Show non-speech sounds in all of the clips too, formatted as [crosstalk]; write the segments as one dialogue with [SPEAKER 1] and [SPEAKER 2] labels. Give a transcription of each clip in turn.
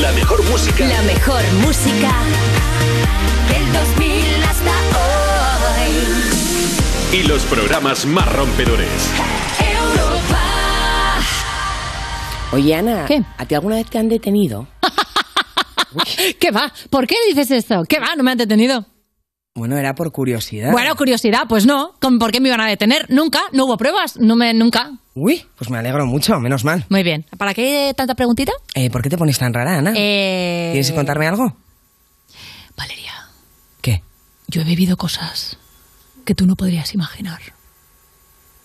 [SPEAKER 1] La mejor música.
[SPEAKER 2] La mejor música del 2000 hasta
[SPEAKER 1] hoy. Y los programas más rompedores.
[SPEAKER 2] Europa.
[SPEAKER 3] Oye, Ana,
[SPEAKER 4] ¿Qué?
[SPEAKER 3] ¿a ti alguna vez te han detenido?
[SPEAKER 4] ¿Qué va? ¿Por qué dices esto? ¿Qué va? No me han detenido.
[SPEAKER 3] Bueno, era por curiosidad.
[SPEAKER 4] Bueno, curiosidad, pues no. ¿Con ¿Por qué me iban a detener? Nunca, no hubo pruebas, no me, nunca.
[SPEAKER 3] Uy, pues me alegro mucho, menos mal.
[SPEAKER 4] Muy bien. ¿Para qué tanta preguntita?
[SPEAKER 3] Eh, ¿Por qué te pones tan rara, Ana?
[SPEAKER 4] Eh...
[SPEAKER 3] ¿Quieres contarme algo?
[SPEAKER 4] Valeria.
[SPEAKER 3] ¿Qué?
[SPEAKER 4] Yo he vivido cosas que tú no podrías imaginar.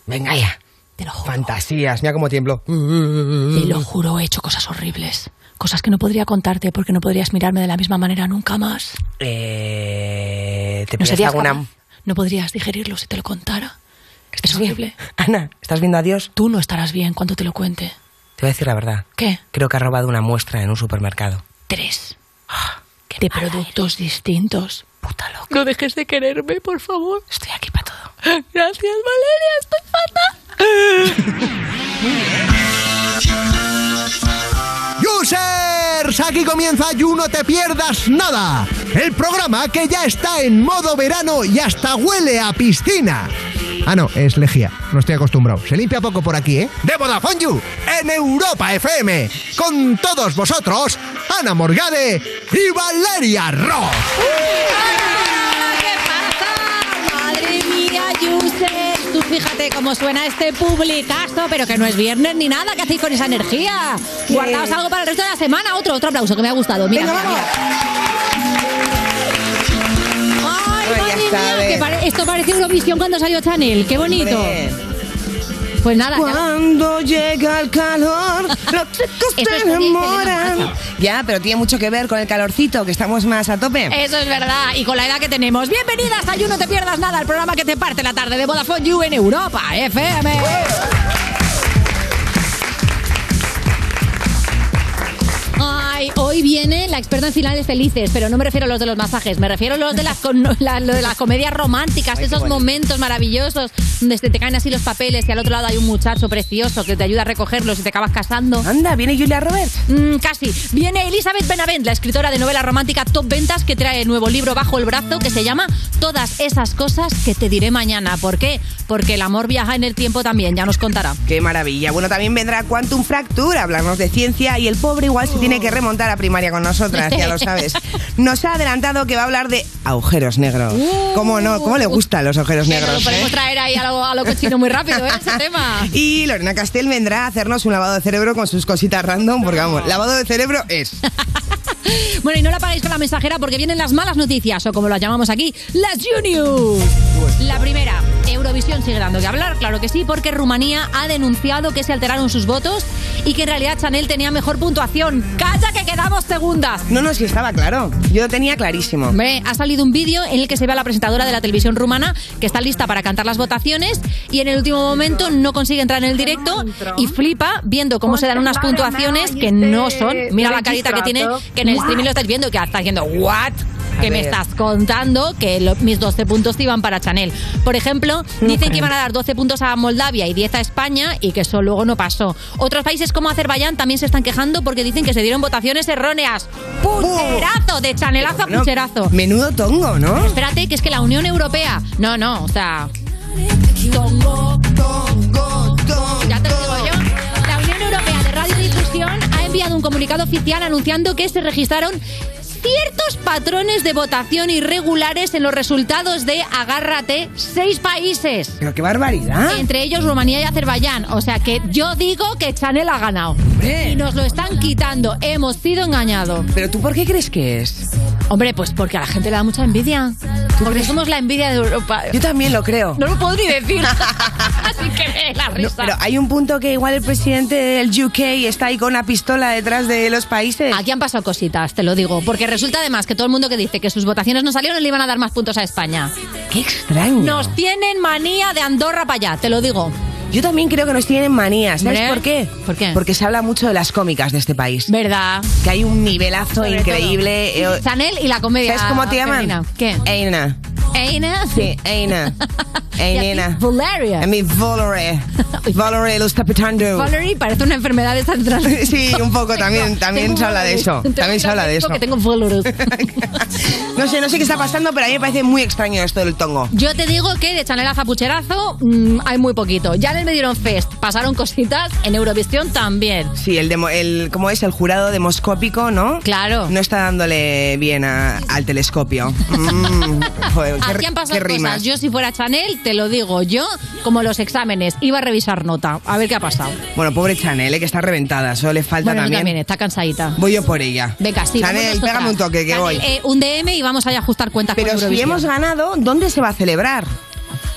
[SPEAKER 3] Venga ya.
[SPEAKER 4] Te lo juro.
[SPEAKER 3] Fantasías, mira cómo tiemblo. Mm.
[SPEAKER 4] Te lo juro, he hecho cosas horribles. Cosas que no podría contarte porque no podrías mirarme de la misma manera nunca más.
[SPEAKER 3] Eh, ¿Te
[SPEAKER 4] No
[SPEAKER 3] pillaste
[SPEAKER 4] serías
[SPEAKER 3] alguna...?
[SPEAKER 4] capaz- no podrías digerirlo si te lo contara. Es
[SPEAKER 3] ¿Estás bien?
[SPEAKER 4] horrible.
[SPEAKER 3] [laughs] Ana, ¿estás viendo a Dios?
[SPEAKER 4] Tú no estarás bien cuando te lo cuente.
[SPEAKER 3] Te voy a decir la verdad.
[SPEAKER 4] ¿Qué?
[SPEAKER 3] Creo que ha robado una muestra en un supermercado.
[SPEAKER 4] Tres. de productos distintos. Puta loca. No dejes de quererme, por favor.
[SPEAKER 3] Estoy aquí para todo.
[SPEAKER 4] Gracias, Valeria. Estoy fatal.
[SPEAKER 5] Users, aquí comienza You No Te Pierdas Nada, el programa que ya está en modo verano y hasta huele a piscina. Ah, no, es lejía, no estoy acostumbrado. Se limpia poco por aquí, ¿eh? De Vodafone You, en Europa FM, con todos vosotros, Ana Morgade y Valeria Ross.
[SPEAKER 4] ¿Qué pasa? Madre mía, Yuse. Tú fíjate cómo suena este publicazo, pero que no es viernes ni nada. ¿Qué hacéis con esa energía? Guardaos algo para el resto de la semana. Otro, otro aplauso que me ha gustado. Mira, mira, mira. Ay,
[SPEAKER 3] Bueno, Pues ya
[SPEAKER 4] madre mía,
[SPEAKER 3] sabes.
[SPEAKER 4] que pare- esto parece Eurovisión cuando salió Chanel. Qué bonito. Pues nada, ya-
[SPEAKER 3] Cuando llega el calor, los chicos
[SPEAKER 4] Eso es
[SPEAKER 3] se
[SPEAKER 4] Elena
[SPEAKER 3] enamoran.
[SPEAKER 4] Maza.
[SPEAKER 3] Ya, pero tiene mucho que ver con el calorcito, que estamos más a tope.
[SPEAKER 4] Eso es verdad, y con la edad que tenemos. Bienvenidas a You No Te Pierdas Nada, el programa que te parte la tarde de Vodafone You en Europa FM. Ay, hoy viene la experta en finales felices, pero no me refiero a los de los masajes, me refiero a los de las, con- [laughs] la- lo de las comedias románticas, esos momentos maravillosos donde se te caen así los papeles y al otro lado hay un muchacho precioso que te ayuda a recogerlos y te acabas casando.
[SPEAKER 3] Anda, viene Julia Roberts.
[SPEAKER 4] Mm, casi. Viene Elizabeth Benavent, la escritora de novela romántica Top Ventas, que trae nuevo libro bajo el brazo que se llama Todas esas cosas que te diré mañana. ¿Por qué? Porque el amor viaja en el tiempo también, ya nos contará.
[SPEAKER 3] Qué maravilla. Bueno, también vendrá Quantum Fracture, hablarnos de ciencia y el pobre igual se tiene que
[SPEAKER 4] Oh.
[SPEAKER 3] remontar a primaria con nosotras, ya
[SPEAKER 4] [laughs]
[SPEAKER 3] lo sabes. Nos ha adelantado que va a hablar de agujeros negros.
[SPEAKER 4] Uh.
[SPEAKER 3] ¿Cómo no? ¿Cómo le gustan los agujeros
[SPEAKER 4] Que nos lo
[SPEAKER 3] negros?
[SPEAKER 4] podemos
[SPEAKER 3] eh?
[SPEAKER 4] traer ahí a lo, a lo cochino muy rápido, ¿eh? Ese tema.
[SPEAKER 3] Y Lorena Castel vendrá a hacernos un lavado de cerebro con sus cositas random, porque vamos, lavado de cerebro es.
[SPEAKER 4] Bueno, y no la paguéis con la mensajera porque vienen las malas noticias, o como las llamamos aquí, las Juniors. La primera, Eurovisión sigue dando que hablar, claro que sí, porque Rumanía ha denunciado que se alteraron sus votos y que en realidad Chanel tenía mejor puntuación. ¡Calla que quedamos segundas!
[SPEAKER 3] No, no, si estaba claro. Yo lo tenía clarísimo.
[SPEAKER 4] Hombre, ha salido un vídeo en el que se ve a la presentadora de la televisión rumana que está lista para cantar las votaciones y en el último momento no consigue entrar en el directo y flipa viendo cómo se dan unas puntuaciones que no son. Mira la carita que tiene, que en el streaming lo estáis viendo, que está diciendo, ¿what?
[SPEAKER 3] A
[SPEAKER 4] Que me
[SPEAKER 3] ver.
[SPEAKER 4] estás contando que lo- mis 12 puntos iban para Chanel. Por ejemplo, dicen que iban a dar 12 puntos a Moldavia y 10 a España y que eso luego no pasó. Otros países como Azerbaiyán también se están quejando porque dicen que se dieron votaciones erróneas. ¡Pucherazo! De Chanelazo a
[SPEAKER 3] Bueno,
[SPEAKER 4] pucherazo.
[SPEAKER 3] Menudo tongo, ¿no?
[SPEAKER 4] Espérate, que es que la Unión Europea. No, no, o sea.
[SPEAKER 3] Tongo, tongo.
[SPEAKER 4] Ya te lo digo yo. La Unión Europea de Radiodifusión ha enviado un comunicado oficial anunciando que se registraron ciertos patrones de votación irregulares en los resultados de Agárrate seis países.
[SPEAKER 3] Pero qué barbaridad.
[SPEAKER 4] Entre ellos Rumanía y Azerbaiyán. O sea que yo digo que Chanel ha ganado.
[SPEAKER 3] Hombre.
[SPEAKER 4] Y nos lo están quitando. Hemos sido engañados.
[SPEAKER 3] ¿Pero tú por qué crees que es?
[SPEAKER 4] Hombre, pues porque a la gente le da mucha envidia. Porque somos la envidia de Europa.
[SPEAKER 3] Yo también lo creo.
[SPEAKER 4] No lo puedo ni
[SPEAKER 3] [laughs]
[SPEAKER 4] decir. Así que me la
[SPEAKER 3] No,
[SPEAKER 4] risa.
[SPEAKER 3] pero hay un punto que igual el presidente del UK está ahí con una pistola detrás de los países.
[SPEAKER 4] Aquí han pasado cositas, te lo digo. Porque resulta además que todo el mundo que dice que sus votaciones no salieron le iban a dar más puntos a España.
[SPEAKER 3] Qué extraño.
[SPEAKER 4] Nos tienen manía de Andorra para allá, te lo digo.
[SPEAKER 3] Yo también creo que nos tienen manías. ¿Sabes
[SPEAKER 4] Hombre.
[SPEAKER 3] por qué?
[SPEAKER 4] ¿Por qué?
[SPEAKER 3] Porque se habla mucho de las cómicas de este país.
[SPEAKER 4] ¿Verdad?
[SPEAKER 3] Que hay un nivelazo increíble. Eh,
[SPEAKER 4] Chanel y la comedia.
[SPEAKER 3] ¿Sabes cómo te
[SPEAKER 4] femenina.
[SPEAKER 3] llaman?
[SPEAKER 4] ¿Qué?
[SPEAKER 3] Eina.
[SPEAKER 4] Eina. [laughs]
[SPEAKER 3] Sí, Eina. Ey,
[SPEAKER 4] Y a ti,
[SPEAKER 3] nena.
[SPEAKER 4] Valeria.
[SPEAKER 3] A mí, Valerie.
[SPEAKER 4] [laughs]
[SPEAKER 3] Valerie lo está petando.
[SPEAKER 4] Valerie parece una enfermedad de San
[SPEAKER 3] [laughs] Sí, un poco también, también se habla de eso. También se habla de eso.
[SPEAKER 4] Que tengo followers.
[SPEAKER 3] [laughs] No sé, no sé qué está pasando, pero a mí me parece muy extraño esto del tongo.
[SPEAKER 4] Yo te digo que de Chanel a Zapucherazo mm, hay muy poquito. Ya en el Medieron Fest pasaron cositas, en Eurovisión también.
[SPEAKER 3] Sí, el, demo, el ¿cómo es? El jurado demoscópico, ¿no?
[SPEAKER 4] Claro.
[SPEAKER 3] No está dándole bien a-
[SPEAKER 4] [laughs]
[SPEAKER 3] al telescopio. Mm, joder, qué,
[SPEAKER 4] Aquí han pasado
[SPEAKER 3] qué rimas.
[SPEAKER 4] cosas. Yo si fuera Chanel, te lo digo, yo como los exámenes, iba a revisar nota, a ver qué ha pasado.
[SPEAKER 3] Bueno, pobre Chanel, eh, que está reventada. Solo le falta
[SPEAKER 4] Bueno, yo
[SPEAKER 3] también.
[SPEAKER 4] también, está cansadita.
[SPEAKER 3] Voy yo por ella.
[SPEAKER 4] Venga, sí. vámonos
[SPEAKER 3] Chanel,
[SPEAKER 4] otra.
[SPEAKER 3] pégame un toque, que
[SPEAKER 4] Chanel,
[SPEAKER 3] voy.
[SPEAKER 4] eh, un DM y vamos ahí a ajustar cuentas
[SPEAKER 3] Pero
[SPEAKER 4] con
[SPEAKER 3] si
[SPEAKER 4] Eurovisión.
[SPEAKER 3] hemos ganado, ¿dónde se va a celebrar?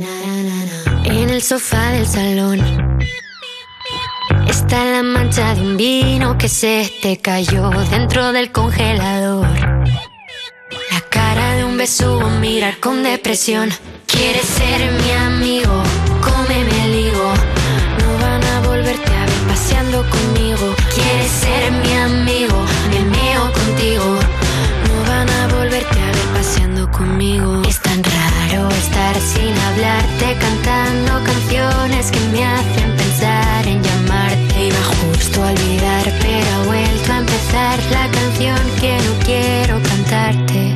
[SPEAKER 6] En el sofá del salón está la mancha de un vino que se te cayó dentro del congelador. La cara de un besugo, mirar con depresión. Quieres ser mi amigo, cómeme el higo. No van a volverte a ver paseando conmigo. Quieres ser mi amigo, me meo contigo. No van a volverte a ver paseando conmigo. Es tan raro estar sin hablarte, cantar cosas que me hacen pensar en llamarte. Iba justo a olvidar, pero ha vuelto a empezar la canción que no quiero cantarte.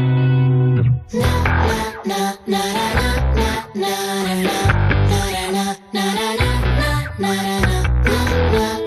[SPEAKER 6] Na, na, na, na, na, na, na, na, na, na, na, na, na, na, na.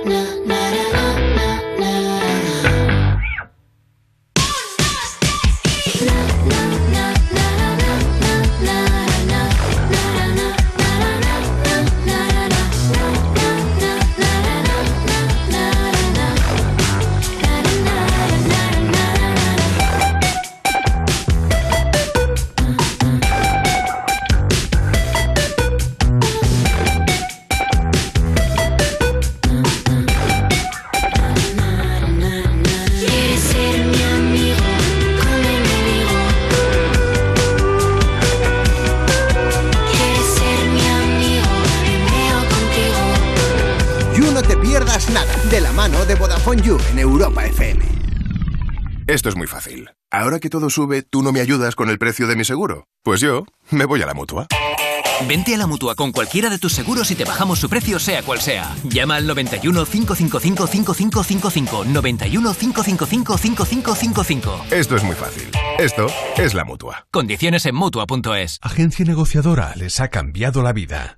[SPEAKER 6] Quieres ser mi amigo, como mi enemigo. Quieres ser mi amigo, me veo contigo.
[SPEAKER 5] You no te pierdas nada de la mano de Vodafone You en Europa FM.
[SPEAKER 7] Esto es muy fácil. Ahora que todo sube, ¿tú no me ayudas con el precio de mi seguro? Pues yo me voy a la mutua.
[SPEAKER 8] Vente a la mutua con cualquiera de tus seguros y te bajamos su precio, sea cual sea. Llama al 91 555 5555. 91 555 5555.
[SPEAKER 7] Esto es muy fácil. Esto es la mutua.
[SPEAKER 8] Condiciones en mutua.es.
[SPEAKER 9] Agencia negociadora les ha cambiado la vida.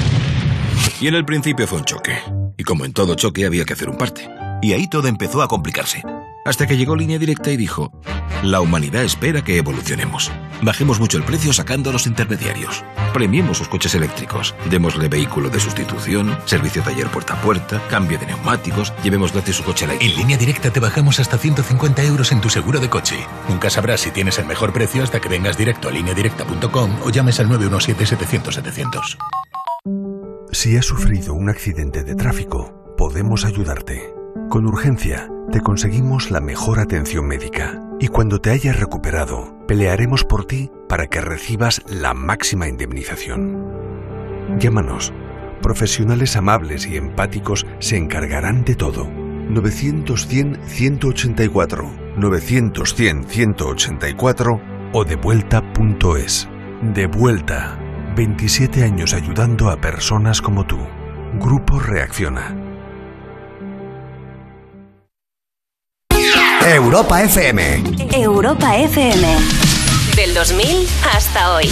[SPEAKER 10] Y en el principio fue un choque. Y como en todo choque había que hacer un parte. Y ahí todo empezó a complicarse. Hasta que llegó Línea Directa y dijo, la humanidad espera que evolucionemos. Bajemos mucho el precio sacando a los intermediarios. Premiemos sus coches eléctricos. Démosle vehículo de sustitución, servicio taller puerta a puerta, cambio de neumáticos, llevemos gratis su coche eléctrico.
[SPEAKER 11] En línea directa te bajamos hasta 150 euros en tu seguro de coche. Nunca sabrás si tienes el mejor precio hasta que vengas directo a lineadirecta.com o llames al 917-700-700.
[SPEAKER 9] Si has sufrido un accidente de tráfico, podemos ayudarte. Con urgencia, te conseguimos la mejor atención médica y cuando te hayas recuperado, pelearemos por ti para que recibas la máxima indemnización. Llámanos. Profesionales amables y empáticos se encargarán de todo. 900-100-184, 900-100-184 o devuelta.es. De vuelta. 27 años ayudando a personas como tú. Grupo Reacciona.
[SPEAKER 12] Europa FM.
[SPEAKER 2] Europa FM. Del 2000 hasta hoy.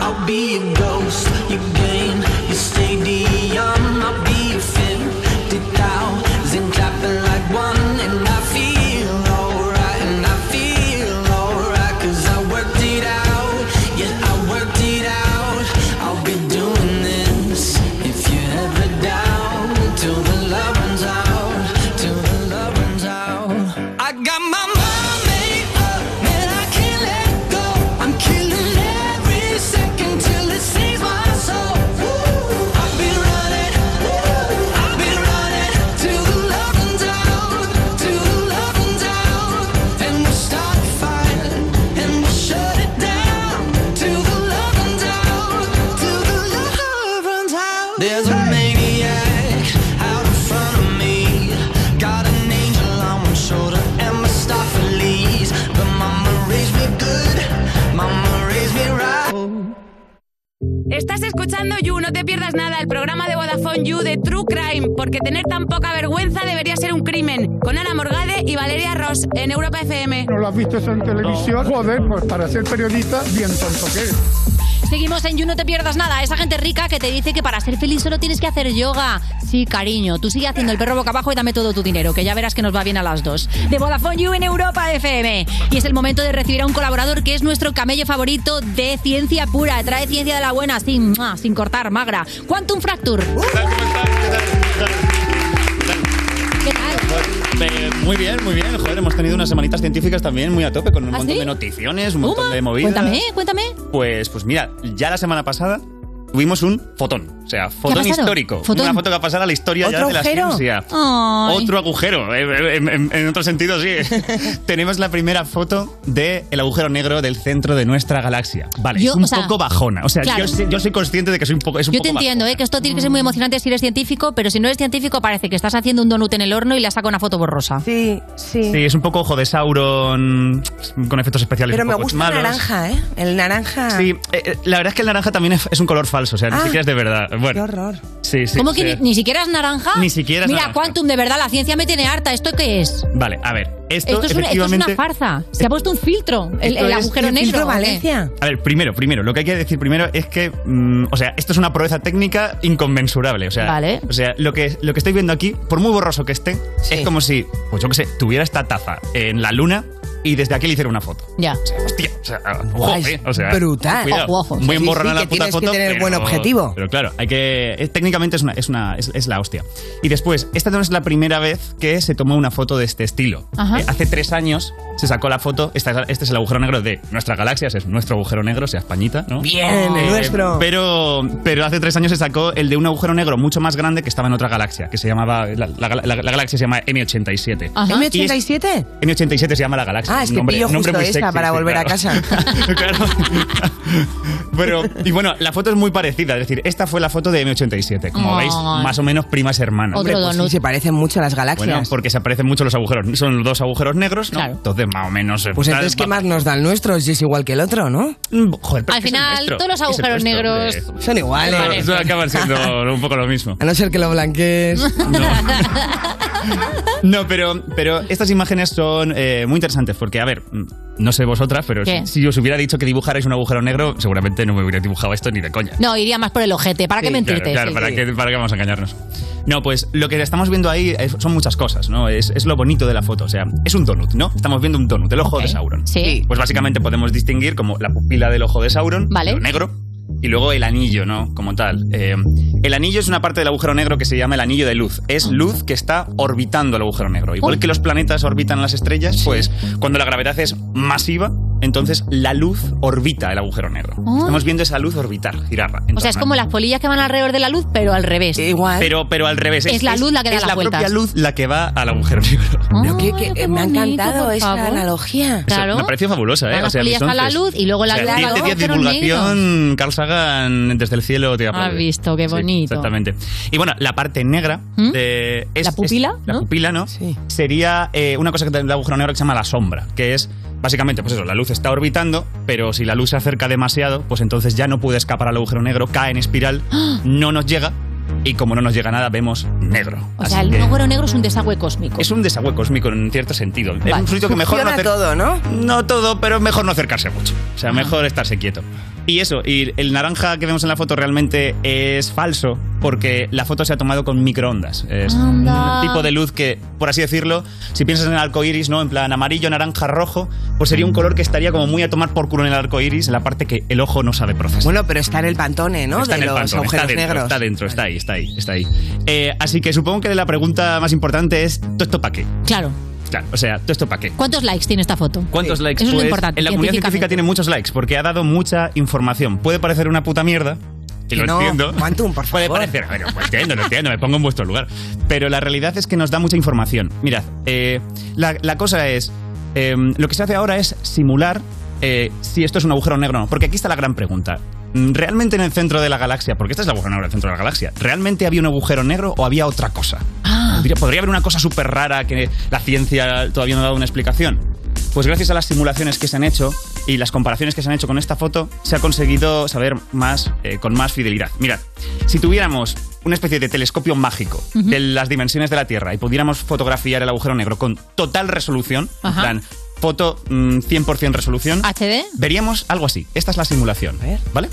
[SPEAKER 13] I'll be a ghost, you gain, you stadium. I'll be a 50,000 clapping like one. And I feel alright, and I feel alright, cause I worked it out. Yeah, I worked it out. I'll be doing this if you ever down. Till the love runs out, till the love runs out. I got my mind made up, and I can't let go. I'm killing every second till it saves my soul. Woo. I've been running, woo. I've been running till the love runs out, till the love runs out. And we'll start a fire, and we'll shut it down till the love runs out, till the love runs out. There's a maniac out in front of me. Got an angel on one shoulder and Mistopheles. But mama raised me good. Mama raised me right.
[SPEAKER 14] Estás escuchando You, no te pierdas nada, el programa de Vodafone You de True Crime, porque tener tan poca vergüenza debería ser un crimen. Con Ana Morgade y Valeria Ross en Europa FM.
[SPEAKER 15] ¿No lo has visto eso en televisión? Joder, pues para ser periodista, bien tonto que es.
[SPEAKER 4] Seguimos en You, no te pierdas nada. Esa gente rica que te dice que para ser feliz solo tienes que hacer yoga. Sí, cariño, tú sigue haciendo el perro boca abajo y dame todo tu dinero, que ya verás que nos va bien a las dos. De Vodafone You en Europa FM. Y es el momento de recibir a un colaborador que es nuestro camello favorito de ciencia pura. Trae ciencia de la buena, sin, ¡mua! sin cortar, magra. Quantum Fracture.
[SPEAKER 16] Eh, muy bien, muy bien. Joder, hemos tenido unas semanitas científicas también muy a tope con un
[SPEAKER 4] ¿Ah,
[SPEAKER 16] montón
[SPEAKER 4] sí?
[SPEAKER 16] de noticiones, un montón
[SPEAKER 4] Uma,
[SPEAKER 16] de movidas.
[SPEAKER 4] Cuéntame, cuéntame.
[SPEAKER 16] Pues, pues mira, ya la semana pasada Tuvimos un fotón, o sea,
[SPEAKER 4] ha
[SPEAKER 16] fotón
[SPEAKER 4] pasado?
[SPEAKER 16] histórico.
[SPEAKER 4] Fotón.
[SPEAKER 16] Una foto que va a pasar a la historia ya
[SPEAKER 4] ¿Otro
[SPEAKER 16] de la
[SPEAKER 4] agujero?
[SPEAKER 16] ciencia.
[SPEAKER 4] Ay.
[SPEAKER 16] Otro agujero, eh, en, en- en otro
[SPEAKER 4] [laughs]
[SPEAKER 16] sentido sí. Tenemos la primera foto del agujero negro del centro de nuestra galaxia. Vale,
[SPEAKER 4] Yo,
[SPEAKER 16] es un
[SPEAKER 4] o sea,
[SPEAKER 16] poco bajona. O sea,
[SPEAKER 4] claro.
[SPEAKER 16] yo, sé- yo soy consciente de que soy un poco, es un
[SPEAKER 4] Yo
[SPEAKER 16] poco Mm.
[SPEAKER 4] te
[SPEAKER 16] bajona.
[SPEAKER 4] entiendo, ¿eh? que esto tiene que ser muy emocionante si eres científico, pero si no eres científico parece que estás haciendo un donut en el horno y le saca una foto borrosa.
[SPEAKER 12] Sí,
[SPEAKER 16] Sí, es un poco ojo de Sauron con efectos especiales.
[SPEAKER 12] Pero
[SPEAKER 16] un
[SPEAKER 12] me
[SPEAKER 16] poco
[SPEAKER 12] gusta
[SPEAKER 16] malos.
[SPEAKER 12] el naranja, ¿eh? El
[SPEAKER 4] Ah.
[SPEAKER 12] naranja.
[SPEAKER 16] Sí, eh, eh, la verdad es que el naranja también es, es un color falso, o sea, ni
[SPEAKER 12] Ah,
[SPEAKER 16] siquiera es de verdad. Bueno,
[SPEAKER 12] Qué horror.
[SPEAKER 16] Sí, sí.
[SPEAKER 4] ¿Cómo
[SPEAKER 16] sí.
[SPEAKER 4] que ni, ni siquiera es naranja?
[SPEAKER 16] Ni siquiera es
[SPEAKER 4] Mira,
[SPEAKER 16] naranja.
[SPEAKER 4] Quantum, de verdad, la ciencia me tiene harta. ¿Esto qué es?
[SPEAKER 16] Vale, a ver. Esto,
[SPEAKER 4] Esto, es, una, esto es una
[SPEAKER 16] efectivamente-
[SPEAKER 4] farsa. Se ha puesto un filtro, el,
[SPEAKER 16] Esto
[SPEAKER 4] el
[SPEAKER 16] es-
[SPEAKER 4] agujero
[SPEAKER 16] el
[SPEAKER 4] negro.
[SPEAKER 16] filtro
[SPEAKER 4] ¿o qué?
[SPEAKER 12] Valencia.
[SPEAKER 16] A ver, primero, primero, lo que hay que decir primero es que, mm, o sea, esto es una proeza técnica inconmensurable. O sea,
[SPEAKER 4] Vale.
[SPEAKER 16] o sea lo, que, lo que estáis viendo aquí, por muy borroso que esté, es como si, pues yo qué sé, tuviera esta taza en la luna y desde aquí le hiciera una foto.
[SPEAKER 4] Ya.
[SPEAKER 16] Hostia, o sea, ojo,
[SPEAKER 12] Guau, es
[SPEAKER 16] eh, o sea,
[SPEAKER 12] brutal.
[SPEAKER 16] cuidado.
[SPEAKER 12] Ojo, ojo.
[SPEAKER 16] Muy
[SPEAKER 12] Sí,
[SPEAKER 16] emborrona
[SPEAKER 12] sí,
[SPEAKER 16] la
[SPEAKER 12] que
[SPEAKER 16] puta
[SPEAKER 12] tienes que
[SPEAKER 16] foto,
[SPEAKER 12] tener
[SPEAKER 16] pero-
[SPEAKER 12] buen objetivo.
[SPEAKER 16] Pero claro, hay que eh, técnicamente es una es una es, es la hostia. Y después, esta no es la primera vez que se tomó una foto de este estilo.
[SPEAKER 4] Ajá.
[SPEAKER 16] Eh, hace tres años se sacó la foto. esta- este es el agujero negro de nuestra galaxia, ese es nuestro agujero negro, sea Españita, ¿no? Eh,
[SPEAKER 12] Bien, el nuestro.
[SPEAKER 16] Pero, pero hace tres años se sacó el de un agujero negro mucho más grande que estaba en otra galaxia, que se llamaba. La, la- la- la galaxia se llama M87.
[SPEAKER 12] Ajá.
[SPEAKER 16] Y es-
[SPEAKER 12] ¿M87?
[SPEAKER 16] M87 se llama la galaxia.
[SPEAKER 12] Ah, es que
[SPEAKER 16] Nombre-
[SPEAKER 12] pillo
[SPEAKER 16] nombre
[SPEAKER 12] justo
[SPEAKER 16] muy
[SPEAKER 12] esa
[SPEAKER 16] sexy,
[SPEAKER 12] para
[SPEAKER 16] sí,
[SPEAKER 12] volver
[SPEAKER 16] claro.
[SPEAKER 12] a casa.
[SPEAKER 16] [laughs] Pero, y bueno, la foto es muy parecida. Es decir, esta fue la foto de M87. Como
[SPEAKER 12] Ay.
[SPEAKER 16] veis, más o menos primas hermanas.
[SPEAKER 12] Hombre, pues sí, se
[SPEAKER 3] parecen mucho a las
[SPEAKER 12] galaxias.
[SPEAKER 16] Bueno, porque se parecen mucho los agujeros. Son dos agujeros negros, ¿no?
[SPEAKER 4] Claro.
[SPEAKER 16] Entonces, más o menos. eh,
[SPEAKER 12] Pues
[SPEAKER 16] tal-
[SPEAKER 12] entonces, ¿qué
[SPEAKER 16] va- Mm,
[SPEAKER 12] más nos da el nuestro? Si es igual que el otro, ¿no?
[SPEAKER 16] Joder, pero
[SPEAKER 4] Al
[SPEAKER 16] es que es el
[SPEAKER 4] final,
[SPEAKER 16] nuestro,
[SPEAKER 4] todos los
[SPEAKER 16] es el
[SPEAKER 4] agujeros
[SPEAKER 16] nuestro,
[SPEAKER 4] negros
[SPEAKER 16] hombre.
[SPEAKER 12] son iguales.
[SPEAKER 16] Claro, eso
[SPEAKER 12] [laughs]
[SPEAKER 16] Acaban siendo un poco lo mismo.
[SPEAKER 12] A no ser que
[SPEAKER 4] [laughs]
[SPEAKER 12] lo blanquees.
[SPEAKER 16] No, pero, pero estas imágenes son eh, muy interesantes porque, a ver, mm, no sé vosotras, pero
[SPEAKER 4] ¿Qué?
[SPEAKER 16] si, si os hubiera dicho que dibujarais un agujero negro, seguramente no me hubiera dibujado esto ni de coña.
[SPEAKER 4] No, iría más por el ojete. ¿Para qué
[SPEAKER 16] Sí,
[SPEAKER 4] mentirte?
[SPEAKER 16] Claro, claro,
[SPEAKER 4] Sí.
[SPEAKER 16] ¿para, Qué, para qué vamos a engañarnos? No, pues lo que estamos viendo ahí es- son muchas cosas, ¿no? Es, es lo bonito de la foto, o sea, es un donut, ¿no? Estamos viendo un donut, el ojo de Sauron.
[SPEAKER 4] Sí.
[SPEAKER 16] Pues básicamente podemos distinguir como la pupila del ojo de Sauron, lo negro, y luego el anillo, ¿no? Como tal. Eh, el anillo es una parte del agujero negro que se llama el anillo de luz. Es luz que está orbitando el agujero negro.
[SPEAKER 4] Oh.
[SPEAKER 16] Igual que los planetas orbitan las estrellas, pues cuando la gravedad es masiva, entonces la luz orbita el agujero negro.
[SPEAKER 4] Ah.
[SPEAKER 16] Estamos viendo esa luz orbitar, girarla.
[SPEAKER 4] O sea, es
[SPEAKER 16] Entonces,
[SPEAKER 4] como las polillas que van alrededor de la luz, pero al revés. Igual.
[SPEAKER 16] pero, pero al revés.
[SPEAKER 4] Es la luz la que da
[SPEAKER 16] es
[SPEAKER 4] las vueltas.
[SPEAKER 16] propia luz la que va al agujero [laughs] negro.
[SPEAKER 3] eh,
[SPEAKER 12] me ha encantado
[SPEAKER 4] por
[SPEAKER 12] esa
[SPEAKER 4] favor.
[SPEAKER 12] analogía.
[SPEAKER 4] Claro.
[SPEAKER 16] Me pareció fabulosa, ¿eh?
[SPEAKER 4] Van las polillas a la
[SPEAKER 16] entonces-
[SPEAKER 4] luz y luego la
[SPEAKER 16] o sea,
[SPEAKER 4] luz al
[SPEAKER 16] 10 de 10
[SPEAKER 4] agujero negro.
[SPEAKER 16] divulgación, Carl Sagan desde el cielo te
[SPEAKER 4] Has
[SPEAKER 16] aplaude.
[SPEAKER 4] visto, qué
[SPEAKER 16] Sí,
[SPEAKER 4] bonito. ¿Mm?
[SPEAKER 16] exactamente. Y bueno, la parte negra de. es-
[SPEAKER 4] ¿La pupila,
[SPEAKER 16] es- la pupila, ¿no? Sería eh, una cosa que tiene el agujero negro que se llama la sombra, que es básicamente, pues eso, la luz está orbitando, pero si la luz se acerca demasiado, pues entonces ya no puede escapar al agujero negro, cae en espiral,
[SPEAKER 4] ¡Ah!
[SPEAKER 16] no nos llega. Y como no nos llega nada, vemos negro.
[SPEAKER 4] O sea, el
[SPEAKER 16] que-
[SPEAKER 4] agujero negro es un desagüe cósmico.
[SPEAKER 16] Es un desagüe cósmico en cierto sentido. Es un
[SPEAKER 4] Vale.
[SPEAKER 16] sitio que mejor no
[SPEAKER 4] Funciona
[SPEAKER 16] acer-
[SPEAKER 4] todo, ¿no?
[SPEAKER 16] No todo, pero mejor no acercarse mucho. O sea,
[SPEAKER 4] Ajá.
[SPEAKER 16] mejor estarse quieto. Y eso, y el naranja que vemos en la foto realmente es falso porque la foto se ha tomado con microondas. Es
[SPEAKER 4] Anda.
[SPEAKER 16] un tipo de luz que, por así decirlo, si piensas en el arco iris, ¿no? En plan amarillo, naranja, rojo, pues sería un color que estaría como muy a tomar por culo en el arco iris, en la parte que el ojo no sabe procesar.
[SPEAKER 12] Bueno, pero está en el pantone, ¿no?
[SPEAKER 16] Está
[SPEAKER 12] de
[SPEAKER 16] en el
[SPEAKER 12] los
[SPEAKER 16] pantone,
[SPEAKER 12] agujeros
[SPEAKER 16] está dentro,
[SPEAKER 12] negros.
[SPEAKER 16] Está dentro, está ahí, está ahí, está ahí. Eh, así que supongo que la pregunta más importante es: ¿todo esto para qué?
[SPEAKER 4] Claro.
[SPEAKER 16] Claro, o sea, ¿todo esto para qué?
[SPEAKER 4] ¿Cuántos likes tiene esta foto?
[SPEAKER 16] ¿Cuántos likes?
[SPEAKER 4] Eso es lo
[SPEAKER 16] Pues,
[SPEAKER 4] importante.
[SPEAKER 16] En la comunidad científica
[SPEAKER 4] científicamente.
[SPEAKER 16] tiene muchos likes porque ha dado mucha información. Puede parecer una puta mierda. Y
[SPEAKER 12] Que
[SPEAKER 16] lo
[SPEAKER 12] no,
[SPEAKER 16] entiendo.
[SPEAKER 12] Quantum, por favor.
[SPEAKER 16] Puede parecer. Bueno, pues entiendo, lo entiendo, me pongo en vuestro lugar. Pero la realidad es que nos da mucha información. Mirad, eh, la, la cosa es. eh, lo que se hace ahora es simular eh, si esto es un agujero negro o no. Porque aquí está la gran pregunta. Mm, ¿Realmente en el centro de la galaxia, porque este es el agujero negro del centro de la galaxia, ¿realmente había un agujero negro o había otra cosa?
[SPEAKER 4] Ah.
[SPEAKER 16] Podría, podría haber una cosa súper rara que la ciencia todavía no ha dado una explicación. Pues gracias a las simulaciones que se han hecho y las comparaciones que se han hecho con esta foto, se ha conseguido saber más eh, con más fidelidad. Mirad, si tuviéramos una especie de telescopio mágico
[SPEAKER 17] Ujú.
[SPEAKER 16] de las dimensiones de la Tierra y pudiéramos fotografiar el agujero negro con total resolución, en
[SPEAKER 4] Ajá.
[SPEAKER 16] plan, foto mm, 100% resolución,
[SPEAKER 4] HD.
[SPEAKER 16] veríamos algo así. Esta es la simulación, ¿vale?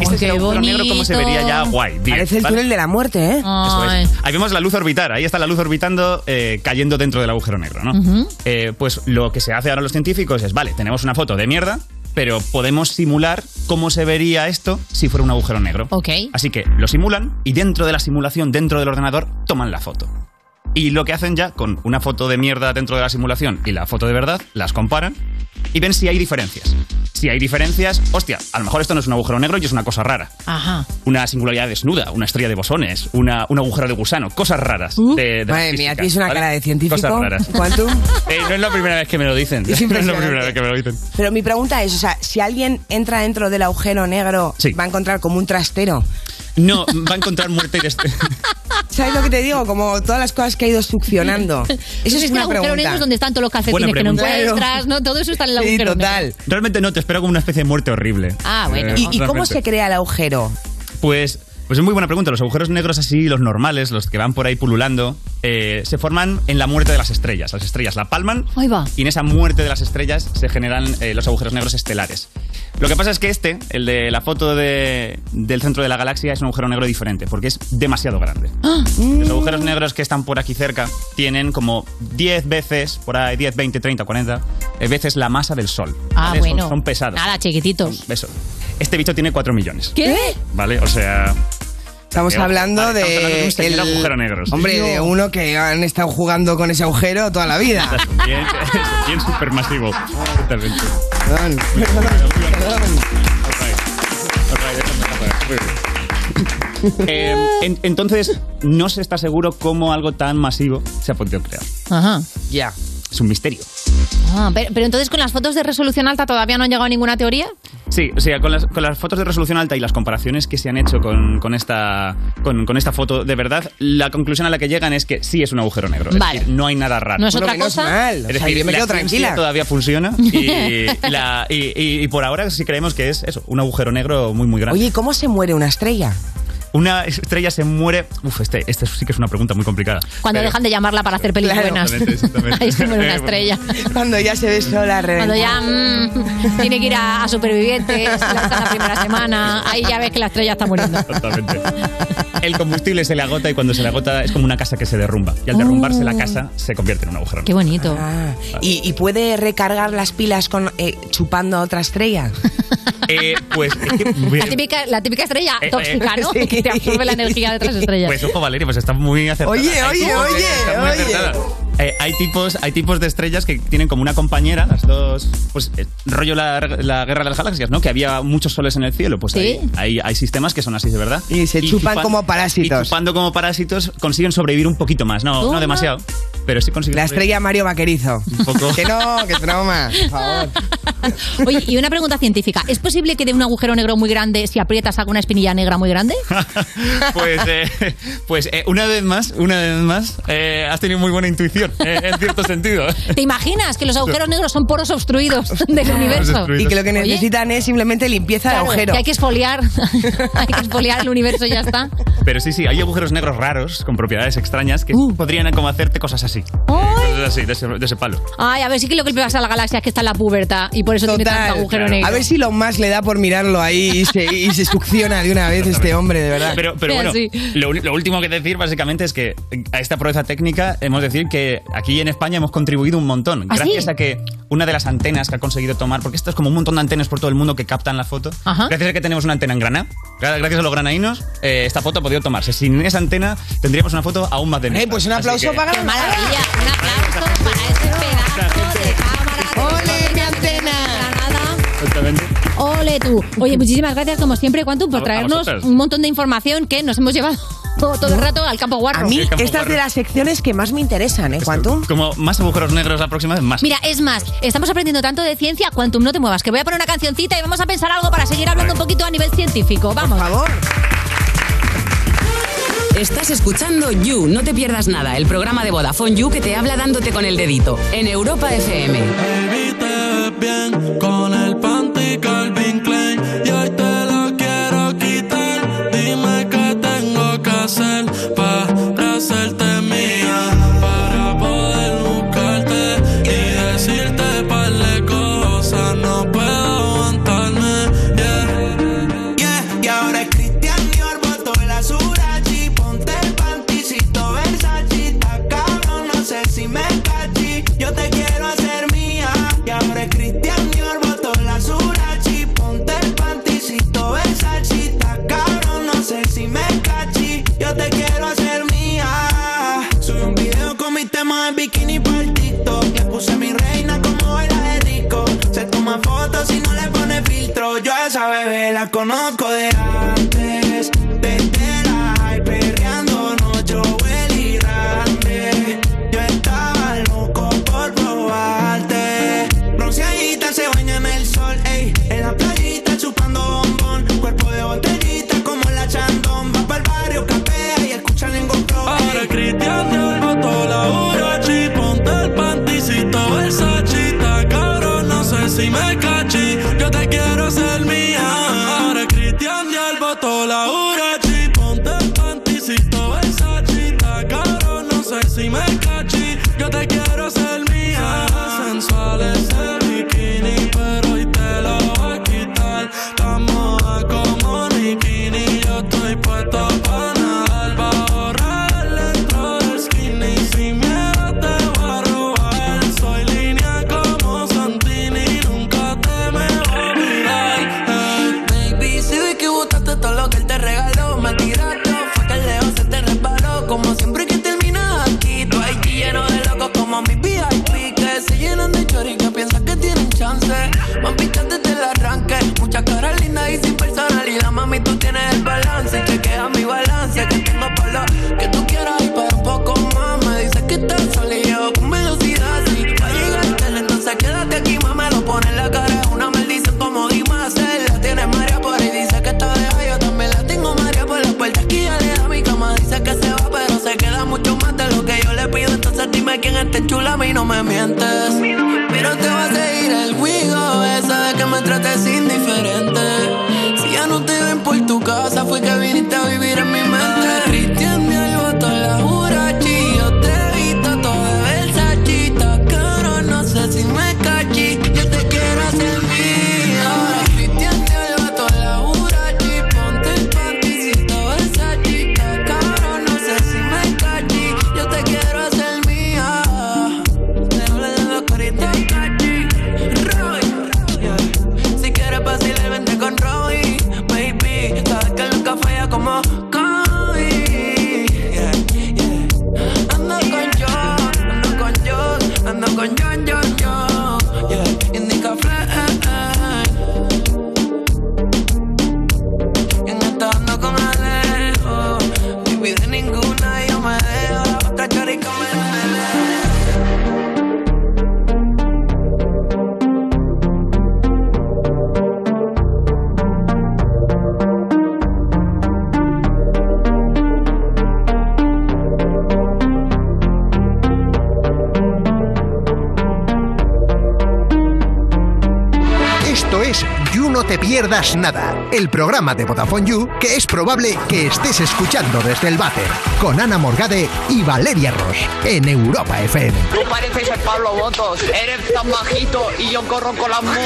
[SPEAKER 16] Este
[SPEAKER 4] Ay,
[SPEAKER 16] es
[SPEAKER 4] qué
[SPEAKER 16] el agujero negro como se
[SPEAKER 4] bonito.
[SPEAKER 16] vería ya guay. bien,
[SPEAKER 12] Parece el
[SPEAKER 16] ¿vale?
[SPEAKER 12] túnel de la muerte, ¿eh?
[SPEAKER 16] Eso es. Ahí vemos la luz orbitar, ahí está la luz orbitando, eh, cayendo dentro del agujero negro, ¿no?
[SPEAKER 12] Ujú.
[SPEAKER 16] Eh, pues lo que se hace ahora los científicos es, vale, tenemos una foto de mierda, pero podemos simular cómo se vería esto si fuera un agujero negro.
[SPEAKER 4] Ok.
[SPEAKER 16] Así que lo simulan y dentro de la simulación, dentro del ordenador, toman la foto. Y lo que hacen ya con una foto de mierda dentro de la simulación y la foto de verdad, las comparan y ven si hay diferencias. Si hay diferencias, hostia, a lo mejor esto no es un agujero negro y es una cosa rara.
[SPEAKER 4] Ajá.
[SPEAKER 16] Una singularidad desnuda, una estrella de bosones, una, un agujero de gusano, cosas raras. De, de la
[SPEAKER 12] Uh, Madre mía,
[SPEAKER 16] física,
[SPEAKER 12] tienes una
[SPEAKER 16] ¿vale?
[SPEAKER 12] cara de científico.
[SPEAKER 16] Cosas raras.
[SPEAKER 12] ¿Cuánto?
[SPEAKER 16] [laughs] Eh, no es la primera vez que me lo dicen. ¿eh?
[SPEAKER 12] Es
[SPEAKER 16] [laughs] no es la
[SPEAKER 12] impresionante.
[SPEAKER 16] primera vez que me lo dicen.
[SPEAKER 12] Pero mi pregunta es, o sea, si alguien entra dentro del agujero negro, va a encontrar como un trastero.
[SPEAKER 16] No, va a
[SPEAKER 12] [laughs]
[SPEAKER 16] encontrar muerte y destino.
[SPEAKER 12] ¿Sabes lo que te digo? Como todas las cosas que ha
[SPEAKER 4] [laughs]
[SPEAKER 12] ido succionando. Eso
[SPEAKER 4] Pues
[SPEAKER 12] es
[SPEAKER 4] que el
[SPEAKER 12] una
[SPEAKER 4] agujero negro
[SPEAKER 12] pregunta.
[SPEAKER 4] es donde están todos los
[SPEAKER 16] Buena
[SPEAKER 4] calcetines que no
[SPEAKER 16] pregunta. Claro.
[SPEAKER 4] encuentras, ¿no? Todo eso está en el agujero negro.
[SPEAKER 16] Realmente no, te espero como una especie de muerte horrible.
[SPEAKER 4] Ah, bueno.
[SPEAKER 16] Eh,
[SPEAKER 4] ¿Y- y cómo
[SPEAKER 16] realmente.
[SPEAKER 12] se crea el agujero?
[SPEAKER 16] Pues, pues es muy buena pregunta. Los agujeros negros así, los normales, los que van por ahí pululando, eh, se forman en la muerte de las estrellas. Las estrellas la palman
[SPEAKER 4] Ahí va.
[SPEAKER 16] y en esa muerte de las estrellas se generan eh, los agujeros negros estelares. Lo que pasa es que este, el de la foto de- del centro de la galaxia, es un agujero negro diferente porque es demasiado grande. Los agujeros negros que están por aquí cerca tienen como 10 veces, por ahí 10, 20, 30, 40 eh, veces la masa del Sol.
[SPEAKER 4] Ah,
[SPEAKER 16] ¿vale? Son-
[SPEAKER 4] bueno.
[SPEAKER 16] Son, pesados.
[SPEAKER 4] Nada, chiquititos.
[SPEAKER 16] Eso. Este bicho tiene 4 millones.
[SPEAKER 4] ¿Qué?
[SPEAKER 16] ¿Vale? O sea...
[SPEAKER 3] Estamos
[SPEAKER 16] Eh, Vale,
[SPEAKER 3] hablando
[SPEAKER 16] vale,
[SPEAKER 3] de.
[SPEAKER 16] estamos hablando de un señor
[SPEAKER 3] el-
[SPEAKER 16] agujero negro, sí.
[SPEAKER 3] Hombre, de uno que han estado jugando con ese agujero toda la vida.
[SPEAKER 16] [laughs]
[SPEAKER 4] [laughs]
[SPEAKER 16] Bien, bien supermasivo. Totalmente.
[SPEAKER 3] Perdón, perdón, perdón.
[SPEAKER 16] Eh, en- entonces, no se está seguro cómo algo tan masivo se ha podido crear.
[SPEAKER 4] Ajá.
[SPEAKER 3] Ya.
[SPEAKER 16] Es un misterio.
[SPEAKER 4] Ah, pero, pero entonces con las fotos de resolución alta todavía no han llegado a ninguna teoría.
[SPEAKER 16] Sí, o sea, con las, con las fotos de resolución alta y las comparaciones que se han hecho con, con esta, con, con esta foto, de verdad, la conclusión a la que llegan es que sí es un agujero negro. Es
[SPEAKER 4] Vale.
[SPEAKER 16] decir, no hay nada raro.
[SPEAKER 4] No es Bueno, otra menos cosa. mal.
[SPEAKER 3] O sea, yo me
[SPEAKER 16] la
[SPEAKER 3] quedo
[SPEAKER 16] ciencia
[SPEAKER 3] tranquila.
[SPEAKER 4] [laughs]
[SPEAKER 16] todavía funciona y, la- y- y- y por ahora sí creemos que es eso, un agujero negro muy, muy grande.
[SPEAKER 12] Oye, ¿y ¿cómo se muere una estrella?
[SPEAKER 16] Una estrella se muere. Uf, este, este sí que es una pregunta muy complicada.
[SPEAKER 4] Cuando
[SPEAKER 16] Pero-
[SPEAKER 4] dejan de llamarla para hacer películas buenas.
[SPEAKER 16] Exactamente,
[SPEAKER 4] [laughs]
[SPEAKER 16] exactamente.
[SPEAKER 4] Ahí se muere una
[SPEAKER 16] [laughs]
[SPEAKER 4] estrella.
[SPEAKER 3] Cuando ya se ve sola,
[SPEAKER 4] Cuando ya mm, tiene que ir a, a supervivientes, la están la primera semana, ahí ya ves que la estrella está muriendo.
[SPEAKER 16] Exactamente. El combustible se le agota y cuando se le agota es como una casa que se derrumba. Y al derrumbarse
[SPEAKER 4] Ah.
[SPEAKER 16] la casa se convierte en un agujero. negro.
[SPEAKER 4] bonito.
[SPEAKER 12] ¿Y, y puede recargar las pilas con eh, chupando a otra estrella?
[SPEAKER 16] Eh, pues, es
[SPEAKER 3] [laughs]
[SPEAKER 16] que-
[SPEAKER 4] La típica, la típica estrella
[SPEAKER 16] Eh, eh.
[SPEAKER 4] tóxica, ¿no? Que te absorbe la energía de otras estrellas.
[SPEAKER 16] pues ojo, Valeria, pues está muy acertada.
[SPEAKER 4] Oye,
[SPEAKER 16] Hay
[SPEAKER 4] oye,
[SPEAKER 16] tipos de-
[SPEAKER 4] oye,
[SPEAKER 16] está muy
[SPEAKER 4] oye.
[SPEAKER 16] acertada. Eh, hay, tipos, hay tipos de estrellas que tienen como una compañera, las dos, pues eh, rollo la, la guerra de las galaxias, ¿no? Que había muchos soles en el cielo, pues
[SPEAKER 3] Sí.
[SPEAKER 16] hay, hay, hay sistemas que son así, de verdad.
[SPEAKER 3] Y se chupan
[SPEAKER 16] chupan-
[SPEAKER 3] como
[SPEAKER 16] Y
[SPEAKER 3] parásitos.
[SPEAKER 16] chupando como parásitos consiguen sobrevivir un poquito más, no, no
[SPEAKER 3] Toma.
[SPEAKER 16] demasiado, pero sí consiguen
[SPEAKER 3] La estrella Mario Vaquerizo. [laughs]
[SPEAKER 16] poco.
[SPEAKER 3] Que no, que broma. Por favor.
[SPEAKER 4] Oye, y una pregunta científica. ¿Es posible que de un agujero negro muy grande, si aprietas, haga una espinilla negra muy grande?
[SPEAKER 16] Pues, eh, pues eh, una vez más, una vez más, eh, has tenido muy buena intuición, eh, en cierto sentido.
[SPEAKER 4] ¿Te imaginas que los agujeros negros son poros
[SPEAKER 16] [laughs]
[SPEAKER 4] obstruidos del universo?
[SPEAKER 16] obstruidos. Y que lo que
[SPEAKER 4] Oye,
[SPEAKER 3] Necesitan es simplemente limpieza
[SPEAKER 4] claro,
[SPEAKER 3] de agujero.
[SPEAKER 4] Que hay que esfoliar. [laughs] hay que esfoliar el universo y ya está.
[SPEAKER 16] Pero sí, sí, hay agujeros negros raros, con propiedades extrañas, que
[SPEAKER 3] Uh.
[SPEAKER 16] podrían como hacerte cosas así. Cosas así, de ese, de ese palo.
[SPEAKER 4] Ay, a ver si que lo que le pasa a la galaxia es que está en la pubertad y por eso tiene tanto agujero negro.
[SPEAKER 3] A ver si lo más le da por mirarlo ahí y se, y se succiona de una vez este hombre, de verdad.
[SPEAKER 16] Pero, pero bueno, lo, uni- lo último que decir básicamente es que a esta proeza técnica hemos de decir que aquí en España hemos contribuido un montón.
[SPEAKER 4] ¿Ah, sí?
[SPEAKER 16] gracias a que una de las antenas que ha conseguido tomar, porque esto es como un montón de antenas por todo el mundo que captan la foto,
[SPEAKER 4] Ajá.
[SPEAKER 16] gracias a que tenemos una antena en Granada, gra- gracias a los granadinos, eh, esta foto ha podido tomarse. Sin esa antena tendríamos una foto aún más de
[SPEAKER 3] Eh, pues un
[SPEAKER 16] Así
[SPEAKER 3] aplauso
[SPEAKER 16] que-
[SPEAKER 3] para Qué
[SPEAKER 4] maravilla. Un aplauso para este pedazo de cámara. ¡Ole, mi antena! ¡Ole tú! Oye, muchísimas gracias como siempre, Quantum,
[SPEAKER 3] A-
[SPEAKER 4] por
[SPEAKER 3] a
[SPEAKER 4] traernos
[SPEAKER 3] vosotras.
[SPEAKER 4] un montón de información que nos hemos llevado [laughs] todo, todo el rato al campo guarro.
[SPEAKER 12] A mí, esta es de las secciones que más me interesan, ¿eh, Quantum?
[SPEAKER 16] Como más agujeros negros la próxima vez, Este, más.
[SPEAKER 4] Mira, es más, estamos aprendiendo tanto de ciencia, Quantum, no te muevas, que voy a poner una cancioncita y vamos a pensar algo para seguir hablando un poquito a nivel científico. Vamos. Por
[SPEAKER 3] favor.
[SPEAKER 17] Estás escuchando You, no te pierdas nada, el programa de Vodafone You que te habla dándote con el dedito en Europa FM.
[SPEAKER 13] Baby, te ves bien con el panty Calvin Klein y hoy te lo quiero quitar. Dime qué tengo que hacer para hacerte mía, para poder buscarte y decirte par de cosas. No puedo aguantarme, yeah. Yeah, y ahora es Cristian Dior, botó el azurachi, ponte el panticito Versace, está cabrón, no sé si me cachis. Yo te quiero hacer mía, y ahora es Cristian Dior, botó el
[SPEAKER 18] la conozco de antes. Desde la high, perreando noche, Joel y Randy. Yo estaba loco por probarte. Bronceadita se baña en el sol, ey. En la playita chupando bombón. Cuerpo de botellita como la chandón. Va pa'l barrio, capea y escucha en GoPro. Ahora Cristian te armató la Urachi. Ponte el panticito, esa chita, cabrón. No sé si me cachí. Yo te quiero ser mía. Ahora Cristian te armató la Urachi. Ponte el panticito, esa chita, cabrón. No sé si me cachí. Yo te quiero ser mía. Sensuales de bikini, pero hoy te lo voy a quitar. Estamos a como Nikini, yo estoy puesto para nadar. Va a borrar el entro del skinny, sin miedo te voy a robar. Soy línea como Santini, nunca te me voy a olvidar. Baby, si vi que botaste todo lo que él te regaló, me tiraste. Fue que el leo se te reparó, como siempre que terminas aquí. Tú hay lleno de locos como mi VIP, que se llenan de chori que piensan que tienen chance. Mami, ya desde el arranque, muchas caras lindas y sin personalidad. Mami, tú tienes el balance, chequea mi balance, que tengo por lo que tú quieras y para un poco más. Me dices que estás sol y yo con velocidad, si va a llegar tarde, entonces quédate aquí, mamá, lo pone en la cara, es una maldición como Dimasel, la tienes María por ahí, dice que está de yo también la tengo María por la puerta aquí ya le da mi cama dice que se va pero se queda mucho más de lo que yo le pido entonces dime quién está chula a mí no me mientes pero te va a seguir el juego esa de que me trates indiferente si ya no te ven por tu casa fue que viniste a vivir en mi mente Cristian me alborotó la jurachi yo te he visto todo de Versace está caro no sé si me cachí yo te quiero hacer mía Cristian te alborotó la jurachi ponte el pantisito esa chica caro no sé si me cachí yo te quiero hacer mía te hablo de los coritos cachí Roy si quieres vacilar, vente con Roy, baby. Sabes que nunca falla como Kobe. Yeah, yeah. Ando con John, ando con John, ando con John, John, John. Yeah, indica flash. En esta ando con Alejo. Baby, de ninguna yo me dejo. La otra chorica me
[SPEAKER 5] Esto es You No Te Pierdas Nada, el programa de Vodafone You que es probable que estés escuchando desde el váter, con Ana Morgade y Valeria Ross, en Europa FM.
[SPEAKER 12] Tú pareces el Pablo Botos, eres tan bajito y yo corro con las motos.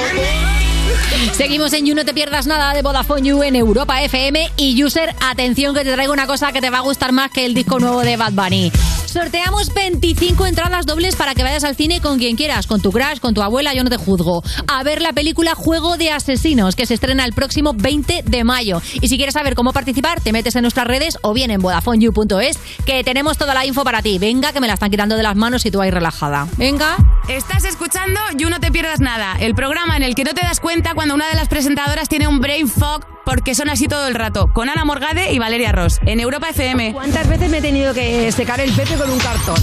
[SPEAKER 4] Seguimos en You, no te pierdas nada de Vodafone You en Europa FM y User, atención que te traigo una cosa que te va a gustar más que el disco nuevo de Bad Bunny. Sorteamos 25 entradas dobles para que vayas al cine con quien quieras, con tu crush, con tu abuela, yo no te juzgo. A ver la película Juego de Asesinos, que se estrena el próximo 20 de mayo. Y si quieres saber cómo participar, te metes en nuestras redes o bien en vodafoneyou.es, que tenemos toda la info para ti. Venga, que me la están quitando de las manos y tú ahí relajada. Venga.
[SPEAKER 17] Estás escuchando You No Te Pierdas Nada, el programa en el que no te das cuenta cuando una de las presentadoras tiene un brain fog porque son así todo el rato, con Ana Morgade y Valeria Ross, en Europa FM.
[SPEAKER 4] ¿Cuántas veces me he tenido que secar el pepe con un cartón?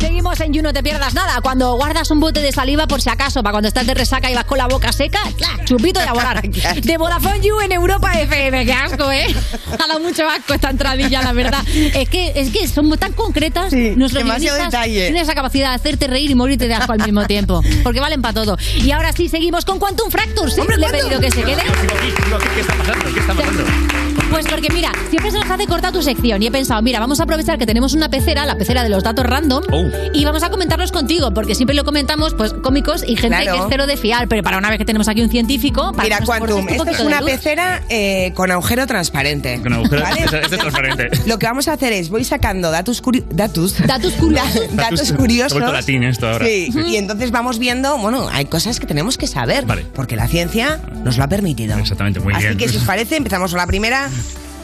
[SPEAKER 4] Seguimos en You, no te pierdas nada. Cuando guardas un bote de saliva por si acaso, para cuando estás de resaca y vas con la boca seca, ¡tla! chupito y a
[SPEAKER 3] [laughs]
[SPEAKER 4] volar. De Vodafone You en Europa FM. Qué asco, ¿eh? [laughs] Ha dado mucho asco esta entradilla, la verdad. Es que, es que somos tan concretas. nuestros
[SPEAKER 3] demasiado
[SPEAKER 4] guionistas
[SPEAKER 3] detalle.
[SPEAKER 4] tienen esa capacidad de hacerte reír y morirte de asco al mismo tiempo. Porque valen para todo. Y ahora sí, seguimos con Quantum Fracture. Sí, le he pedido que se quede.
[SPEAKER 16] ¿Qué está pasando? ¿Qué está pasando?
[SPEAKER 4] Pues porque mira, siempre se nos hace corta tu sección y he pensado, mira, vamos a aprovechar que tenemos una pecera, la pecera de los datos random,
[SPEAKER 16] Oh.
[SPEAKER 4] y vamos a comentarlos contigo, porque siempre lo comentamos, pues cómicos y gente
[SPEAKER 3] Claro.
[SPEAKER 4] que es cero de fiar, pero para una vez que tenemos aquí un científico, para
[SPEAKER 3] Mira,
[SPEAKER 4] que nos
[SPEAKER 3] Quantum,
[SPEAKER 4] aportes un
[SPEAKER 3] esto es
[SPEAKER 4] poquito de
[SPEAKER 3] una
[SPEAKER 4] luz.
[SPEAKER 3] pecera eh, con agujero transparente.
[SPEAKER 16] Con [laughs] agujeros. Este este es transparente.
[SPEAKER 3] Lo que vamos a hacer es, voy sacando datos curi- [laughs] datos,
[SPEAKER 4] datos,
[SPEAKER 16] Datos- se ha
[SPEAKER 3] curiosos.
[SPEAKER 16] vuelto latín esto ahora.
[SPEAKER 3] Sí,
[SPEAKER 16] Sí.
[SPEAKER 3] Y entonces vamos viendo, bueno, hay cosas que tenemos que saber, porque la ciencia nos lo ha permitido.
[SPEAKER 16] Exactamente, muy
[SPEAKER 3] Así
[SPEAKER 16] bien.
[SPEAKER 3] que si os parece, empezamos con la primera.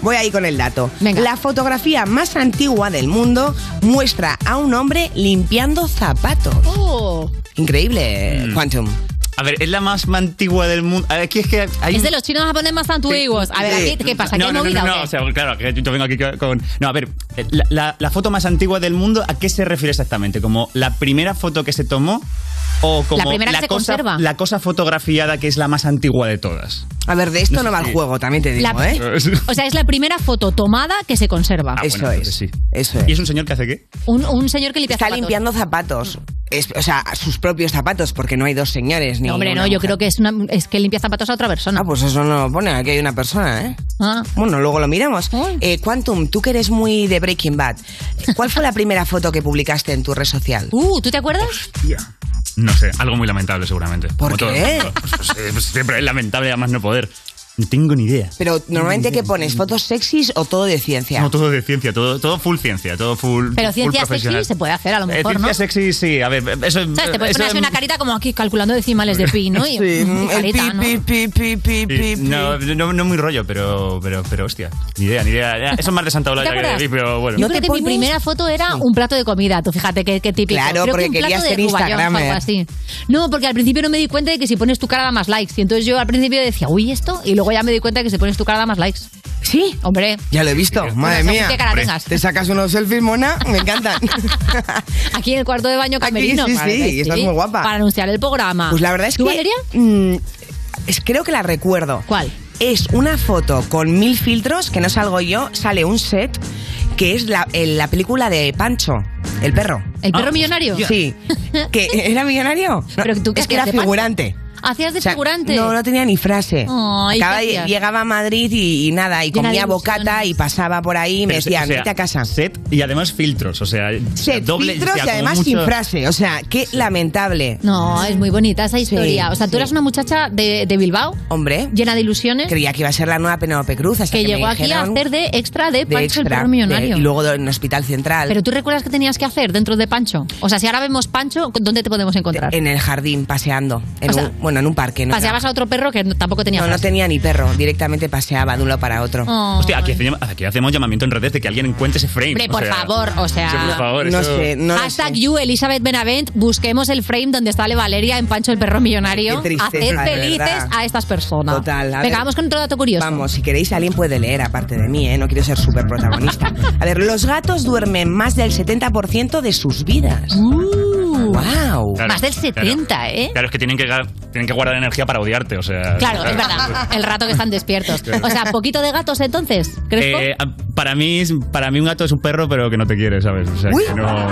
[SPEAKER 3] Voy ahí con el dato. La fotografía más antigua del mundo muestra a un hombre limpiando zapatos.
[SPEAKER 4] Oh.
[SPEAKER 3] Increíble, Quantum.
[SPEAKER 16] A ver, es la más antigua del mundo. A ver, Aquí es que hay
[SPEAKER 4] Es de los chinos japoneses más antiguos. A ver,
[SPEAKER 16] Sí.
[SPEAKER 4] aquí, ¿qué pasa? ¿Qué
[SPEAKER 16] No, no, no,
[SPEAKER 4] movida
[SPEAKER 16] no,
[SPEAKER 4] o
[SPEAKER 16] no,
[SPEAKER 4] qué?
[SPEAKER 16] o sea, claro, que yo vengo aquí con... No, a ver, eh, la, la- la foto más antigua del mundo, ¿a qué se refiere exactamente? ¿Como la primera foto que se tomó o como
[SPEAKER 4] La primera que se
[SPEAKER 16] cosa,
[SPEAKER 4] conserva.
[SPEAKER 16] la cosa fotografiada que es la más antigua de todas?
[SPEAKER 3] A ver, de esto no va el juego, también te ¿eh?
[SPEAKER 4] La-
[SPEAKER 16] [laughs] Ah,
[SPEAKER 4] O sea, es la primera foto tomada que se conserva.
[SPEAKER 3] Eso es. Eso es.
[SPEAKER 16] ¿Y es un señor que hace qué?
[SPEAKER 4] Un, un señor que limpia
[SPEAKER 3] Está
[SPEAKER 4] zapatos.
[SPEAKER 3] limpiando zapatos. Es- o sea, sus propios zapatos, porque no hay dos señores ni.
[SPEAKER 4] No, hombre, no, yo creo que es, una, es que limpia zapatos a otra persona.
[SPEAKER 3] Ah, pues eso no lo pone, aquí hay una persona, ¿eh?
[SPEAKER 4] Ah.
[SPEAKER 3] Bueno, luego lo miramos. Eh, Quantum, tú que eres muy de Breaking Bad, ¿cuál fue la primera foto que publicaste en tu red social?
[SPEAKER 4] Uh, ¿tú te acuerdas?
[SPEAKER 16] No sé, algo muy lamentable seguramente. ¿Por
[SPEAKER 3] qué?
[SPEAKER 16] [laughs] pues, siempre es lamentable además no poder. No tengo ni idea.
[SPEAKER 3] Pero normalmente, ¿qué pones? ¿Fotos sexys o todo de ciencia?
[SPEAKER 16] No, todo de ciencia, todo, todo full ciencia, todo full
[SPEAKER 4] Pero ciencia sexy
[SPEAKER 16] full profesional.
[SPEAKER 4] se puede hacer a lo
[SPEAKER 16] Eh,
[SPEAKER 4] mejor,
[SPEAKER 16] ciencia
[SPEAKER 4] ¿no?
[SPEAKER 16] sexy, sí, a ver, eso...
[SPEAKER 4] ¿Sabes? Te puedes
[SPEAKER 16] eso-
[SPEAKER 4] poner así una carita como aquí calculando decimales de pi, ¿no? Y,
[SPEAKER 3] Sí,
[SPEAKER 4] y
[SPEAKER 3] el
[SPEAKER 4] careta, ¿no?
[SPEAKER 16] Sí, No, no, no muy rollo, pero, pero, pero hostia. Ni idea, ni idea.
[SPEAKER 4] [laughs]
[SPEAKER 16] Ya, Eso es más de Santa Olalla
[SPEAKER 4] ¿Te
[SPEAKER 16] que de
[SPEAKER 4] acuerdas?
[SPEAKER 16] mí, pero bueno.
[SPEAKER 4] Yo creo que mi primera foto era un plato de comida, tú fíjate qué, qué típico.
[SPEAKER 3] Claro,
[SPEAKER 4] Creo que
[SPEAKER 3] porque
[SPEAKER 4] un plato
[SPEAKER 3] querías ¿eh?
[SPEAKER 4] de
[SPEAKER 3] ser
[SPEAKER 4] rubayón o
[SPEAKER 3] instagramer.
[SPEAKER 4] algo así. No, porque al principio no me di cuenta de que si pones tu cara da más likes. Y entonces yo al principio decía, uy, esto, y luego ya me di cuenta de que si pones tu cara da más likes. Sí. Hombre,
[SPEAKER 3] Ya lo he visto, madre
[SPEAKER 4] según
[SPEAKER 3] mía.
[SPEAKER 4] qué cara tengas.
[SPEAKER 3] Te sacas unos selfies, mona, me encantan.
[SPEAKER 4] [laughs] aquí en el cuarto de baño camerino.
[SPEAKER 3] sí,
[SPEAKER 4] madre,
[SPEAKER 3] sí, estás muy guapa.
[SPEAKER 4] Para anunciar el programa.
[SPEAKER 3] Pues la verdad es
[SPEAKER 4] Ah. ¿Tú,
[SPEAKER 3] que.
[SPEAKER 4] Valeria?
[SPEAKER 3] mm, es- creo que la recuerdo.
[SPEAKER 4] ¿Cuál?
[SPEAKER 3] Es una foto con mil filtros, que no salgo yo, sale un set, que es la, el- la película de Pancho, el perro.
[SPEAKER 4] ¿El perro millonario?
[SPEAKER 3] Sí. ¿Que ¿Era millonario? No, es que
[SPEAKER 4] hacías
[SPEAKER 3] era
[SPEAKER 4] de Pancho?
[SPEAKER 3] figurante.
[SPEAKER 4] Hacías de
[SPEAKER 3] O sea,
[SPEAKER 4] figurante.
[SPEAKER 3] No, no tenía ni frase.
[SPEAKER 4] Ay,
[SPEAKER 3] Acaba-
[SPEAKER 4] ¿qué hacías?
[SPEAKER 3] llegaba a Madrid y, y nada, y
[SPEAKER 4] Llena de
[SPEAKER 3] comía bocata y pasaba por ahí y me
[SPEAKER 16] Pero,
[SPEAKER 3] decían,
[SPEAKER 16] o sea,
[SPEAKER 3] vete a casa.
[SPEAKER 16] Set y además filtros, o sea,
[SPEAKER 3] Set,
[SPEAKER 16] doble,
[SPEAKER 3] filtros
[SPEAKER 16] o sea,
[SPEAKER 3] y
[SPEAKER 16] como
[SPEAKER 3] además
[SPEAKER 16] mucho-
[SPEAKER 3] sin frase. O sea, qué lamentable.
[SPEAKER 4] No, es muy bonita esa historia. o sea, tú eras una muchacha de, de Bilbao.
[SPEAKER 3] Hombre.
[SPEAKER 4] Llena de ilusiones.
[SPEAKER 3] Creía que iba a ser la nueva Penélope Cruz hasta
[SPEAKER 4] que
[SPEAKER 3] que, me
[SPEAKER 4] llegó aquí a
[SPEAKER 3] dijeron
[SPEAKER 4] hacer de extra de
[SPEAKER 3] de
[SPEAKER 4] Pancho el
[SPEAKER 3] extra,
[SPEAKER 4] perro millonario.
[SPEAKER 3] de- y luego de- en Hospital Central.
[SPEAKER 4] Pero tú recuerdas qué tenías que hacer dentro de Pancho. O sea, si ahora vemos Pancho, ¿dónde te podemos encontrar?
[SPEAKER 3] en el jardín paseando, en
[SPEAKER 4] O sea,
[SPEAKER 3] un- bueno, en un parque. No
[SPEAKER 4] Paseabas a otro perro que no- tampoco tenía
[SPEAKER 3] no, no
[SPEAKER 4] frase.
[SPEAKER 3] tenía ni perro, directamente paseaba de uno para otro.
[SPEAKER 4] Oh.
[SPEAKER 16] Hostia, aquí, hace- aquí hacemos llamamiento en redes de que alguien encuentre ese frame.
[SPEAKER 4] Hombre,
[SPEAKER 16] o
[SPEAKER 4] por
[SPEAKER 16] sea,
[SPEAKER 4] favor, o sea.
[SPEAKER 16] sí, por favor, eso-
[SPEAKER 4] Hashtag you, Elizabeth Benavent, busquemos el frame donde sale Valeria en Pancho el perro millonario.
[SPEAKER 3] Qué tristeza,
[SPEAKER 4] Hacer
[SPEAKER 3] de
[SPEAKER 4] felices
[SPEAKER 3] verdad.
[SPEAKER 4] a estas personas.
[SPEAKER 3] Total,
[SPEAKER 4] Venga,
[SPEAKER 3] a ver.
[SPEAKER 4] vamos con otro dato curioso.
[SPEAKER 3] Vamos, si queréis alguien puede leer, aparte de mí, ¿eh? no quiero ser súper protagonista. A ver, los gatos duermen más del 70% de sus vidas.
[SPEAKER 4] Uh.
[SPEAKER 3] ¡Wow!
[SPEAKER 16] Claro,
[SPEAKER 4] Más del 70, ¿eh?
[SPEAKER 16] Claro, es que tienen que, ga- tienen que guardar energía para odiarte, o sea.
[SPEAKER 4] Claro, es
[SPEAKER 16] [laughs]
[SPEAKER 4] verdad. El rato que están despiertos.
[SPEAKER 16] Claro.
[SPEAKER 4] O sea, poquito de gatos entonces. ¿Crespo?
[SPEAKER 16] Eh, para mí, para mí un gato es un perro, pero que no te quiere, ¿sabes? O sea,
[SPEAKER 3] Uy.
[SPEAKER 16] que no.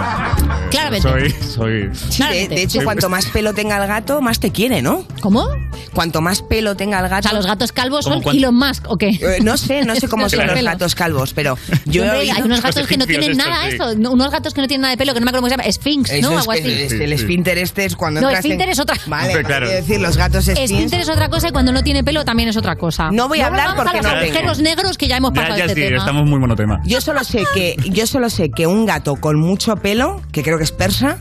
[SPEAKER 3] Claramente.
[SPEAKER 16] Soy, soy.
[SPEAKER 3] Sí, de, de hecho,
[SPEAKER 16] Soy- [laughs]
[SPEAKER 3] cuanto más pelo tenga el gato, más te quiere, ¿no?
[SPEAKER 4] ¿Cómo?
[SPEAKER 3] Cuanto más pelo tenga el gato.
[SPEAKER 4] O sea, los gatos calvos
[SPEAKER 3] ¿Cómo
[SPEAKER 4] son
[SPEAKER 3] cuánto?
[SPEAKER 4] Elon Musk, ¿o qué?
[SPEAKER 3] Eh, no sé, no
[SPEAKER 4] [laughs]
[SPEAKER 3] sé cómo son
[SPEAKER 4] Claro.
[SPEAKER 3] los gatos calvos,
[SPEAKER 4] [laughs]
[SPEAKER 3] pero yo he
[SPEAKER 4] Hombre, hay
[SPEAKER 3] oído-
[SPEAKER 4] unos gatos que no tienen nada eso. no- Unos gatos que no tienen nada de pelo, que no me acuerdo cómo se llama. Sphinx,
[SPEAKER 3] Eso
[SPEAKER 4] ¿no?
[SPEAKER 3] es
[SPEAKER 4] Algo
[SPEAKER 3] que
[SPEAKER 4] así.
[SPEAKER 3] es el esfínter este es cuando
[SPEAKER 4] No,
[SPEAKER 3] entras en-
[SPEAKER 4] esfínter es otra.
[SPEAKER 3] Vale,
[SPEAKER 16] Hombre, claro.
[SPEAKER 3] quiero decir, los gatos esfínter...
[SPEAKER 4] Esfínter es otra cosa y cuando no tiene pelo también es otra cosa. No
[SPEAKER 3] voy a hablar
[SPEAKER 4] volvamos
[SPEAKER 3] porque
[SPEAKER 4] a los
[SPEAKER 3] no
[SPEAKER 4] agujeros
[SPEAKER 3] tengo.
[SPEAKER 4] negros que ya hemos pasado
[SPEAKER 16] Ya, ya
[SPEAKER 4] este
[SPEAKER 16] sí,
[SPEAKER 4] tema.
[SPEAKER 16] estamos muy monotema.
[SPEAKER 3] Yo solo sé que yo solo sé que un gato con mucho pelo, que creo que es persa,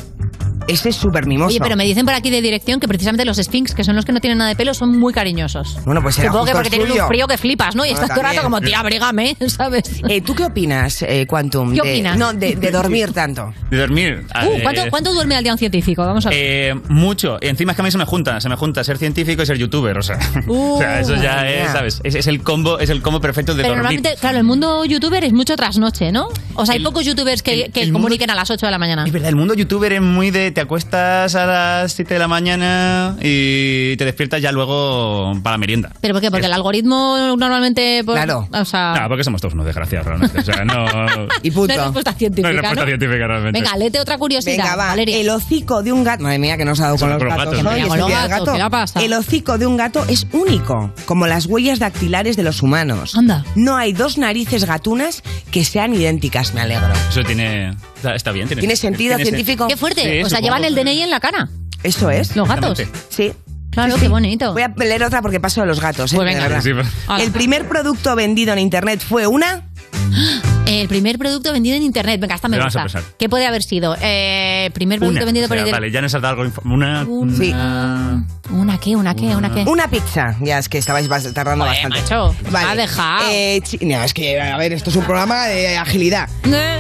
[SPEAKER 3] ese es súper mimoso.
[SPEAKER 4] Oye, pero me dicen por aquí de dirección que precisamente los Sphinx, que son los que no tienen nada de pelo, son muy cariñosos.
[SPEAKER 3] Bueno, pues será
[SPEAKER 4] Supongo que
[SPEAKER 3] justo
[SPEAKER 4] porque
[SPEAKER 3] el
[SPEAKER 4] tienen un
[SPEAKER 3] suyo.
[SPEAKER 4] frío que flipas, ¿no? Y
[SPEAKER 3] Bueno,
[SPEAKER 4] estás todo el rato
[SPEAKER 3] también.
[SPEAKER 4] como, tía, abrígame, [laughs] ¿sabes?
[SPEAKER 3] Eh, ¿Tú qué opinas, eh, Quantum?
[SPEAKER 4] ¿Qué
[SPEAKER 3] de-
[SPEAKER 4] opinas?
[SPEAKER 3] No, de, de dormir tanto.
[SPEAKER 16] De dormir. eh, a
[SPEAKER 4] Uh,
[SPEAKER 16] ver,
[SPEAKER 4] ¿cuánto, cuánto duerme al día un científico? Vamos a ver.
[SPEAKER 16] eh, mucho. Y encima es que a mí se me junta, se me junta ser científico y ser youtuber, o sea. [laughs]
[SPEAKER 4] Uh,
[SPEAKER 16] o sea, eso ya
[SPEAKER 4] madre
[SPEAKER 16] es,
[SPEAKER 4] mía.
[SPEAKER 16] ¿sabes? Es, es el combo, es el combo perfecto de
[SPEAKER 4] Pero
[SPEAKER 16] dormir.
[SPEAKER 4] normalmente, claro, el mundo youtuber es mucho trasnoche, ¿no? O sea, hay pocos youtubers que, que
[SPEAKER 16] el mundo-
[SPEAKER 4] comuniquen a las 8 de la mañana.
[SPEAKER 16] Es verdad, el mundo youtuber es muy de te acuestas a las 7 de la mañana y te despiertas ya luego para la merienda.
[SPEAKER 4] ¿Pero por qué? Porque el algoritmo normalmente... pues, O sea...
[SPEAKER 16] No, porque somos todos unos desgraciados realmente. O sea, no.
[SPEAKER 4] [laughs]
[SPEAKER 3] Y
[SPEAKER 4] [laughs] No hay respuesta científica,
[SPEAKER 16] No hay respuesta
[SPEAKER 4] ¿no?
[SPEAKER 16] científica realmente.
[SPEAKER 4] Venga, léete otra curiosidad.
[SPEAKER 3] Venga, va. El hocico de un gato. Madre mía, que nos ha dado con los
[SPEAKER 16] con los
[SPEAKER 3] gatos.
[SPEAKER 16] gatos,
[SPEAKER 3] ¿no?
[SPEAKER 16] ¿no?
[SPEAKER 3] Y
[SPEAKER 16] Con
[SPEAKER 3] ese
[SPEAKER 16] los
[SPEAKER 3] día del
[SPEAKER 16] gatos,
[SPEAKER 3] gato.
[SPEAKER 16] ¿qué le pasa?
[SPEAKER 3] El hocico de un gato es único, como las huellas dactilares de los humanos.
[SPEAKER 4] Anda.
[SPEAKER 3] No hay dos narices gatunas que sean idénticas, me alegro.
[SPEAKER 16] Eso tiene. Está, está bien, tiene,
[SPEAKER 3] ¿Tiene sentido
[SPEAKER 16] tiene-
[SPEAKER 3] científico?
[SPEAKER 4] Qué fuerte.
[SPEAKER 16] Sí,
[SPEAKER 4] o sea,
[SPEAKER 16] supongo.
[SPEAKER 4] llevan el DNI en la cara.
[SPEAKER 3] Eso es.
[SPEAKER 4] Los gatos.
[SPEAKER 3] Sí.
[SPEAKER 4] Claro, qué bonito.
[SPEAKER 3] Voy a leer otra porque paso de los gatos. ¿eh?
[SPEAKER 4] Pues venga.
[SPEAKER 3] De verdad.
[SPEAKER 4] Sí, sí, va.
[SPEAKER 3] El primer producto vendido en internet fue una.
[SPEAKER 4] El primer producto vendido en internet. Venga, esta me
[SPEAKER 16] Te vas a
[SPEAKER 4] gusta.
[SPEAKER 16] pensar.
[SPEAKER 4] ¿Qué puede haber sido? Eh, primer producto
[SPEAKER 16] Una.
[SPEAKER 4] vendido
[SPEAKER 16] O
[SPEAKER 4] por
[SPEAKER 16] sea,
[SPEAKER 4] internet.
[SPEAKER 16] Vale, ya nos has dado algo. info- Una.
[SPEAKER 4] Sí. ¿Una qué? ¿Una qué? ¿Una qué?
[SPEAKER 3] Una pizza. Ya es que estabais bas- tardando
[SPEAKER 4] Joder,
[SPEAKER 3] bastante.
[SPEAKER 4] macho,
[SPEAKER 3] Vale.
[SPEAKER 4] ha dejado.
[SPEAKER 3] Eh, chi- no, es que, a ver, esto es un programa de agilidad.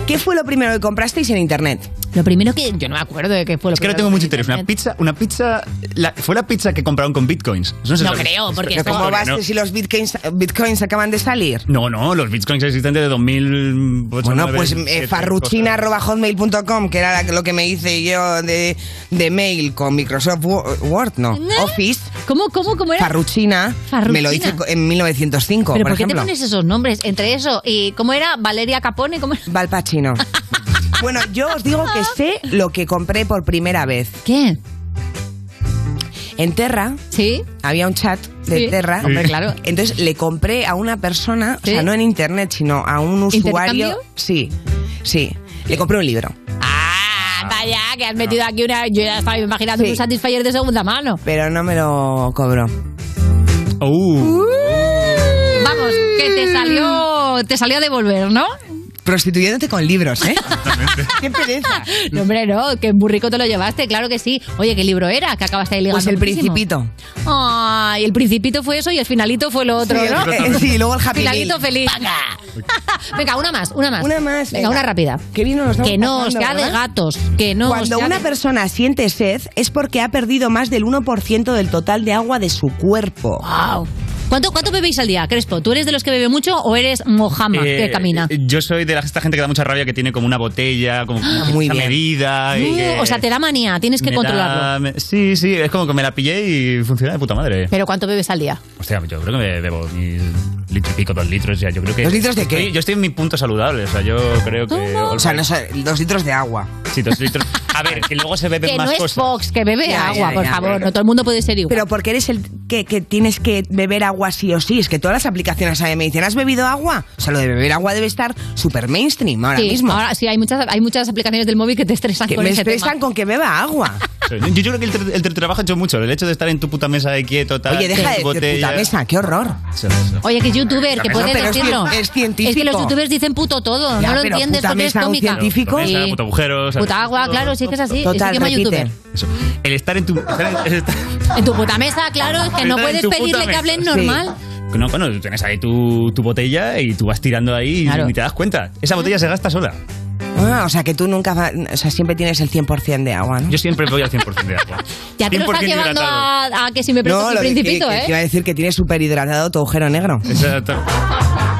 [SPEAKER 3] ¿Qué fue lo primero que comprasteis en internet?
[SPEAKER 4] Eh. Lo primero que. Yo no me acuerdo de qué fue lo
[SPEAKER 16] Es que no tengo mucho interés. Una pizza, una pizza. la- fue la pizza que compraron con bitcoins. No, sé si
[SPEAKER 3] No
[SPEAKER 16] lo-
[SPEAKER 3] creo, porque
[SPEAKER 16] Pero
[SPEAKER 3] ¿cómo
[SPEAKER 16] ¿por
[SPEAKER 3] vas
[SPEAKER 16] qué no?
[SPEAKER 3] si los bitcoins, bitcoins acaban de salir?
[SPEAKER 16] No, no, los bitcoins existentes de 2000.
[SPEAKER 3] Bueno, pues eh, farruchina.hotmail.com, que era la- lo que me hice yo de, de mail con Microsoft Wo- Word, no,
[SPEAKER 4] ¿No?
[SPEAKER 3] Office.
[SPEAKER 4] ¿Cómo, cómo, cómo era?
[SPEAKER 3] Farruchina,
[SPEAKER 4] Farruchina.
[SPEAKER 3] me lo hice co- en 1905,
[SPEAKER 4] ¿Pero
[SPEAKER 3] por,
[SPEAKER 4] por, qué te
[SPEAKER 3] ejemplo.
[SPEAKER 4] pones esos nombres? Entre eso y. ¿Cómo era? Valeria Capone. ¿Cómo era?
[SPEAKER 3] Valpachino.
[SPEAKER 4] [laughs]
[SPEAKER 3] bueno, yo os digo que sé lo que compré por primera vez.
[SPEAKER 4] ¿Qué?
[SPEAKER 3] En Terra
[SPEAKER 4] ¿Sí?
[SPEAKER 3] había un chat de
[SPEAKER 4] Sí.
[SPEAKER 3] Terra.
[SPEAKER 4] Hombre, Sí. claro.
[SPEAKER 3] Entonces le compré a una persona, o sea, no en internet, sino a un usuario.
[SPEAKER 4] ¿Intercambio?
[SPEAKER 3] Sí, sí. Le compré un libro.
[SPEAKER 4] Ah, vaya, que has metido aquí una. Yo
[SPEAKER 3] Mm.
[SPEAKER 4] ya estaba imaginando un satisfier de segunda mano.
[SPEAKER 3] Pero no me lo cobró.
[SPEAKER 16] Uh.
[SPEAKER 4] Vamos, que te salió. Te salió a devolver, ¿no?
[SPEAKER 3] Prostituyéndote con libros, ¿eh? ¡Qué pereza!
[SPEAKER 4] No, hombre, no, que burrico te lo llevaste, claro que sí. Oye, ¿qué libro era? Que acabaste ahí ligando.
[SPEAKER 3] [laughs] Pues el
[SPEAKER 4] muchísimo.
[SPEAKER 3] Principito.
[SPEAKER 4] Ay, el principito fue eso y el finalito fue lo otro,
[SPEAKER 3] Sí,
[SPEAKER 4] ¿no? [laughs]
[SPEAKER 3] el- sí, luego el Happy
[SPEAKER 4] Finalito
[SPEAKER 3] Meal.
[SPEAKER 4] feliz. [laughs] venga, una más, una más. Una
[SPEAKER 3] más.
[SPEAKER 4] Venga, una rápida.
[SPEAKER 3] Que bien nos
[SPEAKER 4] Que no, sea de
[SPEAKER 3] ¿verdad?
[SPEAKER 4] gatos. Que no.
[SPEAKER 3] Cuando
[SPEAKER 4] sea
[SPEAKER 3] una
[SPEAKER 4] de-
[SPEAKER 3] persona siente sed es porque ha perdido más del 1% del total de agua de su cuerpo.
[SPEAKER 4] Wow. ¿Cuánto, ¿Cuánto bebéis al día, Crespo? ¿Tú eres de los que bebe mucho o eres mojama
[SPEAKER 16] Eh,
[SPEAKER 4] que camina?
[SPEAKER 16] Yo soy de la, esta gente que da mucha rabia que tiene como una botella, como
[SPEAKER 3] muy
[SPEAKER 16] una medida. y
[SPEAKER 4] Uh,
[SPEAKER 16] que
[SPEAKER 4] Ah, o sea, te da manía, tienes que
[SPEAKER 16] me da-
[SPEAKER 4] controlarlo.
[SPEAKER 16] me- sí, sí, es como que me la pillé y funciona de puta madre.
[SPEAKER 4] Pero ¿cuánto bebes al día?
[SPEAKER 16] Hostia, yo creo que me bebo un litro y pico, dos litros ya. Yo creo que.
[SPEAKER 3] ¿Dos litros de qué?
[SPEAKER 16] Estoy- yo estoy en mi punto saludable, o sea, yo creo que.
[SPEAKER 3] O sea, no sé, dos litros de agua.
[SPEAKER 16] Sí, dos litros. A ver, que luego se beben
[SPEAKER 4] Que
[SPEAKER 16] más
[SPEAKER 4] no es
[SPEAKER 16] cosas.
[SPEAKER 4] Fox, que bebe
[SPEAKER 3] Ya,
[SPEAKER 4] agua,
[SPEAKER 3] ya,
[SPEAKER 4] por
[SPEAKER 3] ya,
[SPEAKER 4] favor.
[SPEAKER 3] bueno.
[SPEAKER 4] No todo el mundo puede ser igual.
[SPEAKER 3] Pero porque eres el que, que tienes que beber agua sí o sí. Es que todas las aplicaciones ahí me dicen, ¿has bebido agua? O sea, lo de beber agua debe estar súper mainstream ahora
[SPEAKER 4] sí,
[SPEAKER 3] mismo.
[SPEAKER 4] ahora sí, hay muchas, hay muchas aplicaciones del móvil que te estresan
[SPEAKER 3] Que
[SPEAKER 4] con
[SPEAKER 3] me
[SPEAKER 4] ese
[SPEAKER 3] estresan
[SPEAKER 4] tema.
[SPEAKER 3] con que beba agua.
[SPEAKER 16] Sí. Yo, yo creo que el, tra- el teletrabajo ha hecho mucho. El hecho de estar en tu puta mesa de quieto, tal.
[SPEAKER 3] Oye, deja
[SPEAKER 16] tu
[SPEAKER 3] de decir puta mesa, qué horror.
[SPEAKER 16] Eso, eso.
[SPEAKER 4] Oye, que es youtuber, que
[SPEAKER 16] No,
[SPEAKER 4] puede
[SPEAKER 16] pero es
[SPEAKER 4] decirlo.
[SPEAKER 16] cien-
[SPEAKER 3] es científico.
[SPEAKER 4] que los youtubers dicen puto todo,
[SPEAKER 3] Ya,
[SPEAKER 4] no lo
[SPEAKER 3] pero
[SPEAKER 4] entiendes
[SPEAKER 3] puta
[SPEAKER 4] porque es
[SPEAKER 3] mesa, un
[SPEAKER 4] cómica.
[SPEAKER 3] científico.
[SPEAKER 16] Puta mesa, puto agujero, ¿sabes?
[SPEAKER 4] Puta agua, claro, sí es que es así.
[SPEAKER 16] Total,
[SPEAKER 4] es que llama
[SPEAKER 16] repite.
[SPEAKER 4] youtuber.
[SPEAKER 16] Eso. El estar en tu. estar en- estar-
[SPEAKER 4] En tu puta mesa, claro, es que no
[SPEAKER 16] Está en
[SPEAKER 4] puedes
[SPEAKER 16] tu puta
[SPEAKER 4] pedirle que
[SPEAKER 16] mesa.
[SPEAKER 4] hablen
[SPEAKER 16] Sí.
[SPEAKER 4] normal.
[SPEAKER 16] No, bueno, tú tienes ahí tu, tu botella y tú vas tirando ahí
[SPEAKER 3] Claro.
[SPEAKER 16] y ni te das cuenta. Esa botella se gasta sola.
[SPEAKER 3] Ah, o sea, que tú nunca, va- o sea, siempre tienes el 100% de agua, ¿no?
[SPEAKER 16] Yo siempre voy al 100% de agua.
[SPEAKER 4] Ya te lo estás
[SPEAKER 16] 100%
[SPEAKER 4] llevando
[SPEAKER 16] hidratado.
[SPEAKER 4] a, a que si me prestas el
[SPEAKER 3] lo que-
[SPEAKER 4] principito,
[SPEAKER 3] que- que
[SPEAKER 4] ¿eh?
[SPEAKER 3] iba a decir que tienes súper hidratado tu agujero negro.
[SPEAKER 16] Exacto.
[SPEAKER 3] [laughs]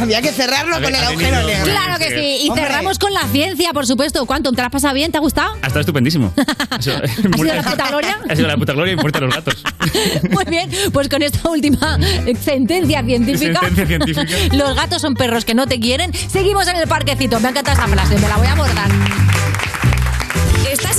[SPEAKER 3] Había que cerrarlo
[SPEAKER 16] Ha
[SPEAKER 3] con el
[SPEAKER 16] venido-
[SPEAKER 3] agujero negro.
[SPEAKER 4] Claro que sí. Y
[SPEAKER 3] Hombre.
[SPEAKER 4] cerramos con la ciencia, por supuesto. ¿Cuánto? ¿Te la has pasado bien? ¿Te ha gustado?
[SPEAKER 16] Ha estado
[SPEAKER 6] [laughs]
[SPEAKER 16] estupendísimo. Ha sido,
[SPEAKER 4] ¿Ha sido la puta gloria?
[SPEAKER 16] [laughs] ha sido la puta gloria y muerte a los gatos.
[SPEAKER 4] [laughs] Muy bien, pues con esta última sentencia científica,
[SPEAKER 16] Sentencia científica.
[SPEAKER 4] [laughs] los gatos son perros que no te quieren. Seguimos en el parquecito. Me ha encantado esa frase, me la voy a abordar.
[SPEAKER 17] Estás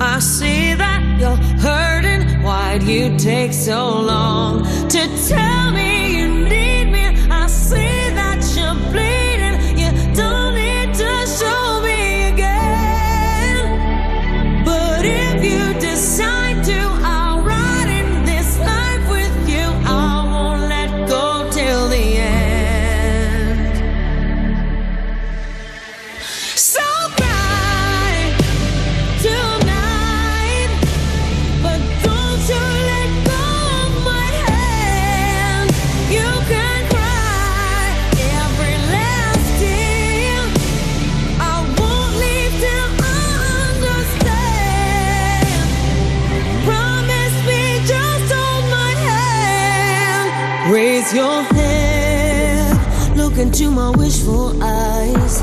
[SPEAKER 19] I see that you're hurting. Why'd you take so long to tell me you need me? I see that you're bleeding. You don't need to show me again. But if you decide to, I'll ride in this life with you. I won't let go till the end. So cry tonight, but don't you let go of my hand. You can cry every last tear. I won't leave till I understand. Promise me, just hold my hand. Raise your head, look into my wishful eyes.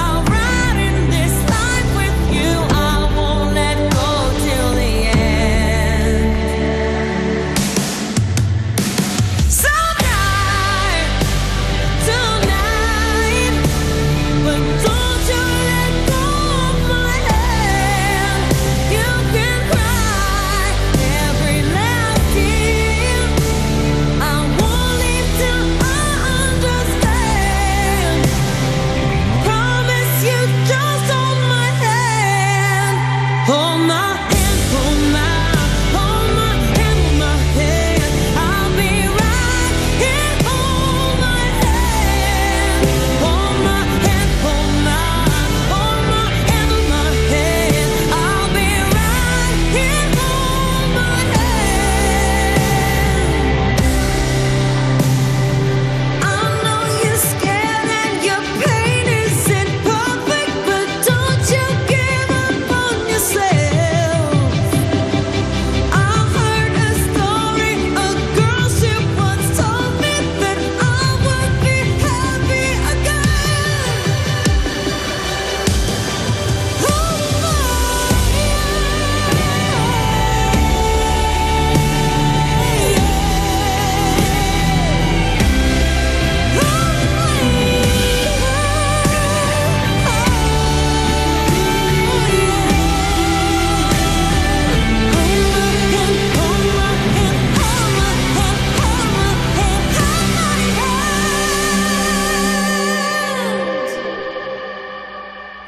[SPEAKER 19] I'll ride in this life with you. I won't let go till the end.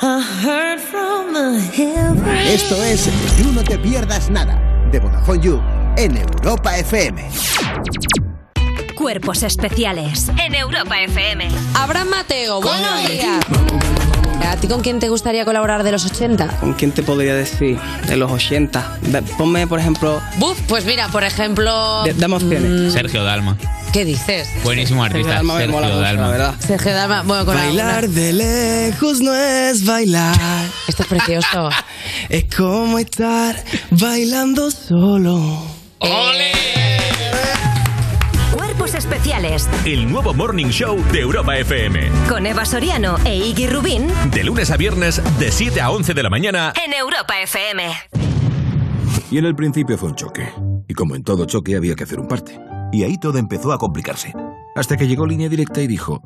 [SPEAKER 13] heard from the hill.
[SPEAKER 5] Esto es You No Te Pierdas Nada, de Vodafone You, en Europa FM.
[SPEAKER 2] Cuerpos especiales en Europa FM.
[SPEAKER 20] Abraham Mateo, buenos días. ¿A ti con quién te gustaría colaborar de los 80?
[SPEAKER 6] ¿Con quién te podría decir? De los 80. Da- Ponme, por ejemplo.
[SPEAKER 20] Buf, pues mira, por ejemplo...
[SPEAKER 6] de- dame opciones.
[SPEAKER 21] Sergio Dalma.
[SPEAKER 20] ¿Qué dices?
[SPEAKER 21] Buenísimo
[SPEAKER 6] Sergio
[SPEAKER 21] artista.
[SPEAKER 6] Dalma me mola
[SPEAKER 21] Sergio
[SPEAKER 6] mucho, la
[SPEAKER 21] Dalma.
[SPEAKER 6] verdad.
[SPEAKER 20] Sergio Dalma, bueno, con
[SPEAKER 6] Bailar
[SPEAKER 20] alguna-
[SPEAKER 6] de lejos no es bailar.
[SPEAKER 20] [laughs] Esto es precioso.
[SPEAKER 6] es como estar bailando solo.
[SPEAKER 20] Eh,
[SPEAKER 2] Cuerpos especiales
[SPEAKER 22] El nuevo Morning Show de Europa FM.
[SPEAKER 2] con Eva Soriano e Iggy Rubín
[SPEAKER 22] De lunes a viernes, de 7 a 11 de la mañana.
[SPEAKER 2] en Europa FM.
[SPEAKER 10] Y en el principio fue un choque. Y como en todo choque había que hacer un parte. Y ahí todo empezó a complicarse. Hasta que llegó Línea Directa y dijo,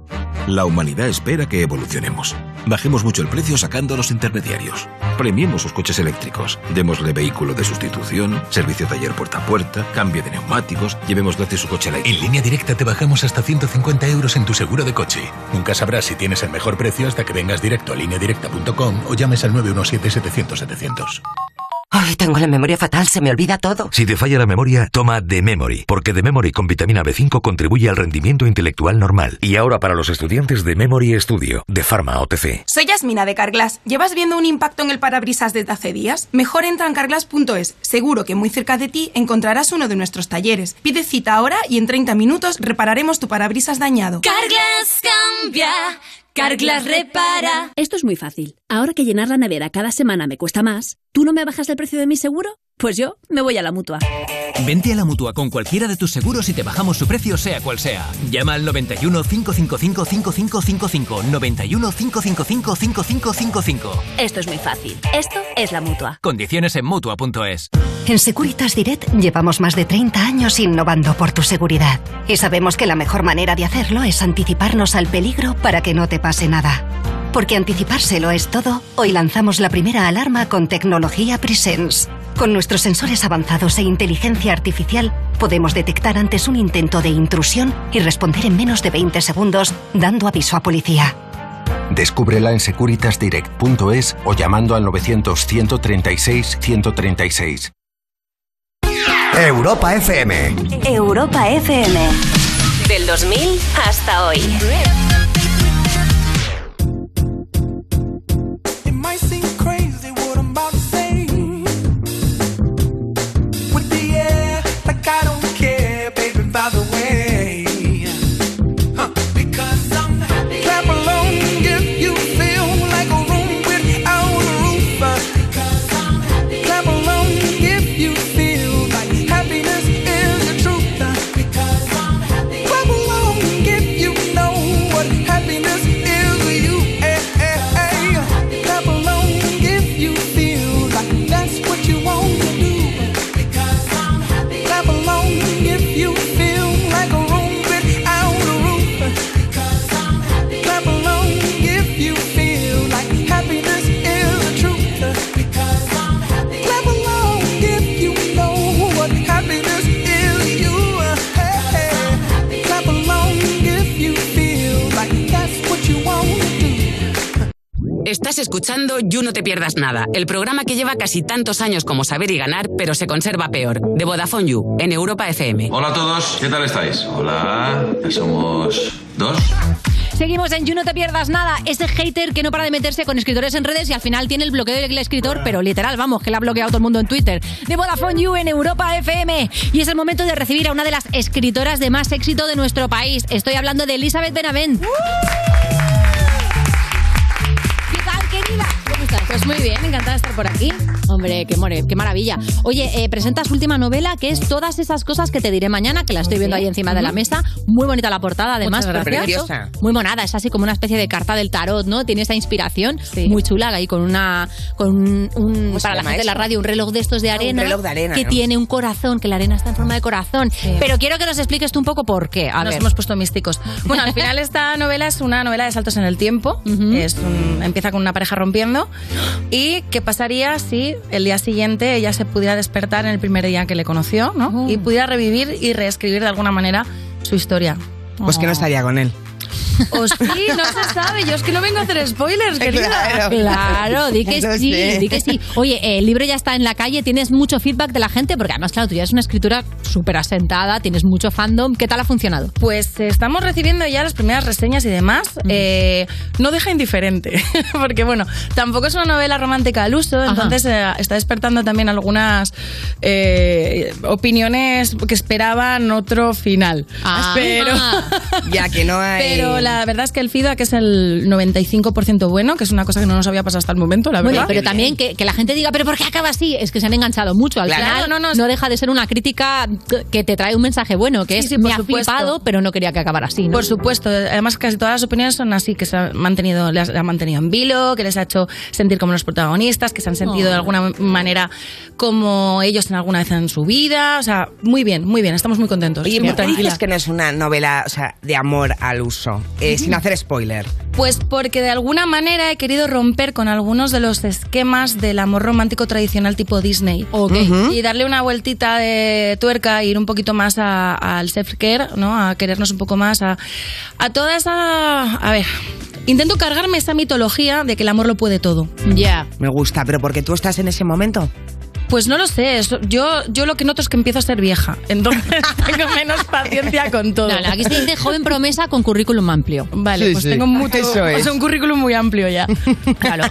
[SPEAKER 10] la humanidad espera que evolucionemos. Bajemos mucho el precio sacando a los intermediarios. Premiemos sus coches eléctricos. Démosle vehículo de sustitución, servicio taller puerta a puerta, cambio de neumáticos, llevemos gratis su coche eléctrico.
[SPEAKER 11] En línea directa te bajamos hasta 150 euros en tu seguro de coche. Nunca sabrás si tienes el mejor precio hasta que vengas directo a lineadirecta.com o llames al 917-700-700.
[SPEAKER 23] Ay, tengo la memoria fatal, se me olvida todo.
[SPEAKER 24] Si te falla la memoria, toma The Memory, porque The Memory con vitamina B5 contribuye al rendimiento intelectual normal. Y ahora para los estudiantes de Memory Studio, de Pharma OTC.
[SPEAKER 25] Soy Yasmina de Carglass. ¿Llevas viendo un impacto en el parabrisas desde hace días? Mejor entra en carglass.es. Seguro que muy cerca de ti encontrarás uno de nuestros talleres. Pide cita ahora y en 30 minutos repararemos tu parabrisas dañado.
[SPEAKER 26] Carglass cambia, Carglass repara. Esto es muy fácil. Ahora que llenar la nevera cada semana me cuesta más, ¿tú no me bajas el precio de mi seguro? Pues yo me voy a la mutua.
[SPEAKER 8] Vente a la mutua con cualquiera de tus seguros y te bajamos su precio, sea cual sea. Llama al 91 555 5555. 91 555 5555.
[SPEAKER 2] Esto es muy fácil. Esto es la mutua.
[SPEAKER 8] Condiciones en mutua.es.
[SPEAKER 27] En Securitas Direct llevamos más de 30 años innovando por tu seguridad y sabemos que la mejor manera de hacerlo es anticiparnos al peligro para que no te pase nada. Porque anticipárselo es todo, hoy lanzamos la primera alarma con tecnología Presence. Con nuestros sensores avanzados e inteligencia artificial podemos detectar antes un intento de intrusión y responder en menos de 20 segundos dando aviso a policía.
[SPEAKER 25] Descúbrela en securitasdirect.es o llamando al 900 136 136. Europa FM.
[SPEAKER 2] Europa FM. Del 2000 hasta hoy.
[SPEAKER 13] It might seem crazy what I'm about to say. With the air, like I don't care, baby, by the way. Huh, Because I'm happy. Clap along if you feel like a room without a roof. Because I'm happy. Clap along if you feel like happiness is the truth. Because I'm happy. Clap along if you know what happiness is to you. Eh, eh, eh. Clap along if you feel like that's what you want to do. Because I'm happy. Clap along if you feel like a room without a roof. Because I'm happy. Clap along if you feel like happiness is the truth. Because I'm happy. Clap along if you know what happiness is to you. Hey, hey. Clap along if you feel like that's what you want to do.
[SPEAKER 17] Estás escuchando You No Te Pierdas Nada, el programa que lleva casi tantos años como saber y ganar, pero se conserva peor, de Vodafone You, en Europa FM.
[SPEAKER 26] Hola a todos, ¿qué tal estáis? Hola, ya somos dos.
[SPEAKER 4] Seguimos en You No Te Pierdas Nada, ese hater que no para de meterse con escritores en redes y al final tiene el bloqueo del escritor, pero literal, vamos, que le ha bloqueado todo el mundo en Twitter. De Vodafone You en Europa FM. Y es el momento de recibir a una de las escritoras de más éxito de nuestro país. Estoy hablando de Elizabeth Benavent. ¿Qué tal, querida? ¿Cómo estás? Pues muy bien, encantada de estar por aquí. Hombre, qué, more, qué maravilla. Oye, eh, presentas su última novela, que es Todas esas cosas que te diré mañana, que la estoy viendo ahí encima de la mesa. Muy bonita la portada, además.
[SPEAKER 20] Muchas gracias.
[SPEAKER 4] preciosa.
[SPEAKER 20] Preciosa.
[SPEAKER 4] Muy monada, es así como una especie de carta del tarot, ¿no? Tiene esa inspiración muy chula ahí con una... Con un, un-
[SPEAKER 20] se
[SPEAKER 4] para la
[SPEAKER 20] llama
[SPEAKER 4] gente de la
[SPEAKER 20] eso?
[SPEAKER 4] radio, un reloj de estos de
[SPEAKER 20] Ah, un
[SPEAKER 4] arena.
[SPEAKER 20] reloj de arena,
[SPEAKER 4] Que
[SPEAKER 20] ¿no?
[SPEAKER 4] tiene un corazón, que la arena está en forma de corazón. Pero quiero que nos expliques tú un poco por qué. A
[SPEAKER 20] Nos
[SPEAKER 4] ver.
[SPEAKER 20] hemos puesto místicos. Bueno, al final
[SPEAKER 4] [laughs]
[SPEAKER 20] esta novela es una novela de saltos en el tiempo. es un- empieza con una pareja rompiendo. ¿Y qué pasaría si el día siguiente ella se pudiera despertar en el primer día que le conoció
[SPEAKER 4] Oh.
[SPEAKER 20] ¿no? y pudiera revivir y reescribir de alguna manera su historia?
[SPEAKER 3] Pues que no estaría con él.
[SPEAKER 20] O sí, no se sabe. Yo es que no vengo a hacer [laughs] spoilers, querida.
[SPEAKER 4] [laughs] Claro, di [laughs] que
[SPEAKER 20] Lo
[SPEAKER 4] sí,
[SPEAKER 20] sé.
[SPEAKER 4] di que sí. Oye, eh, el libro ya está en la calle, tienes mucho feedback de la gente, porque además, claro, tú ya es una escritura súper asentada, tienes mucho fandom. ¿Qué tal ha funcionado?
[SPEAKER 20] Pues eh, estamos recibiendo ya las primeras reseñas y demás.
[SPEAKER 4] Mm.
[SPEAKER 20] Eh, no deja indiferente, [laughs] porque bueno, tampoco es una novela romántica al uso, entonces eh, está despertando también algunas eh, opiniones que esperaban otro final.
[SPEAKER 3] Ah.
[SPEAKER 20] [laughs] pero
[SPEAKER 3] ya que no hay.
[SPEAKER 20] pero la verdad es que el feedback es el 95% bueno, que es una cosa que no nos había pasado hasta el momento, la
[SPEAKER 4] Bueno,
[SPEAKER 20] verdad.
[SPEAKER 4] pero también que, que la gente diga, ¿pero por qué acaba así? Es que se han enganchado mucho. Al
[SPEAKER 20] Claro.
[SPEAKER 4] final no, deja de ser una crítica que te trae un mensaje bueno, que es
[SPEAKER 20] sí, por
[SPEAKER 4] me ha
[SPEAKER 20] supuesto.
[SPEAKER 4] flipado, pero no quería que acabara así. ¿no?
[SPEAKER 20] Por supuesto, además casi todas las opiniones son así, que se ha mantenido, las ha mantenido en vilo, que les ha hecho sentir como los protagonistas, que se han sentido
[SPEAKER 4] Oh.
[SPEAKER 20] de alguna manera como ellos en alguna vez en su vida, o sea, muy bien, muy bien, estamos muy contentos.
[SPEAKER 12] Oye,
[SPEAKER 20] muy
[SPEAKER 12] ¿por qué
[SPEAKER 20] tranquila.
[SPEAKER 12] dices que no es una novela o sea, de amor al uso? Eh,
[SPEAKER 20] Ujú.
[SPEAKER 12] Sin hacer spoiler.
[SPEAKER 20] Pues porque de alguna manera he querido romper con algunos de los esquemas del amor romántico tradicional tipo Disney.
[SPEAKER 12] Ujú.
[SPEAKER 20] Y darle una vueltita de tuerca, e ir un poquito más a- al self-care, ¿no? A querernos un poco más, a, a toda esa... A ver, intento cargarme esa mitología de que el amor lo puede todo.
[SPEAKER 4] Ya.
[SPEAKER 12] Me gusta, pero porque tú estás en ese momento.
[SPEAKER 20] Pues no lo sé, eso- yo, yo lo que noto es que empiezo a ser vieja, entonces [laughs] tengo menos paciencia con todo.
[SPEAKER 4] No, no, aquí se dice joven promesa con currículum amplio.
[SPEAKER 20] Vale, pues tengo mucho, o sea, un currículum muy amplio ya.
[SPEAKER 4] [laughs]
[SPEAKER 20] [laughs]
[SPEAKER 4] Claro.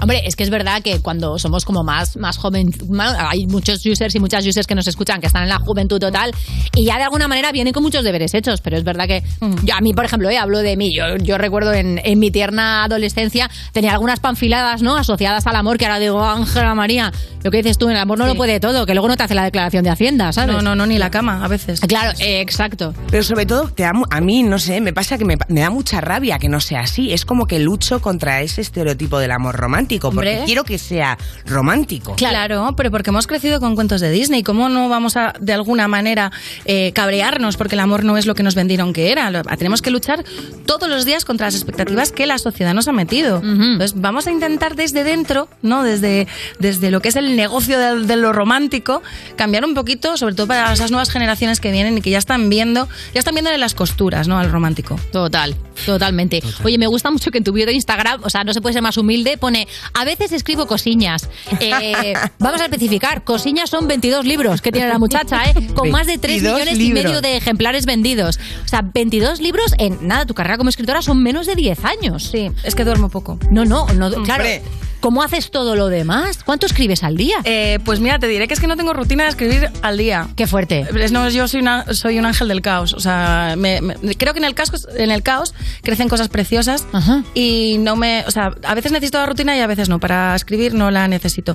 [SPEAKER 4] Hombre, es que es verdad que cuando somos como más, más joven, más- hay muchos users y muchas users que nos escuchan que están en la juventud total y ya de alguna manera vienen con muchos deberes hechos, pero es verdad que
[SPEAKER 20] Mm.
[SPEAKER 4] yo, a mí, por ejemplo, eh, hablo de mí, yo, yo recuerdo en, en mi tierna adolescencia tenía algunas panfiladas ¿no? asociadas al amor que ahora digo, Ángela María, lo que dices tú, el amor no lo puede todo, que luego no te hace la declaración de Hacienda, ¿sabes?
[SPEAKER 20] No, no, no, ni la cama a veces.
[SPEAKER 4] Claro, eh, exacto.
[SPEAKER 12] Pero sobre todo, te da mu- a mí, no sé, me pasa que me, me da mucha rabia que no sea así. Es como que lucho contra ese estereotipo del amor romántico, porque
[SPEAKER 20] Hombre.
[SPEAKER 12] quiero que sea romántico.
[SPEAKER 20] Claro, pero porque hemos crecido con cuentos de Disney. ¿Cómo no vamos a, de alguna manera, eh, cabrearnos porque el amor no es lo que nos vendieron que era? Lo- Tenemos que luchar todos los días contra las expectativas que la sociedad nos ha metido. Entonces, vamos a intentar desde dentro, ¿no? Desde, desde lo que es el negocio de, de lo romántico, cambiar un poquito, sobre todo para esas nuevas generaciones que vienen y que ya están viendo, ya están viéndole las costuras, ¿no? Al romántico.
[SPEAKER 4] Total, totalmente. Oye, me gusta mucho que en tu bio de Instagram, o sea, no se puede ser más humilde, pone, a veces
[SPEAKER 20] [laughs]
[SPEAKER 4] escribo cosiñas. Eh, vamos a especificar, cosiñas son 22 libros que tiene la muchacha, ¿eh? Con más de 3
[SPEAKER 20] 22
[SPEAKER 4] millones y
[SPEAKER 20] libros.
[SPEAKER 4] medio de ejemplares vendidos. O sea, 22 libros en nada, tu carrera como escritora son menos de 10 años. Sí,
[SPEAKER 20] es que duermo poco.
[SPEAKER 4] No, no, no claro.
[SPEAKER 20] Hombre.
[SPEAKER 4] ¿Cómo haces todo lo demás? ¿Cuánto escribes al día?
[SPEAKER 20] Eh, pues mira, te diré que es que no tengo rutina de escribir al día.
[SPEAKER 4] Qué fuerte.
[SPEAKER 20] Es- no, yo soy, una- soy un ángel del caos. O sea, me- me- creo que en el, casco, en el caos crecen cosas preciosas y no me. O sea, a veces necesito la rutina y a veces no. Para escribir no la necesito.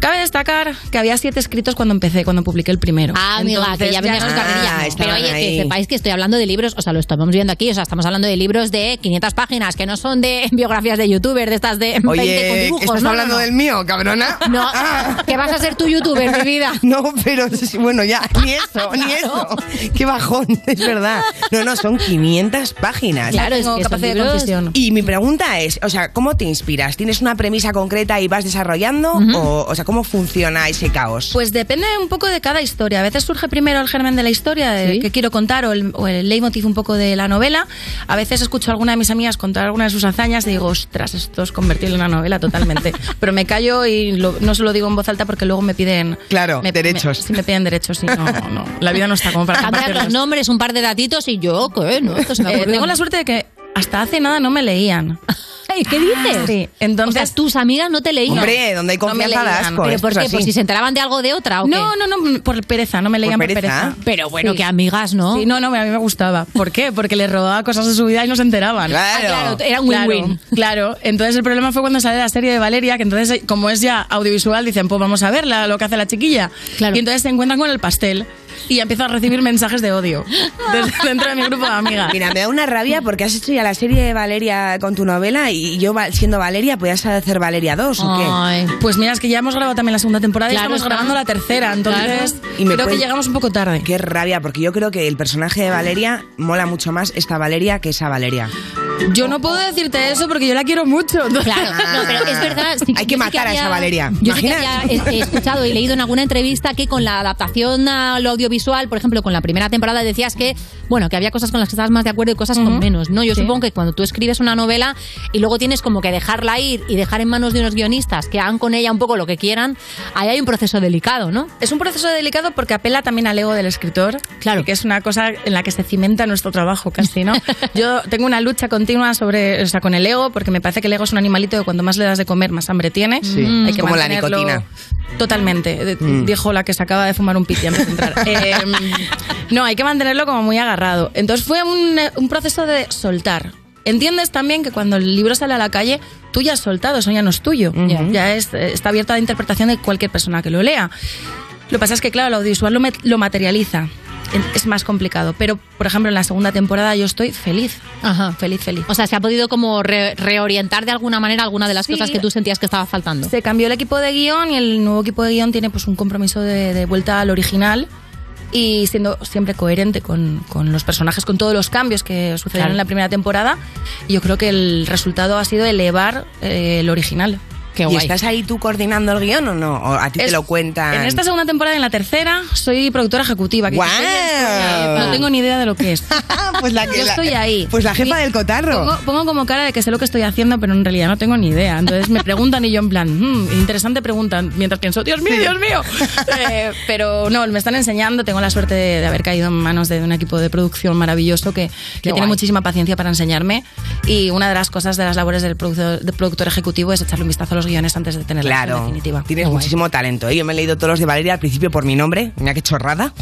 [SPEAKER 20] Cabe destacar que había siete escritos cuando empecé, cuando publiqué el primero.
[SPEAKER 4] Ah, amiga, que ya venías con
[SPEAKER 20] ah,
[SPEAKER 4] carrerilla. Pero oye, que sepáis que estoy hablando de libros, o sea, lo estamos viendo aquí, o sea, estamos hablando de libros de 500 páginas, que no son de [laughs] biografías de youtuber, de estas de 20 con
[SPEAKER 3] Oye,
[SPEAKER 4] dibujos.
[SPEAKER 3] ¿estás
[SPEAKER 4] no, no,
[SPEAKER 3] hablando
[SPEAKER 4] no.
[SPEAKER 3] del mío, cabrona?
[SPEAKER 4] [laughs] No,
[SPEAKER 20] Ah.
[SPEAKER 4] que vas a ser
[SPEAKER 20] [laughs]
[SPEAKER 4] tu youtuber, mi vida.
[SPEAKER 3] No, pero sí, bueno, ya,
[SPEAKER 4] [laughs]
[SPEAKER 3] ni eso, ni eso. Qué bajón, es verdad. No, no, son 500 páginas.
[SPEAKER 20] Claro, es Tengo que son capacidad de libros- concisión.
[SPEAKER 12] Y mi pregunta es, o sea, ¿cómo te inspiras? ¿Tienes una premisa concreta y vas desarrollando? o, o sea, ¿cómo funciona ese caos?
[SPEAKER 20] Pues depende un poco de cada historia. A veces surge primero el germen de la historia el que quiero contar o el, o el leitmotiv un poco de la novela. A veces escucho a alguna de mis amigas contar alguna de sus hazañas y digo, ostras, esto es convertirlo en una novela totalmente. Pero me callo y lo- no se lo digo en voz alta porque luego me piden... Claro, derechos. sí, me piden derechos. Sí, no, no. La vida no está como para
[SPEAKER 3] [laughs]
[SPEAKER 4] Cambiar
[SPEAKER 20] compartirlos.
[SPEAKER 4] los nombres, un par de datitos y yo, ¿qué? No, esto se me
[SPEAKER 20] Eh,
[SPEAKER 4] ocurrió.
[SPEAKER 20] tengo la suerte de que hasta hace nada no me leían.
[SPEAKER 4] Ay, ¿Qué dices?
[SPEAKER 20] Sí, entonces...
[SPEAKER 4] O sea, tus amigas no te leían.
[SPEAKER 20] Hombre, donde hay confianza
[SPEAKER 4] me
[SPEAKER 20] da
[SPEAKER 4] leían.
[SPEAKER 20] asco,
[SPEAKER 4] ¿Pero
[SPEAKER 20] esto
[SPEAKER 4] por
[SPEAKER 20] es
[SPEAKER 4] qué?
[SPEAKER 20] así.
[SPEAKER 4] ¿Por si se enteraban de algo de otra o qué?
[SPEAKER 20] No, no, no, por pereza, no me leían por pereza.
[SPEAKER 4] Pero bueno,
[SPEAKER 20] Sí.
[SPEAKER 4] que amigas, ¿no?
[SPEAKER 20] Sí, no, no, a mí me gustaba. ¿Por qué? Porque les robaba cosas de su vida y no se enteraban.
[SPEAKER 4] Claro. Ah, claro, era un win-win.
[SPEAKER 20] Claro, claro. entonces el problema fue cuando sale la serie de Valeria, que entonces, eh, como es ya audiovisual, dicen, pues vamos a verla, lo que hace la chiquilla. Y entonces se encuentran con el pastel y ya empiezo a recibir mensajes de odio desde dentro de mi
[SPEAKER 4] [laughs]
[SPEAKER 20] grupo de amigas.
[SPEAKER 12] Mira, me da una rabia porque has hecho ya la serie de Valeria con tu novela y yo va- siendo Valeria, ¿podías hacer Valeria 2 o qué?
[SPEAKER 20] Pues mira, es que ya hemos grabado también la segunda temporada y
[SPEAKER 12] Claro,
[SPEAKER 20] estamos
[SPEAKER 12] estamos-
[SPEAKER 20] grabando la tercera, entonces creo que llegamos un poco tarde.
[SPEAKER 12] Qué rabia, porque yo creo que el personaje de Valeria mola mucho más esta Valeria que esa Valeria.
[SPEAKER 20] Yo no puedo decirte eso porque yo la quiero mucho.
[SPEAKER 4] [laughs] Claro,
[SPEAKER 12] Ah.
[SPEAKER 4] no, pero es verdad. sí,
[SPEAKER 3] Hay
[SPEAKER 4] yo
[SPEAKER 3] que
[SPEAKER 4] sí
[SPEAKER 3] matar a
[SPEAKER 4] había-
[SPEAKER 3] esa Valeria.
[SPEAKER 4] Yo sí que
[SPEAKER 3] Imagina.
[SPEAKER 4] había eh, eh, escuchado y leído en alguna entrevista que con la adaptación al audiovisual, por ejemplo, con la primera temporada decías que, bueno, que había cosas con las que estabas más de acuerdo y cosas con menos, ¿no? Yo supongo que cuando tú escribes una novela y luego tienes como que dejarla ir y dejar en manos de unos guionistas que hagan con ella un poco lo que quieran, ahí hay un proceso delicado, ¿no?
[SPEAKER 20] Es un proceso delicado porque apela también al ego del escritor, claro, que es una cosa en la que se cimenta nuestro trabajo casi,
[SPEAKER 4] [laughs]
[SPEAKER 20] ¿no? Yo tengo una lucha continua sobre, o sea, con el ego porque me parece que el ego es un animalito que cuanto más le das de comer más hambre tiene.
[SPEAKER 3] Sí,
[SPEAKER 20] Hay que
[SPEAKER 3] como la
[SPEAKER 20] mantenerlo-
[SPEAKER 3] nicotina.
[SPEAKER 20] Totalmente, de-
[SPEAKER 3] Mm.
[SPEAKER 20] dijo la que se acaba de fumar un pit y antes de
[SPEAKER 3] [laughs]
[SPEAKER 20] entrar. Eh, no, hay que mantenerlo como muy agarrado. Entonces fue un, eh, un proceso de soltar. Entiendes también que cuando el libro sale a la calle, tú ya has soltado, eso ya no es tuyo. Ya es- eh, está abierto a la interpretación de cualquier persona que lo lea. Lo que pasa es que, claro, el audiovisual lo, met- lo materializa. Es más complicado. Pero, por ejemplo, en la segunda temporada yo estoy feliz.
[SPEAKER 4] Ajá.
[SPEAKER 20] Feliz, feliz.
[SPEAKER 4] O sea, se ha podido como re- reorientar de alguna manera alguna de las
[SPEAKER 20] Sí.
[SPEAKER 4] cosas que tú sentías que estaba faltando.
[SPEAKER 20] Se cambió el equipo de guión y el nuevo equipo de guión tiene pues un compromiso de, de vuelta al original y siendo siempre coherente con, con los personajes, con todos los cambios que sucedieron
[SPEAKER 4] Claro.
[SPEAKER 20] en la primera temporada. Y yo creo que el resultado ha sido elevar eh, el original.
[SPEAKER 12] ¿Y estás ahí tú coordinando el guión o no? ¿O a ti te
[SPEAKER 20] Es-
[SPEAKER 12] lo cuentan?
[SPEAKER 20] En esta segunda temporada, y en la tercera, soy productora ejecutiva. que
[SPEAKER 12] ¡Guau!
[SPEAKER 20] yo soy- eh, No tengo ni idea de lo que es.
[SPEAKER 3] pues la que-
[SPEAKER 20] yo
[SPEAKER 3] la-
[SPEAKER 20] estoy ahí.
[SPEAKER 3] pues la jefa
[SPEAKER 20] Y
[SPEAKER 3] del cotarro.
[SPEAKER 20] Pongo, pongo como cara de que sé lo que estoy haciendo, pero en realidad no tengo ni idea. Entonces me preguntan y yo en plan, "Hmm, interesante pregunta, mientras pienso, Dios mío, Dios mío. Eh, pero no, me están enseñando. Tengo la suerte de, de haber caído en manos de un equipo de producción maravilloso que, que tiene
[SPEAKER 4] guay.
[SPEAKER 20] muchísima paciencia para enseñarme. Y una de las cosas de las labores del productor, del productor ejecutivo es echarle un vistazo a los guiones antes de tenerlos en
[SPEAKER 12] Claro,
[SPEAKER 20] definitiva.
[SPEAKER 12] tienes muchísimo talento. ¿eh? Yo me he leído todos los de Valeria al principio por mi nombre, mira qué
[SPEAKER 20] [laughs]
[SPEAKER 12] chorrada,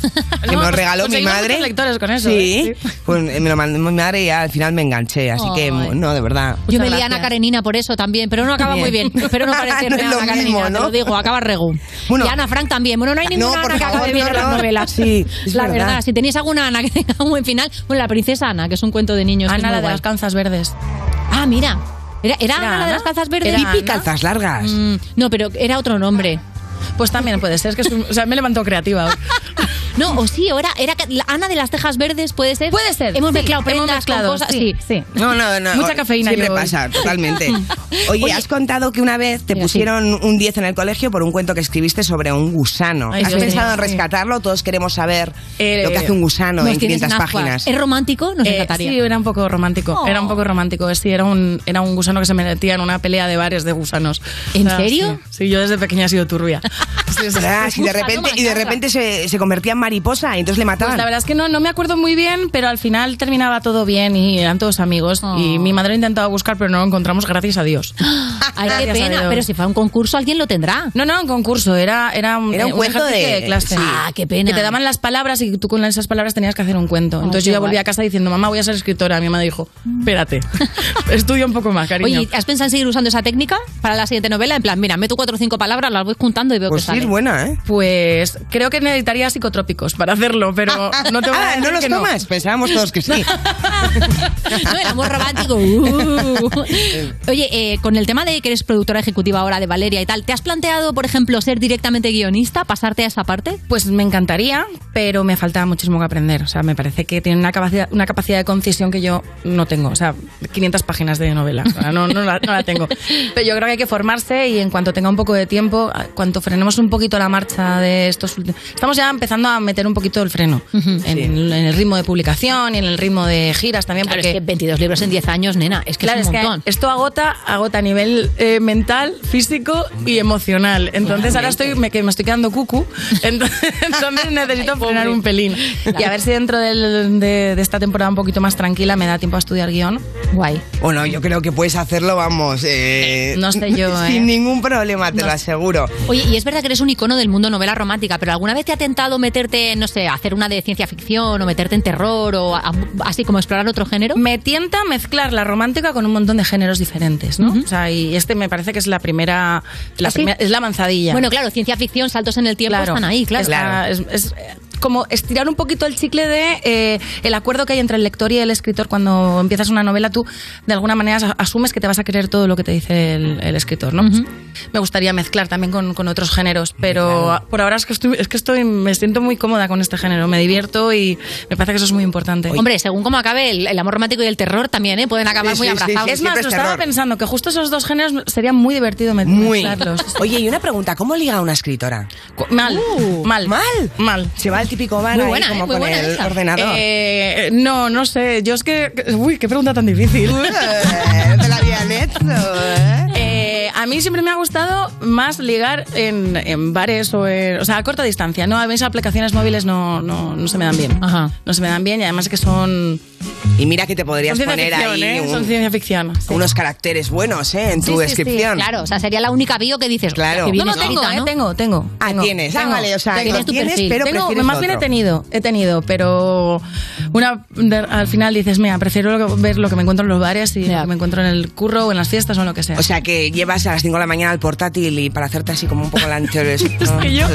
[SPEAKER 12] que me lo regaló mi
[SPEAKER 20] pues conseguimos
[SPEAKER 12] madre.
[SPEAKER 20] muchos lectores con eso,
[SPEAKER 12] Sí,
[SPEAKER 20] ¿eh?
[SPEAKER 12] pues eh, me lo mandó mi madre y ya al final me enganché, así que
[SPEAKER 4] Ay.
[SPEAKER 12] no, de verdad.
[SPEAKER 4] Yo me lié a Ana Karenina por eso también, pero no acaba
[SPEAKER 12] Bien.
[SPEAKER 4] muy bien. Pero
[SPEAKER 12] [laughs]
[SPEAKER 4] no parece
[SPEAKER 12] No es
[SPEAKER 4] real
[SPEAKER 12] lo
[SPEAKER 4] Ana
[SPEAKER 12] mismo,
[SPEAKER 4] Karenina, te
[SPEAKER 12] ¿no?
[SPEAKER 4] lo digo, acaba regu. y Ana Frank también. Bueno, no hay ninguna
[SPEAKER 12] No, por
[SPEAKER 4] Ana que acabe
[SPEAKER 12] favor,
[SPEAKER 4] bien
[SPEAKER 12] no,
[SPEAKER 4] en las
[SPEAKER 12] no.
[SPEAKER 4] novelas.
[SPEAKER 12] Sí, es
[SPEAKER 4] la verdad.
[SPEAKER 12] verdad.
[SPEAKER 4] si tenéis alguna Ana que tenga un buen final, bueno, la princesa Ana, que es un cuento de niños.
[SPEAKER 20] Ana, la de las calzas verdes.
[SPEAKER 4] Ah, mira. Era, era Ana, la de las calzas verdes. Mm,
[SPEAKER 20] Pipi
[SPEAKER 12] calzas largas.
[SPEAKER 4] no, pero era otro nombre.
[SPEAKER 20] Pues también puede ser, es que es un- o sea, me levantó creativa. hoy.
[SPEAKER 4] No, o sí, o era, era ca- la Ana de las tejas verdes, ¿puede ser? Puede ser. Hemos
[SPEAKER 20] sí,
[SPEAKER 4] mezclado
[SPEAKER 20] hemos
[SPEAKER 4] prendas
[SPEAKER 20] mezclado,
[SPEAKER 4] con cosas.
[SPEAKER 20] sí, sí.
[SPEAKER 12] No,
[SPEAKER 3] [laughs]
[SPEAKER 12] no, no.
[SPEAKER 20] Mucha cafeína
[SPEAKER 12] Siempre
[SPEAKER 20] llevo hoy.
[SPEAKER 4] [laughs]
[SPEAKER 12] pasa, totalmente. Oye,
[SPEAKER 20] Oye.
[SPEAKER 12] has contado que una vez te pusieron un 10 en el colegio por un cuento que escribiste sobre un gusano.
[SPEAKER 4] Ay,
[SPEAKER 12] ¿Has
[SPEAKER 4] Dios
[SPEAKER 12] pensado
[SPEAKER 4] mío,
[SPEAKER 12] en rescatarlo? Todos queremos [laughs] saber
[SPEAKER 20] Eh,
[SPEAKER 12] [laughs] lo que hace un gusano
[SPEAKER 20] nos
[SPEAKER 12] en
[SPEAKER 20] tienes
[SPEAKER 12] 500
[SPEAKER 20] en ascuas.
[SPEAKER 12] páginas.
[SPEAKER 4] ¿Es romántico? Nos
[SPEAKER 20] Eh,
[SPEAKER 4] encantaría.
[SPEAKER 20] sí, era un poco romántico.
[SPEAKER 4] Oh.
[SPEAKER 20] Era un poco romántico. Sí, era un, era un gusano que se metía en una pelea de bares de gusanos.
[SPEAKER 4] ¿En
[SPEAKER 20] Ah,
[SPEAKER 4] serio?
[SPEAKER 20] Sí, Sí, yo desde pequeña he sido
[SPEAKER 4] [laughs]
[SPEAKER 20] turbia.
[SPEAKER 12] Es verdad, y de repente, y de repente se, se convertía en mariposa y entonces le mataban.
[SPEAKER 20] Pues la verdad es que no, no me acuerdo muy bien, pero al final terminaba todo bien y eran todos amigos. Y
[SPEAKER 4] Oh.
[SPEAKER 20] mi madre lo intentaba buscar, pero no lo encontramos, gracias a Dios.
[SPEAKER 4] Ay, qué pena. Pero si fue un concurso, alguien lo tendrá.
[SPEAKER 20] No, no, un concurso. Era, era, un,
[SPEAKER 4] Era un
[SPEAKER 20] eh,
[SPEAKER 4] cuento
[SPEAKER 20] ejercicio
[SPEAKER 4] de-
[SPEAKER 20] clase.
[SPEAKER 4] sí. Ah, qué pena.
[SPEAKER 20] Que te daban las palabras y tú con esas palabras tenías que hacer un cuento. Entonces
[SPEAKER 4] qué
[SPEAKER 20] yo ya volví
[SPEAKER 4] guay. Mm.
[SPEAKER 20] a casa diciendo, mamá, voy a ser escritora. Mi mamá dijo,
[SPEAKER 4] [laughs]
[SPEAKER 20] espérate, estudia un poco más, cariño.
[SPEAKER 4] Oye,
[SPEAKER 12] Pues
[SPEAKER 4] ¿has pensado en seguir usando esa técnica para la siguiente novela? En plan, mira, meto cuatro o cinco palabras, las voy juntando y veo que sale.
[SPEAKER 12] buena, ¿eh?
[SPEAKER 20] Pues creo que necesitaría psicotrópicos para hacerlo,
[SPEAKER 4] [laughs]
[SPEAKER 20] pero no te voy a
[SPEAKER 12] Ah,
[SPEAKER 20] decir
[SPEAKER 12] ¿no los
[SPEAKER 20] que
[SPEAKER 12] tomas? Pensábamos todos que sí.
[SPEAKER 4] No, era muy romántico. Uh. Oye, eh, con el tema de que eres productora ejecutiva ahora de Valeria y tal, ¿te has planteado, por ejemplo, ser directamente guionista, pasarte a esa parte?
[SPEAKER 20] Pues me encantaría, pero me faltaba muchísimo que aprender. O sea, me parece que tiene una capacidad, una capacidad de concisión que yo no tengo. O sea, 500 páginas de novela. O sea, no, no la, no la tengo. Pero yo creo que hay que formarse y en cuanto tenga un poco de tiempo, a- cuanto frenemos un poquito la marcha de estos últimos... Estamos ya empezando a meter un poquito el freno en, en el ritmo de publicación y en el ritmo de giras también.
[SPEAKER 4] Claro,
[SPEAKER 20] porque
[SPEAKER 4] es que 22 libros en 10 años, nena, es que
[SPEAKER 20] claro,
[SPEAKER 4] es un montón.
[SPEAKER 20] que esto agota, agota a nivel eh, mental, físico y emocional. Entonces ahora estoy, me, que me estoy quedando cucu, [laughs] entonces,
[SPEAKER 4] [laughs]
[SPEAKER 20] entonces necesito frenar un pelín. Y a ver si dentro del- de, de esta temporada un poquito más tranquila me da tiempo a estudiar guión.
[SPEAKER 4] Guay.
[SPEAKER 12] Bueno, yo creo que puedes hacerlo, vamos. eh,
[SPEAKER 20] No sé yo, ¿eh?
[SPEAKER 12] [laughs] Sin ningún problema, te lo aseguro.
[SPEAKER 4] Oye, y es verdad que eres un icono del mundo novela romántica, pero ¿alguna vez te ha tentado meterte, no sé, hacer una de ciencia ficción o meterte en terror o a- así como explorar otro género?
[SPEAKER 20] Me tienta mezclar la romántica con un montón de géneros diferentes, ¿no? O sea, y este me parece que es la primera, la
[SPEAKER 4] ¿Ah, sí?
[SPEAKER 20] primera- es la avanzadilla.
[SPEAKER 4] Bueno, claro, ciencia ficción, saltos en el tiempo
[SPEAKER 20] Claro,
[SPEAKER 4] están ahí, claro.
[SPEAKER 20] está- es- es- como estirar un poquito el chicle de eh, el acuerdo que hay entre el lector y el escritor cuando empiezas una novela, tú de alguna manera as- asumes que te vas a creer todo lo que te dice el, el escritor, ¿no? Me gustaría mezclar también con, con otros géneros, pero por ahora es que estoy, es que estoy, me siento muy cómoda con este género, me divierto y me parece que eso es muy importante.
[SPEAKER 4] Hombre, según cómo acabe el, el amor romántico y el terror también, ¿eh? Pueden acabar muy abrazados.
[SPEAKER 20] es más, lo estaba pensando que justo esos dos géneros sería muy divertido met- [laughs]
[SPEAKER 4] Muy.
[SPEAKER 20] mezclarlos.
[SPEAKER 12] [laughs] Oye, y una pregunta, ¿cómo liga una escritora? Uh,
[SPEAKER 20] Mal, mal,
[SPEAKER 12] mal,
[SPEAKER 20] mal.
[SPEAKER 12] Se va el típico bar
[SPEAKER 20] Muy
[SPEAKER 12] ahí
[SPEAKER 20] buena,
[SPEAKER 12] como
[SPEAKER 20] ¿eh? Muy
[SPEAKER 12] con
[SPEAKER 20] buena
[SPEAKER 12] el
[SPEAKER 20] esa.
[SPEAKER 12] ordenador.
[SPEAKER 20] Eh, no, no sé. Yo es que. Uy, qué pregunta tan difícil.
[SPEAKER 12] eh.
[SPEAKER 3] te la habían hecho,
[SPEAKER 20] [laughs] Eh, a mí siempre me ha gustado más ligar en, en bares o en, o sea, a corta distancia. No, a mí esas aplicaciones móviles no, no, no se me dan bien. No se me dan bien y además que son.
[SPEAKER 12] Y mira que te podrías
[SPEAKER 20] son ciencia
[SPEAKER 12] poner ahí
[SPEAKER 20] ficción, ¿eh?
[SPEAKER 12] un-
[SPEAKER 20] Son ciencia ficción.
[SPEAKER 12] unos caracteres buenos, ¿eh? En tu descripción.
[SPEAKER 4] Claro, o sea, sería la única bio que dices.
[SPEAKER 12] Claro.
[SPEAKER 20] No,
[SPEAKER 4] que bien
[SPEAKER 20] no,
[SPEAKER 4] escrita,
[SPEAKER 20] tengo, eh, tengo, tengo.
[SPEAKER 12] Ah,
[SPEAKER 20] tengo,
[SPEAKER 12] tienes. Ah,
[SPEAKER 20] tengo.
[SPEAKER 12] vale, o sea,
[SPEAKER 20] Tengo.
[SPEAKER 12] lo tienes, pero
[SPEAKER 20] Tengo,
[SPEAKER 12] prefieres
[SPEAKER 20] más bien he
[SPEAKER 12] otro.
[SPEAKER 20] tenido, he tenido, pero una de- al final dices, mira, prefiero lo que- ver lo que me encuentro en los bares y lo que me encuentro en el curro o en las fiestas o en lo que sea.
[SPEAKER 12] O sea, que llevas a las 5 de la mañana el portátil y para hacerte así como un poco
[SPEAKER 4] [laughs]
[SPEAKER 12] la anterior.
[SPEAKER 20] Es que yo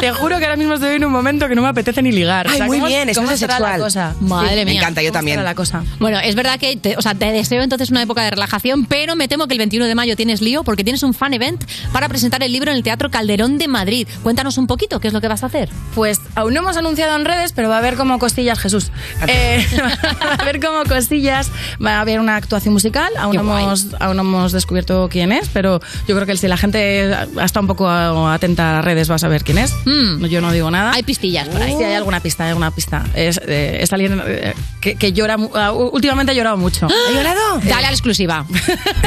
[SPEAKER 20] te juro que ahora mismo estoy en un momento que no me apetece ni ligar.
[SPEAKER 12] Ay,
[SPEAKER 20] O sea,
[SPEAKER 12] muy
[SPEAKER 20] ¿cómo-
[SPEAKER 12] bien, estás
[SPEAKER 20] cómo será la
[SPEAKER 12] asexual.
[SPEAKER 20] cosa?
[SPEAKER 4] Madre
[SPEAKER 20] Sí.
[SPEAKER 4] mía.
[SPEAKER 20] ¿Cómo será la cosa?
[SPEAKER 4] Bueno, es verdad que te, o sea, te deseo entonces una época de relajación, pero me temo que el 21 de mayo tienes lío porque tienes un fan event para presentar el libro en el Teatro Calderón de Madrid. Cuéntanos un poquito qué es lo que vas a hacer.
[SPEAKER 20] Pues aún no hemos anunciado en redes, pero va a haber como cosillas, Jesús. Eh, [laughs] va a haber como cosillas, va a haber una actuación musical. Aún
[SPEAKER 4] Qué
[SPEAKER 20] no,
[SPEAKER 4] guay.
[SPEAKER 20] hemos, aún no hemos descubierto quién es, pero yo creo que si la gente ha estado un poco atenta a redes va a saber quién es. No, Yo no digo nada. Hay
[SPEAKER 4] Hmm. pistillas por ahí.
[SPEAKER 20] Sí, hay alguna pista, hay alguna pista. Es, eh, es alguien eh, que, que llora, mu- ah, u- últimamente ha llorado
[SPEAKER 4] [gasps]
[SPEAKER 20] mucho.
[SPEAKER 4] ¿Ha llorado? Dale a la exclusiva.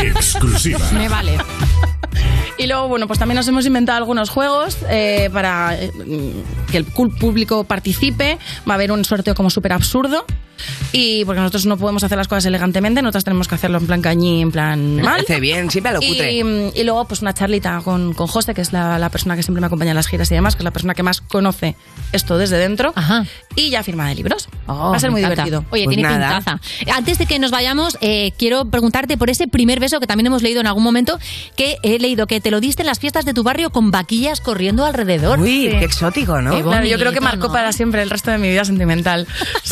[SPEAKER 20] Exclusiva.
[SPEAKER 4] Me vale.
[SPEAKER 20] Y luego, bueno, pues también nos hemos inventado algunos juegos eh, para eh, mm, que el cul- público participe. Va a haber un sorteo como súper absurdo. Y porque nosotros no podemos hacer las cosas elegantemente, nosotras tenemos que hacerlo en plan cañí, en plan
[SPEAKER 12] Me
[SPEAKER 20] mal.
[SPEAKER 12] parece bien, siempre a lo cutre.
[SPEAKER 20] Y, mm, y luego, pues una charlita con, con José, que es la, la persona que siempre me acompaña en las giras y demás, que es la persona que más conoce esto desde dentro. Y ya firma de libros. Va a ser
[SPEAKER 4] Oh, me
[SPEAKER 20] muy
[SPEAKER 4] encanta.
[SPEAKER 20] divertido.
[SPEAKER 4] Oye,
[SPEAKER 12] Pues
[SPEAKER 4] tiene pintaza. Antes de que nos vayamos, eh, quiero preguntarte por ese primer beso que también hemos leído en algún momento, que he leído que te lo diste en las fiestas de tu barrio con vaquillas corriendo alrededor.
[SPEAKER 12] Uy, qué exótico, ¿no?
[SPEAKER 20] Claro, yo creo que marcó para siempre el resto de mi vida
[SPEAKER 4] [laughs]
[SPEAKER 20] sentimental.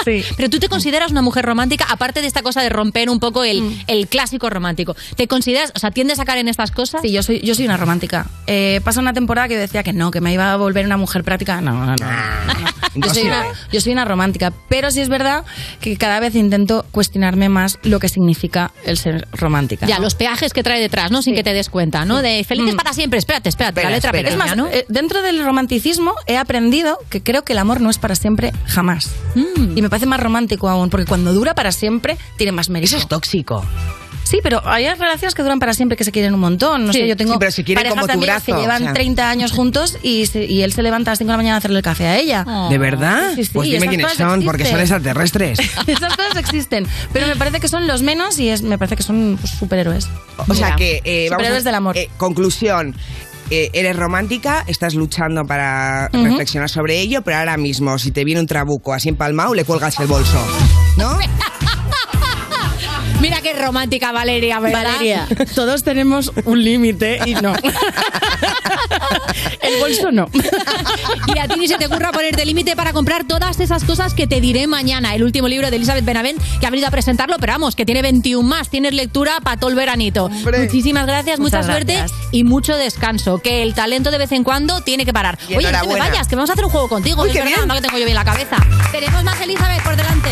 [SPEAKER 20] Sí.
[SPEAKER 4] Pero tú te consideras una mujer romántica, aparte de esta cosa de romper un poco el,
[SPEAKER 20] Mm.
[SPEAKER 4] el clásico romántico. ¿Te consideras, o sea, tiendes a caer en estas cosas?
[SPEAKER 20] Sí, yo soy, yo soy una romántica. Eh, pasa una temporada que yo decía que no, que me iba a volver una mujer práctica. No, no, no.
[SPEAKER 13] Ah,
[SPEAKER 20] Yo soy, una, yo soy una romántica, pero sí es verdad que cada vez intento cuestionarme más lo que significa el ser romántica.
[SPEAKER 4] Ya,
[SPEAKER 20] ¿no?
[SPEAKER 4] los peajes que trae detrás, ¿no? Sin que te des cuenta, ¿no? De felices para siempre, espérate, espérate, la letra
[SPEAKER 20] Mm. Es
[SPEAKER 4] pequeña,
[SPEAKER 20] más,
[SPEAKER 4] ¿no?
[SPEAKER 20] eh, dentro del romanticismo he aprendido que creo que el amor no es para siempre jamás.
[SPEAKER 12] Mm.
[SPEAKER 20] Y me parece más romántico aún, porque cuando dura para siempre tiene más mérito. Eso es
[SPEAKER 12] tóxico.
[SPEAKER 20] Sí, pero hay relaciones que duran para siempre, que se quieren un montón. No
[SPEAKER 12] Sí,
[SPEAKER 20] sé, yo tengo
[SPEAKER 12] sí, pero se quieren
[SPEAKER 20] parejas
[SPEAKER 12] como
[SPEAKER 20] de
[SPEAKER 12] tu
[SPEAKER 20] amigas
[SPEAKER 12] brazo,
[SPEAKER 20] que
[SPEAKER 12] o
[SPEAKER 20] llevan
[SPEAKER 12] sea.
[SPEAKER 20] 30 años juntos y, se- y él se levanta a las 5 de la mañana a hacerle el café a ella.
[SPEAKER 12] ¿De verdad?
[SPEAKER 20] Sí, sí, sí,
[SPEAKER 12] pues dime
[SPEAKER 20] esas
[SPEAKER 12] quiénes
[SPEAKER 20] cosas
[SPEAKER 12] son, porque son
[SPEAKER 20] existen.
[SPEAKER 3] [laughs]
[SPEAKER 12] extraterrestres.
[SPEAKER 20] [laughs] Esas cosas existen, pero me parece que son los menos y es, me parece que son pues, superhéroes.
[SPEAKER 12] O sea que. eh, vamos
[SPEAKER 20] superhéroes
[SPEAKER 12] a-
[SPEAKER 20] del amor.
[SPEAKER 12] eh, conclusión. eh, eres romántica, estás luchando para
[SPEAKER 20] Ujú.
[SPEAKER 12] reflexionar sobre ello, pero ahora mismo, si te viene un trabuco así empalmado, le cuelgas el bolso. ¿No?
[SPEAKER 4] [laughs] Mira qué romántica Valeria, ¿verdad?
[SPEAKER 20] Valeria, todos tenemos un límite y no. [laughs] El bolso no.
[SPEAKER 4] [laughs] Y a ti ni se te ocurra ponerte límite para comprar todas esas cosas que te diré mañana. El último libro de Elizabeth Benavent, que ha venido a presentarlo, pero vamos, que tiene 21 más. Tienes lectura para todo el veranito. Muchísimas gracias, mucha
[SPEAKER 20] Muchas
[SPEAKER 4] suerte
[SPEAKER 20] gracias.
[SPEAKER 4] y mucho descanso. Que el talento de vez en cuando tiene que parar.
[SPEAKER 20] Y
[SPEAKER 4] Oye, no te me
[SPEAKER 20] enhorabuena.
[SPEAKER 4] vayas, que vamos a hacer un juego contigo.
[SPEAKER 20] Uy,
[SPEAKER 4] es
[SPEAKER 20] qué
[SPEAKER 4] verdad,
[SPEAKER 20] bien.
[SPEAKER 4] no que tengo yo bien la cabeza. Tenemos más Elizabeth por delante.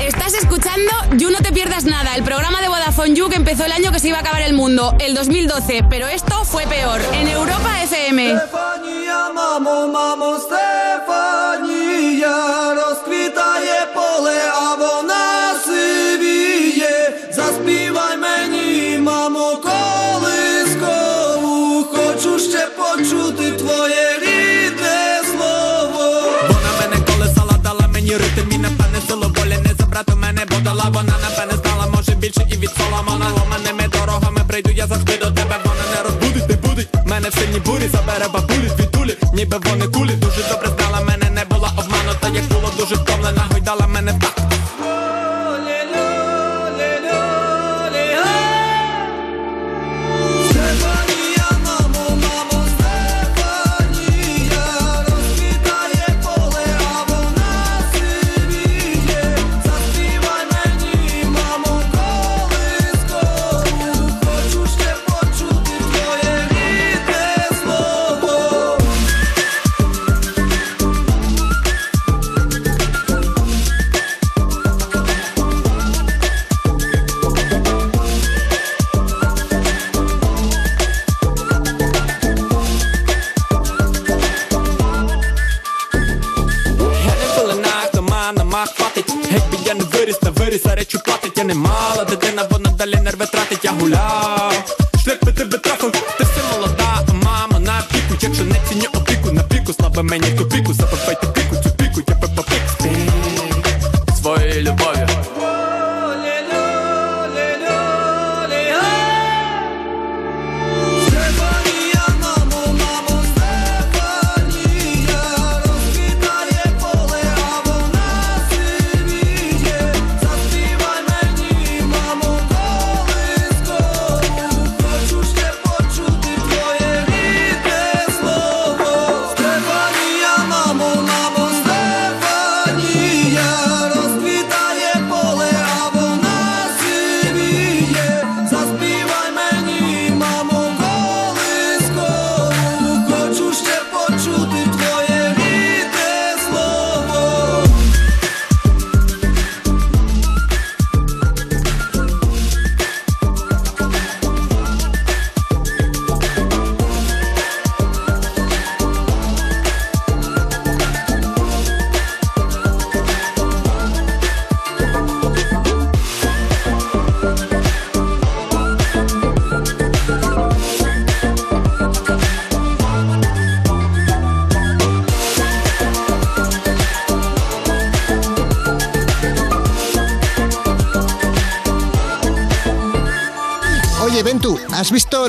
[SPEAKER 17] Estás escuchando You No Te Pierdas Nada, el programa de Vodafone You que empezó el año que se iba a acabar el mundo, el 2012, pero esto fue peor, en Europa FM.
[SPEAKER 13] Stefanija, mamo, mamo, Stefanija, rozkvita je pole, a вона сивіє. Заспівай мені, мамо, колискову, хочу ще почути твоє рідне слово. Вона мене колесала, дала мені ритм і напевне силу волі не забрати мене, бо дала вона напевне знала, може більше і від Соломона ламаними дорогами прийду, я завжди до тебе, вона не розбудить, не будить. Мене в синій бурі забере бабулі, відтулі, ніби вони кулі. Дуже добре знала мене, не була обманута, як було дуже втомлена, гойдала мене так.
[SPEAKER 1] я не мала, дитина, вона далі нерви тратить, я гуляв. Шлях би тебе трафив, ти все молода, а мама на піку, якщо не ціню опіку, на піку, слабе мені ту піку, запивайте піку, цю піку, я пепа пік. Своєю любов'ю.
[SPEAKER 13] Заспівай мені, мамо, колискову, хочу ще почути твоє рідне слово.
[SPEAKER 5] Oye, Ventu, ¿has visto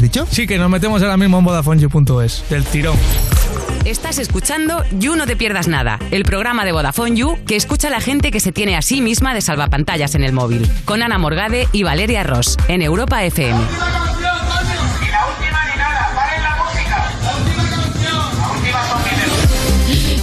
[SPEAKER 5] dicho?
[SPEAKER 7] Sí, que nos metemos ahora mismo en VodafoneYou.es, del tirón.
[SPEAKER 9] Estás escuchando You No Te Pierdas Nada, el programa de Vodafone You que escucha a la gente que se tiene a sí misma de salvapantallas en el móvil. Con Ana Morgade y Valeria Ross, en Europa FM.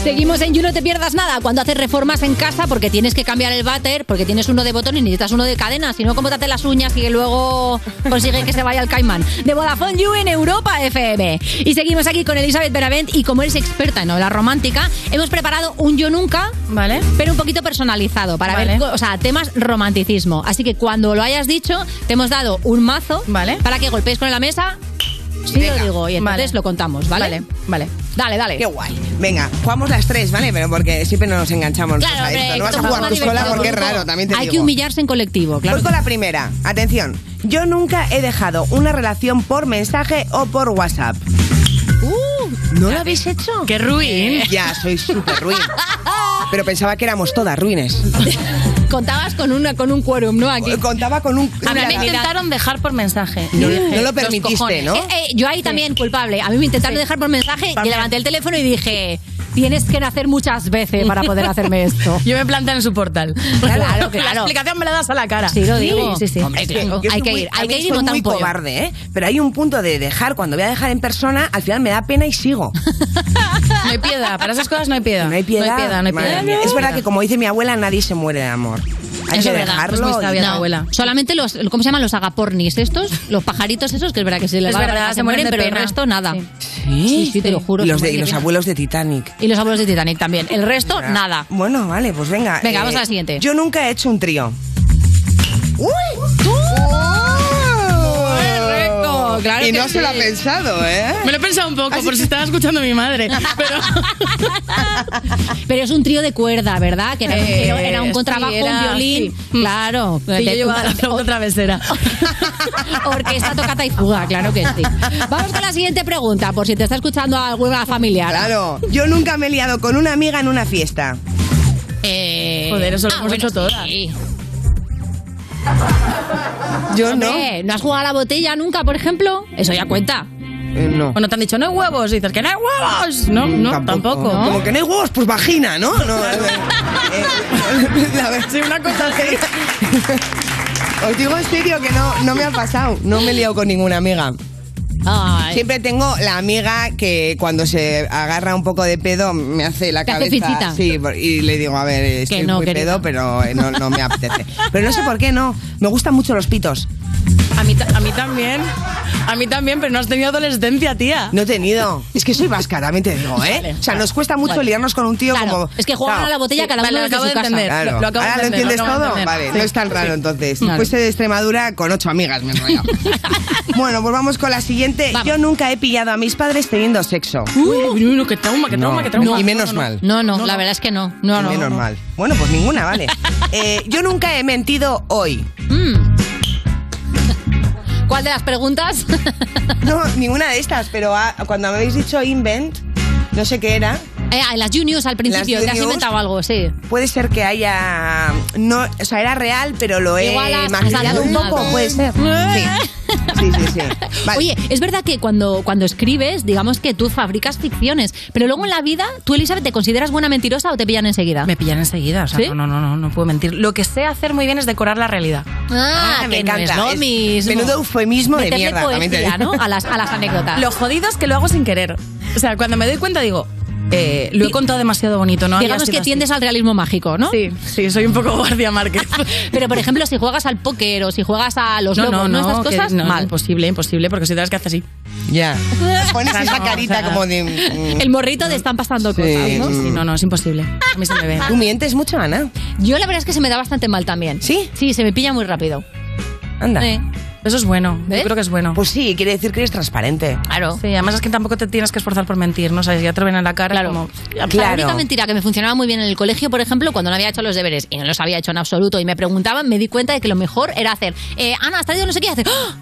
[SPEAKER 4] Seguimos en You No Te Pierdas Nada. Cuando haces reformas en casa porque tienes que cambiar el váter, porque tienes uno de botón y necesitas uno de cadena. Si no, cómprate las uñas y que luego consigue que se vaya al caimán. De Vodafone You en Europa FM. Y seguimos aquí con Elizabeth Benavent y como eres experta en novela romántica, hemos preparado un Yo Nunca,
[SPEAKER 20] ¿vale?
[SPEAKER 4] Pero un poquito personalizado para ver,
[SPEAKER 20] Vale.
[SPEAKER 4] o sea, temas romanticismo. Así que cuando lo hayas dicho, te hemos dado un mazo para que golpeéis con la mesa. Sí, lo digo, y entonces lo contamos, ¿vale? Vale,
[SPEAKER 20] vale.
[SPEAKER 4] Dale, dale.
[SPEAKER 3] Qué guay. Venga, jugamos las tres, ¿vale? Pero porque siempre nos enganchamos.
[SPEAKER 4] Claro,
[SPEAKER 3] nosotros a
[SPEAKER 4] hombre,
[SPEAKER 3] esto.
[SPEAKER 4] esto
[SPEAKER 3] no vas a jugar
[SPEAKER 4] es más
[SPEAKER 3] tú sola
[SPEAKER 4] divertido,
[SPEAKER 3] porque es
[SPEAKER 4] grupo.
[SPEAKER 3] raro, también te
[SPEAKER 4] Hay
[SPEAKER 3] digo.
[SPEAKER 4] que humillarse en colectivo, claro.
[SPEAKER 3] Voy con la primera. Atención. Yo nunca he dejado una relación por mensaje o por WhatsApp.
[SPEAKER 4] ¿No lo habéis hecho? ¡Qué
[SPEAKER 3] ruin! Ya, soy súper ruin. Pero pensaba que éramos todas ruines.
[SPEAKER 4] [laughs] Contabas con una con un quórum, ¿no? Aquí.
[SPEAKER 3] Contaba con un...
[SPEAKER 20] A mí me
[SPEAKER 3] una-
[SPEAKER 20] intentaron dejar por mensaje.
[SPEAKER 3] No-
[SPEAKER 20] Y dije,
[SPEAKER 3] no lo
[SPEAKER 20] "Los
[SPEAKER 3] permitiste,
[SPEAKER 20] cojones".
[SPEAKER 3] ¿no?
[SPEAKER 4] Eh, eh, yo ahí también culpable. A mí me intentaron dejar por mensaje y levanté el teléfono y dije, tienes que nacer muchas veces para poder hacerme esto.
[SPEAKER 20] Yo me planté en su portal.
[SPEAKER 4] Claro,
[SPEAKER 20] La
[SPEAKER 4] claro.
[SPEAKER 20] explicación me la das a la cara.
[SPEAKER 4] Sí, lo digo.
[SPEAKER 20] Sí, sí, sí.
[SPEAKER 4] Hombre,
[SPEAKER 3] Es que
[SPEAKER 4] claro.
[SPEAKER 3] yo
[SPEAKER 4] Hay
[SPEAKER 3] soy
[SPEAKER 4] que
[SPEAKER 3] muy-
[SPEAKER 4] ir,
[SPEAKER 3] a
[SPEAKER 4] hay
[SPEAKER 3] mí
[SPEAKER 4] que ir
[SPEAKER 3] soy
[SPEAKER 4] montado
[SPEAKER 3] muy
[SPEAKER 4] un pollo.
[SPEAKER 3] cobarde, ¿eh? Pero hay un punto de dejar, cuando voy a dejar en persona, al final me da pena y sigo.
[SPEAKER 20] No hay piedad, para esas
[SPEAKER 4] Pues
[SPEAKER 20] cosas no hay piedad. No hay
[SPEAKER 3] Piedad,
[SPEAKER 20] No hay piedad,
[SPEAKER 3] madre mía. Es verdad que, como dice mi abuela, nadie se muere de amor. Hay
[SPEAKER 4] Eso
[SPEAKER 3] que
[SPEAKER 4] es verdad,
[SPEAKER 3] dejarlo.
[SPEAKER 4] es muy sabia
[SPEAKER 3] y-
[SPEAKER 4] tu abuela. Solamente los, ¿cómo se llaman? Los agapornis estos, los pajaritos esos, que es verdad que se les
[SPEAKER 20] Es
[SPEAKER 4] va la
[SPEAKER 20] verdad,
[SPEAKER 4] verdad,
[SPEAKER 20] se
[SPEAKER 4] se
[SPEAKER 20] mueren de
[SPEAKER 4] mueren, pero
[SPEAKER 20] pena.
[SPEAKER 4] el resto nada.
[SPEAKER 3] Sí,
[SPEAKER 4] sí, te lo juro, pues
[SPEAKER 3] Y los,
[SPEAKER 4] se
[SPEAKER 3] de,
[SPEAKER 4] muere
[SPEAKER 3] y
[SPEAKER 4] de
[SPEAKER 3] los
[SPEAKER 4] pena.
[SPEAKER 3] abuelos de Titanic.
[SPEAKER 4] Y los abuelos de Titanic también. El resto, nada.
[SPEAKER 3] Bueno, vale, pues venga.
[SPEAKER 4] Venga, vamos a la siguiente.
[SPEAKER 3] Yo nunca he hecho un trío.
[SPEAKER 4] ¡Uy!
[SPEAKER 20] [laughs] Correcto, claro
[SPEAKER 3] Y
[SPEAKER 20] que
[SPEAKER 3] no se lo ha
[SPEAKER 20] sí.
[SPEAKER 3] pensado, ¿eh?
[SPEAKER 20] Me lo he pensado un poco, por si estaba escuchando mi
[SPEAKER 4] [laughs]
[SPEAKER 20] madre. Pero
[SPEAKER 4] Pero es un trío de cuerda, ¿verdad? Que era,
[SPEAKER 20] Eh,
[SPEAKER 4] era- era un
[SPEAKER 20] sí,
[SPEAKER 4] contrabajo,
[SPEAKER 20] era,
[SPEAKER 4] un violín. Claro.
[SPEAKER 20] Sí, yo llevaba [laughs] la flauta travesera.
[SPEAKER 4] Orquesta, tocata y fuga, claro que sí. Vamos con la siguiente pregunta, por si te está escuchando alguna familiar.
[SPEAKER 3] Claro. Yo nunca me he liado con una amiga en una fiesta.
[SPEAKER 4] Eh,
[SPEAKER 3] Joder, eso lo hemos
[SPEAKER 4] bueno,
[SPEAKER 3] hecho todas.
[SPEAKER 4] sí.
[SPEAKER 3] Yo no.
[SPEAKER 4] Hombre, ¿No has jugado a la botella nunca, por ejemplo? Eso ya cuenta.
[SPEAKER 3] Eh, no.
[SPEAKER 20] O no te han dicho, no hay huevos. Y dices, que no hay huevos. No, no, tampoco. ¿no?
[SPEAKER 3] Como que no hay huevos, pues vagina, ¿no?
[SPEAKER 20] [laughs]
[SPEAKER 3] no eh, eh,
[SPEAKER 4] [laughs]
[SPEAKER 3] la verdad es una cosa así. [laughs] Os digo en serio que no, no me ha pasado. No me he liado con ninguna amiga. Siempre tengo la amiga que cuando se agarra un poco de pedo me hace la
[SPEAKER 4] Te hace
[SPEAKER 3] cabeza.
[SPEAKER 4] fichita.
[SPEAKER 3] sí, por- y le digo, a ver, eh, estoy
[SPEAKER 4] Que no,
[SPEAKER 3] muy
[SPEAKER 4] querida.
[SPEAKER 3] pedo, pero eh, no, no me apetece. Pero no sé por qué no. Me gustan mucho los pitos.
[SPEAKER 20] A mí, ta- a mí también. A mí también, pero no has tenido adolescencia, tía.
[SPEAKER 3] No he tenido. Es que soy vasca, también te digo, ¿eh?
[SPEAKER 20] Vale,
[SPEAKER 3] o sea, nos cuesta mucho
[SPEAKER 20] vale.
[SPEAKER 3] liarnos con un tío como.
[SPEAKER 4] es que juegan a la botella cada uno
[SPEAKER 20] lo
[SPEAKER 4] desde
[SPEAKER 20] acabo
[SPEAKER 4] su
[SPEAKER 20] de
[SPEAKER 4] casa.
[SPEAKER 20] entender.
[SPEAKER 3] Claro.
[SPEAKER 20] Lo, lo acabo
[SPEAKER 3] Ahora
[SPEAKER 20] de
[SPEAKER 3] lo
[SPEAKER 20] entender,
[SPEAKER 3] entiendes
[SPEAKER 20] lo acabo de
[SPEAKER 3] todo.
[SPEAKER 20] entender.
[SPEAKER 3] Vale, no es tan raro entonces.
[SPEAKER 20] Claro.
[SPEAKER 3] Fuiste de Extremadura con ocho amigas, me
[SPEAKER 20] [laughs]
[SPEAKER 3] he enrollado. Bueno, pues vamos con la siguiente. Yo nunca he pillado a mis padres teniendo sexo.
[SPEAKER 20] Uy, uy, uy, qué trauma, qué trauma, qué trauma.
[SPEAKER 3] Y menos
[SPEAKER 20] No, no, no.
[SPEAKER 3] mal.
[SPEAKER 4] No, no, la verdad es que no. No, no.
[SPEAKER 3] menos mal. Bueno, pues ninguna, vale.
[SPEAKER 20] [laughs]
[SPEAKER 3] Eh, yo nunca he mentido hoy.
[SPEAKER 4] Mm. [laughs] ¿Cuál de las preguntas? [laughs]
[SPEAKER 3] No, ninguna de estas, pero ah, cuando me habéis dicho invent, no sé qué era.
[SPEAKER 4] Eh, ah, las Juniors [laughs] al principio,
[SPEAKER 3] Las
[SPEAKER 4] te has
[SPEAKER 3] Juniors.
[SPEAKER 4] inventado algo, sí.
[SPEAKER 3] Puede ser que haya. No, o sea, era real, pero lo he
[SPEAKER 4] Igual has- has
[SPEAKER 3] maquillado un
[SPEAKER 4] adornado.
[SPEAKER 3] poco, puede ser. Sí, sí, sí.
[SPEAKER 4] [laughs]
[SPEAKER 3] sí. Vale.
[SPEAKER 4] Oye, es verdad que cuando, cuando escribes, digamos que tú fabricas ficciones, pero luego en la vida, ¿tú, Elizabeth, te consideras buena mentirosa o te pillan enseguida?
[SPEAKER 20] Me pillan enseguida, o sea,
[SPEAKER 4] ¿Sí?
[SPEAKER 20] no, no, no, no, no puedo mentir. Lo que sé hacer muy bien es decorar la realidad.
[SPEAKER 4] Ah,
[SPEAKER 20] me
[SPEAKER 4] que no
[SPEAKER 20] encanta.
[SPEAKER 4] es lo
[SPEAKER 20] Es
[SPEAKER 4] mismo.
[SPEAKER 20] menudo eufemismo de
[SPEAKER 4] Meterle
[SPEAKER 20] mierda, también te
[SPEAKER 4] poesía,
[SPEAKER 20] digo.
[SPEAKER 4] ¿no? A las, a las anécdotas.
[SPEAKER 20] Lo jodido es que lo hago sin querer. O sea, cuando me doy cuenta digo, eh, lo he contado demasiado bonito, ¿no? había
[SPEAKER 4] digamos
[SPEAKER 20] sido
[SPEAKER 4] que
[SPEAKER 20] así.
[SPEAKER 4] tiendes al realismo mágico, ¿no?
[SPEAKER 20] Sí, sí, soy un poco Guardia Márquez.
[SPEAKER 4] [laughs] pero, por ejemplo, si juegas al póker o si juegas a los
[SPEAKER 20] Pues No,
[SPEAKER 4] lobos,
[SPEAKER 20] no,
[SPEAKER 4] ¿no?
[SPEAKER 20] no,
[SPEAKER 4] Estas
[SPEAKER 20] que
[SPEAKER 4] cosas,
[SPEAKER 20] no,
[SPEAKER 4] mal.
[SPEAKER 20] imposible, imposible, porque si te das que haces así.
[SPEAKER 3] Ya. Pones
[SPEAKER 20] [laughs] O sea,
[SPEAKER 3] esa
[SPEAKER 20] no,
[SPEAKER 3] carita
[SPEAKER 20] o sea,
[SPEAKER 3] como de. mm,
[SPEAKER 4] El morrito de están pasando cosas, ¿no?
[SPEAKER 20] Pues Sí, no, no, es imposible. A mí se me ve.
[SPEAKER 3] ¿Tú mientes mucho, Ana?
[SPEAKER 4] Yo la verdad es que se me da bastante mal también. ¿Sí? Sí, se me pilla muy rápido.
[SPEAKER 3] Anda.
[SPEAKER 4] Eh.
[SPEAKER 20] Eso es bueno, yo creo que es bueno.
[SPEAKER 3] Pues sí, quiere decir que eres transparente.
[SPEAKER 4] Claro.
[SPEAKER 20] Sí, además es que tampoco te tienes que esforzar por mentir, ¿no? sabes ya te lo ven en la cara claro. como... "Ah,
[SPEAKER 4] La única mentira que me funcionaba muy bien en el colegio, por ejemplo, cuando no había hecho los deberes y no los había hecho en absoluto y me preguntaban, me di cuenta de que lo mejor era hacer, eh, Ana, has traído no sé qué, y hacer, "¡Ah!".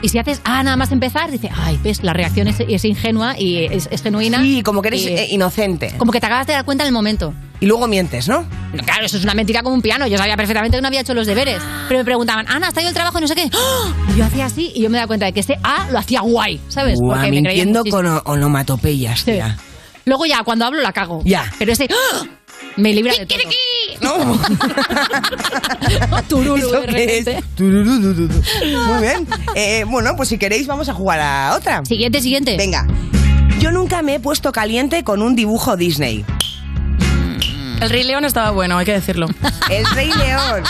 [SPEAKER 4] y si haces, ah, nada más empezar, dice, ay, ves, la reacción es, es ingenua y es, es genuina.
[SPEAKER 3] Sí, como que eres
[SPEAKER 4] Y-
[SPEAKER 3] eh, inocente.
[SPEAKER 4] como que te acabas de dar cuenta en el momento.
[SPEAKER 3] Y luego mientes, ¿no?
[SPEAKER 4] No, Claro, eso es una mentira como un piano. Yo sabía perfectamente que no había hecho los deberes. Pero me preguntaban, Ana, ¿has traído el trabajo? Y no sé qué. ¡Ah! Y Yo hacía así y yo me daba cuenta de que ese A lo hacía guay, ¿sabes?
[SPEAKER 3] Buah,
[SPEAKER 4] Pues, Porque me creía
[SPEAKER 3] mintiendo
[SPEAKER 4] muchísimo.
[SPEAKER 3] con o- onomatopeyas, tía.
[SPEAKER 4] Luego ya, cuando hablo la cago.
[SPEAKER 3] Ya.
[SPEAKER 4] Pero ese... ¡ah! Me libra de todo.
[SPEAKER 3] No.
[SPEAKER 4] [laughs] Tururu,
[SPEAKER 3] ¿Eso
[SPEAKER 4] de
[SPEAKER 3] qué es?
[SPEAKER 4] repente.
[SPEAKER 3] Tururururururu.
[SPEAKER 4] [laughs]
[SPEAKER 3] Muy bien. Eh, bueno, pues si queréis vamos a jugar a otra.
[SPEAKER 4] Siguiente, siguiente.
[SPEAKER 3] Venga. Yo nunca me he puesto caliente con un dibujo Disney.
[SPEAKER 4] Mm.
[SPEAKER 20] El Rey León estaba bueno, hay que decirlo.
[SPEAKER 3] [laughs] El Rey
[SPEAKER 4] [laughs]
[SPEAKER 3] León.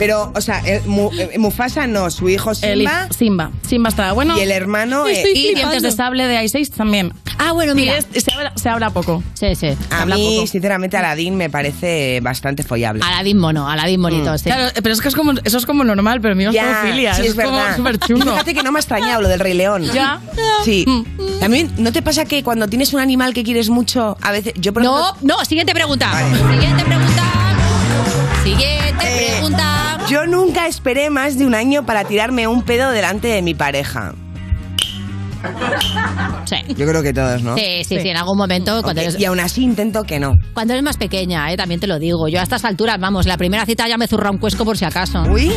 [SPEAKER 3] Pero, o sea, el Mu- eh, Mufasa no, su hijo
[SPEAKER 20] El
[SPEAKER 3] Simba.
[SPEAKER 20] Simba. Simba estaba bueno.
[SPEAKER 3] Y el hermano, eh,
[SPEAKER 20] y Dientes de Sable de I6 también. este,
[SPEAKER 4] Ah, bueno,
[SPEAKER 20] mira. se, habla, se habla poco.
[SPEAKER 4] Sí, sí.
[SPEAKER 3] A mí, sinceramente, Aladdin me parece bastante follable.
[SPEAKER 4] Aladín mono, Aladín bonito. sí.
[SPEAKER 20] Mm. Claro, pero es que es como, eso es como normal, pero mío es
[SPEAKER 3] Ya,
[SPEAKER 20] zoofilia.
[SPEAKER 3] sí,
[SPEAKER 20] eso
[SPEAKER 3] es verdad.
[SPEAKER 20] como súper chungo.
[SPEAKER 3] Fíjate que no me ha extrañado lo del Rey León.
[SPEAKER 20] Ya.
[SPEAKER 3] Sí.
[SPEAKER 4] Mm.
[SPEAKER 3] También, ¿no te pasa que cuando tienes un animal que quieres mucho, a veces. Yo, por
[SPEAKER 4] No,
[SPEAKER 3] ejemplo,
[SPEAKER 4] no, siguiente pregunta. Siguiente pregunta. Siguiente
[SPEAKER 3] Eh.
[SPEAKER 4] pregunta.
[SPEAKER 3] yo nunca esperé más de un año para tirarme un pedo delante de mi pareja.
[SPEAKER 4] Sí.
[SPEAKER 3] Yo creo que todos, ¿no?
[SPEAKER 4] Sí, sí, sí, en algún momento. Cuando
[SPEAKER 3] Ok,
[SPEAKER 4] eres,
[SPEAKER 3] Y aún así intento que no.
[SPEAKER 4] cuando eres más pequeña, eh, también te lo digo. Yo a estas alturas, vamos, la primera cita ya me zurra un cuesco por si acaso.
[SPEAKER 3] Uy.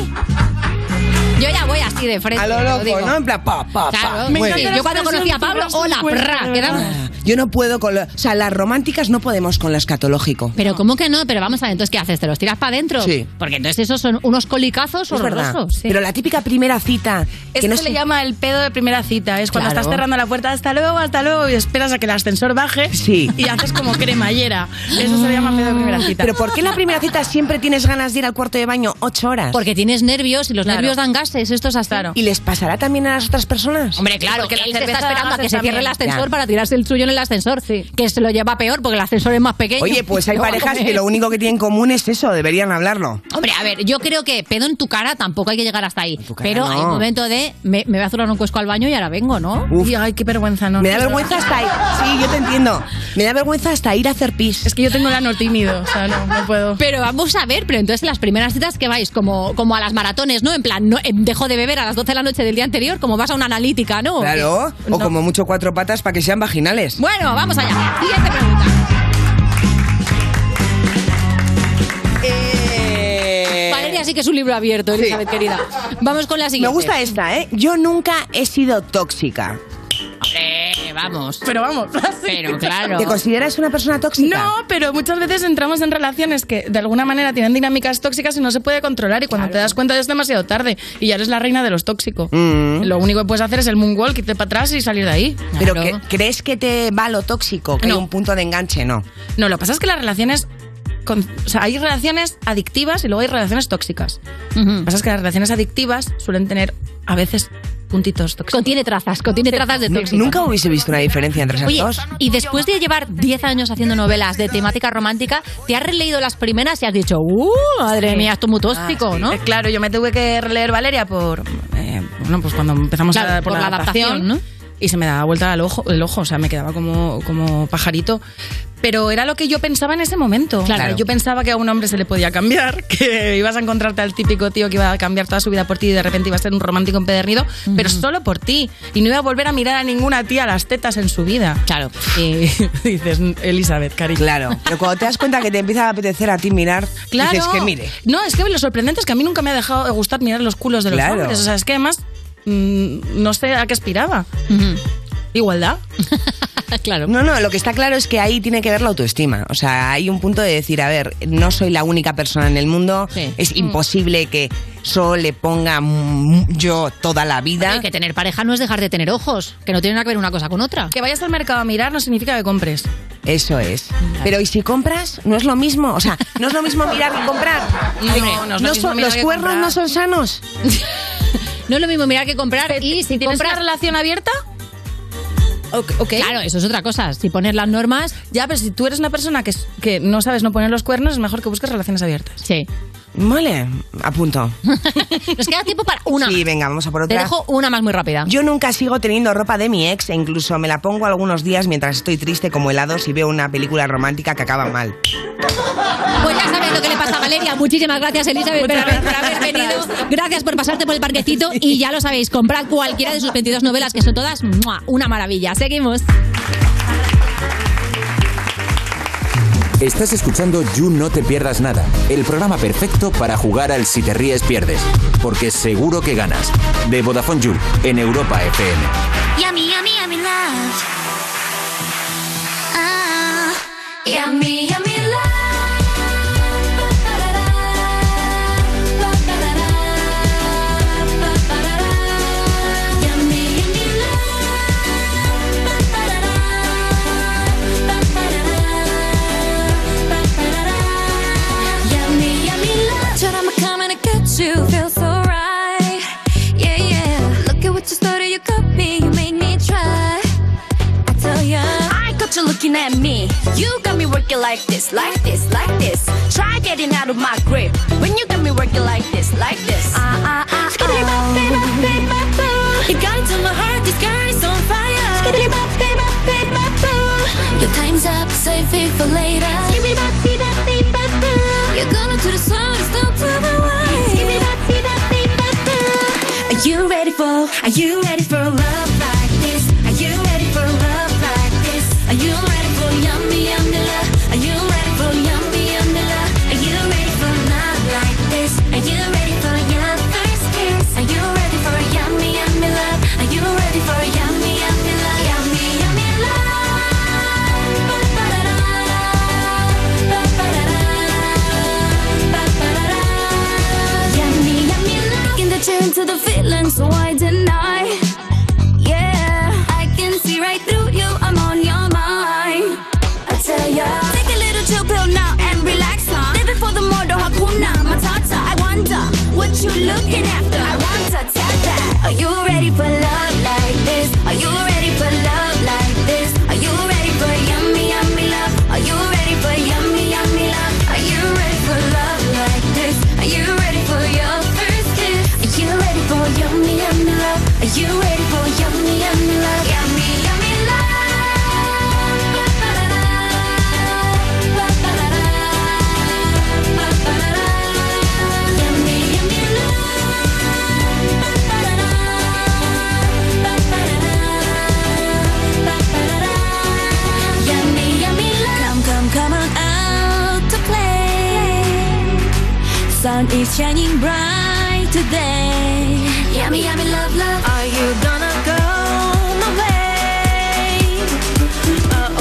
[SPEAKER 4] Yo ya voy así de frente.
[SPEAKER 3] A lo
[SPEAKER 4] te
[SPEAKER 3] loco,
[SPEAKER 4] digo.
[SPEAKER 3] ¿no? En plan, pa, pa, pa.
[SPEAKER 4] Claro,
[SPEAKER 3] Muy
[SPEAKER 4] sí,
[SPEAKER 3] bien.
[SPEAKER 4] yo cuando conocí a Pablo, hola, prra, quedamos.
[SPEAKER 3] Yo no puedo con lo- O sea, las románticas no podemos con lo escatológico.
[SPEAKER 4] Pero ¿cómo que no? Pero vamos a ver, entonces ¿qué haces? ¿Te los tiras para adentro?
[SPEAKER 3] Sí.
[SPEAKER 4] Porque entonces esos son unos colicazos
[SPEAKER 3] Es verdad.
[SPEAKER 4] horrorosos. Sí.
[SPEAKER 3] Pero la típica primera cita.
[SPEAKER 20] Eso
[SPEAKER 3] que no
[SPEAKER 20] se
[SPEAKER 3] sé-
[SPEAKER 20] le llama el pedo de primera cita. Es cuando
[SPEAKER 3] Claro.
[SPEAKER 20] estás cerrando la puerta, hasta luego, hasta luego, y esperas a que el ascensor baje
[SPEAKER 3] Sí.
[SPEAKER 20] y haces como cremallera. Eso se le llama pedo de primera cita.
[SPEAKER 3] Pero ¿por qué en la primera cita siempre tienes ganas de ir al cuarto de baño ocho horas?
[SPEAKER 4] Porque tienes nervios y los
[SPEAKER 20] Claro.
[SPEAKER 4] nervios dan gases, esto es así.
[SPEAKER 3] ¿Y les pasará también a las otras personas?
[SPEAKER 4] Hombre, claro,
[SPEAKER 20] porque
[SPEAKER 4] que
[SPEAKER 20] la
[SPEAKER 4] él se está
[SPEAKER 20] cerveza
[SPEAKER 4] esperando a que
[SPEAKER 20] hace
[SPEAKER 4] se cierre el
[SPEAKER 20] también.
[SPEAKER 4] ascensor
[SPEAKER 3] Ya.
[SPEAKER 4] para tirarse el suyo en el ascensor, que se lo lleva peor porque el ascensor es más pequeño. [laughs]
[SPEAKER 3] Oye, pues hay
[SPEAKER 4] No va a
[SPEAKER 3] parejas que
[SPEAKER 4] comer.
[SPEAKER 3] lo único que tienen en común es eso, deberían hablarlo.
[SPEAKER 4] Hombre, a ver, yo creo que pedo en tu cara tampoco hay que llegar hasta ahí.
[SPEAKER 3] cara
[SPEAKER 4] Pero hay
[SPEAKER 3] no.
[SPEAKER 4] un momento de me, me voy a zurrar un cuesco al baño y ahora vengo, ¿no?
[SPEAKER 3] Uf,
[SPEAKER 20] Y, ay, qué vergüenza, ¿no?
[SPEAKER 3] me da vergüenza hasta ir. Sí, yo te entiendo. Me da vergüenza hasta ir a hacer pis.
[SPEAKER 20] Es que yo tengo el ano tímido, o sea, no, no puedo.
[SPEAKER 4] Pero vamos a ver, pero entonces las primeras citas que vais, como, como a las maratones, ¿no? En plan, no, eh, dejo de beber a las 12 de la noche del día anterior, como vas a una analítica, ¿no?
[SPEAKER 3] Claro, o como mucho cuatro patas para que sean vaginales.
[SPEAKER 4] Bueno, vamos allá. Siguiente pregunta.
[SPEAKER 3] Eh,
[SPEAKER 4] Valeria sí que es un libro abierto, Elizabeth, querida. Vamos con la
[SPEAKER 3] Me
[SPEAKER 4] siguiente.
[SPEAKER 3] gusta esta, ¿eh? Yo nunca he sido tóxica.
[SPEAKER 4] vamos.
[SPEAKER 20] Pero vamos, así.
[SPEAKER 4] Pero claro.
[SPEAKER 3] ¿Te consideras una persona tóxica?
[SPEAKER 20] No, pero muchas veces entramos en relaciones que de alguna manera tienen dinámicas tóxicas y no se puede controlar. Y cuando te das cuenta ya es demasiado tarde y ya eres la reina de los tóxicos. Lo único que puedes hacer es el moonwalk, irte para atrás y salir de ahí.
[SPEAKER 3] Pero que- ¿crees que te va lo tóxico? Que
[SPEAKER 20] No.
[SPEAKER 3] hay un punto de enganche, no.
[SPEAKER 20] No, lo que pasa es que las relaciones. con- o sea, hay relaciones adictivas y luego hay relaciones tóxicas. Lo que pasa es que las relaciones adictivas suelen tener a veces puntitos tóxicos.
[SPEAKER 4] Contiene trazas, contiene trazas de tóxico.
[SPEAKER 3] Nunca hubiese visto una diferencia entre esas
[SPEAKER 4] Oye,
[SPEAKER 3] dos.
[SPEAKER 4] y después de llevar 10 años haciendo novelas de temática romántica, te has releído las primeras y has dicho, ¡uh, madre mía, esto es muy tóxico,
[SPEAKER 20] Ah, sí.
[SPEAKER 4] ¿no?
[SPEAKER 20] Eh, Claro, yo me tuve que releer Valeria por. eh, bueno, pues cuando empezamos
[SPEAKER 4] Claro,
[SPEAKER 20] a, por, la, adaptación, Y se me daba vuelta el ojo, el ojo, o sea, me quedaba como, como pajarito. Pero era lo que yo pensaba en ese momento.
[SPEAKER 4] Claro.
[SPEAKER 20] Yo pensaba que a un hombre se le podía cambiar, [laughs] que ibas a encontrarte al típico tío que iba a cambiar toda su vida por ti y de repente iba a ser un romántico empedernido, pero solo por ti. Y no iba a volver a mirar a ninguna tía las tetas en su vida.
[SPEAKER 4] Claro.
[SPEAKER 20] Y [laughs] dices, Elizabeth, cariño.
[SPEAKER 3] Claro. Pero cuando te das cuenta que te empieza a apetecer a ti mirar,
[SPEAKER 20] Claro.
[SPEAKER 3] dices
[SPEAKER 20] [laughs]
[SPEAKER 3] que mire.
[SPEAKER 20] No, es que lo sorprendente es que a mí nunca me ha dejado de gustar mirar los culos de los
[SPEAKER 3] Claro.
[SPEAKER 20] hombres. O sea, es que además mm, no sé a qué aspiraba. Igualdad.
[SPEAKER 4] claro.
[SPEAKER 3] No, no, lo que está claro es que ahí tiene que ver la autoestima. O sea, hay un punto de decir, a ver, no soy la única persona en el mundo, es
[SPEAKER 20] Mm.
[SPEAKER 3] imposible que solo le ponga mm, yo toda la vida.
[SPEAKER 4] Que tener pareja no es dejar de tener ojos, que no tiene nada que ver una cosa con otra.
[SPEAKER 20] Que vayas al mercado a mirar no significa que compres.
[SPEAKER 3] Eso es. Pero ¿y si compras? No es lo mismo. O sea, no es lo mismo mirar
[SPEAKER 20] [laughs]
[SPEAKER 3] que comprar.
[SPEAKER 20] No, no es lo mismo
[SPEAKER 3] No son-
[SPEAKER 20] mirar
[SPEAKER 3] los
[SPEAKER 20] que
[SPEAKER 3] cuernos
[SPEAKER 20] comprar.
[SPEAKER 3] no
[SPEAKER 20] [laughs]
[SPEAKER 3] son sanos.
[SPEAKER 4] No es lo mismo mirar que comprar y si
[SPEAKER 20] ¿Tienes
[SPEAKER 4] compras...
[SPEAKER 20] una relación abierta?
[SPEAKER 4] Claro, eso es otra cosa. Si pones las normas...
[SPEAKER 20] Ya, pero si tú eres una persona que, que no sabes no poner los cuernos, es mejor que busques relaciones abiertas.
[SPEAKER 4] Sí.
[SPEAKER 3] Vale, apunto.
[SPEAKER 4] Nos queda tiempo para una.
[SPEAKER 3] Sí, venga, vamos a por otra.
[SPEAKER 4] Te dejo una más muy rápida.
[SPEAKER 3] Yo nunca sigo teniendo ropa de mi ex e incluso me la pongo algunos días mientras estoy triste como helado si veo una película romántica que acaba mal.
[SPEAKER 4] Pues ya sabes lo que le pasa a Valeria. Muchísimas gracias, Elizabeth, por haber, por haber venido. [laughs] Gracias por pasarte por el [laughs] parquecito. Y ya lo sabéis, comprad cualquiera de sus 22 novelas, que son todas ¡mua! una maravilla. Seguimos.
[SPEAKER 12] Estás escuchando You No Te Pierdas Nada, el programa perfecto para jugar al Si Te Ríes Pierdes, porque seguro que ganas. De Vodafone You, en Europa FM.
[SPEAKER 26] Yummy, yummy, yummy love. Ah, yummy, yummy love. Yummy, yummy love. Yummy, yummy love. Turn on my coming to get you. Feel so right. Yeah, yeah. Look at what you started. You got me. You made me try. I tell ya. I got you looking at me. You got me working like this, like this, like this. Try getting out of my grip. When you got me working like this, like this. Ah, ah, ah. You got it to my heart. This girl is on fire. Your time's up. Save it for later. You're gonna do the song. It's not to the Are you ready for? Are you ready for love like this? Are you ready for love like this? Are you ready for yummy yummy love? Are you ready for yummy yummy love? Are you ready for love like this? Are you ready for your first kiss? Are you ready for yummy yummy love? Are you ready for yummy yummy love? Yummy yummy love. Yummy, yummy love. In the turn to the feeling, so why deny? Yeah, I can see right through you. I'm on your mind. I tell ya. Take a little chill pill now and relax, huh? Living for the mortal hakuna matata. I wonder what you looking after. I want to tell that. Are you ready for love like this? Are you ready for love like this? Are you ready for yummy yummy love? Are you ready for yummy yummy love? Are you ready for love like this? Are you ready for your first kiss? Are you ready for yummy yummy love? Are you ready for yummy yummy love? Yummy yummy love. Yummy, yummy love. Come, come, come on out to play. Sun is shining bright today. Yummy, yummy love, love. Are you gonna go my way? Uh,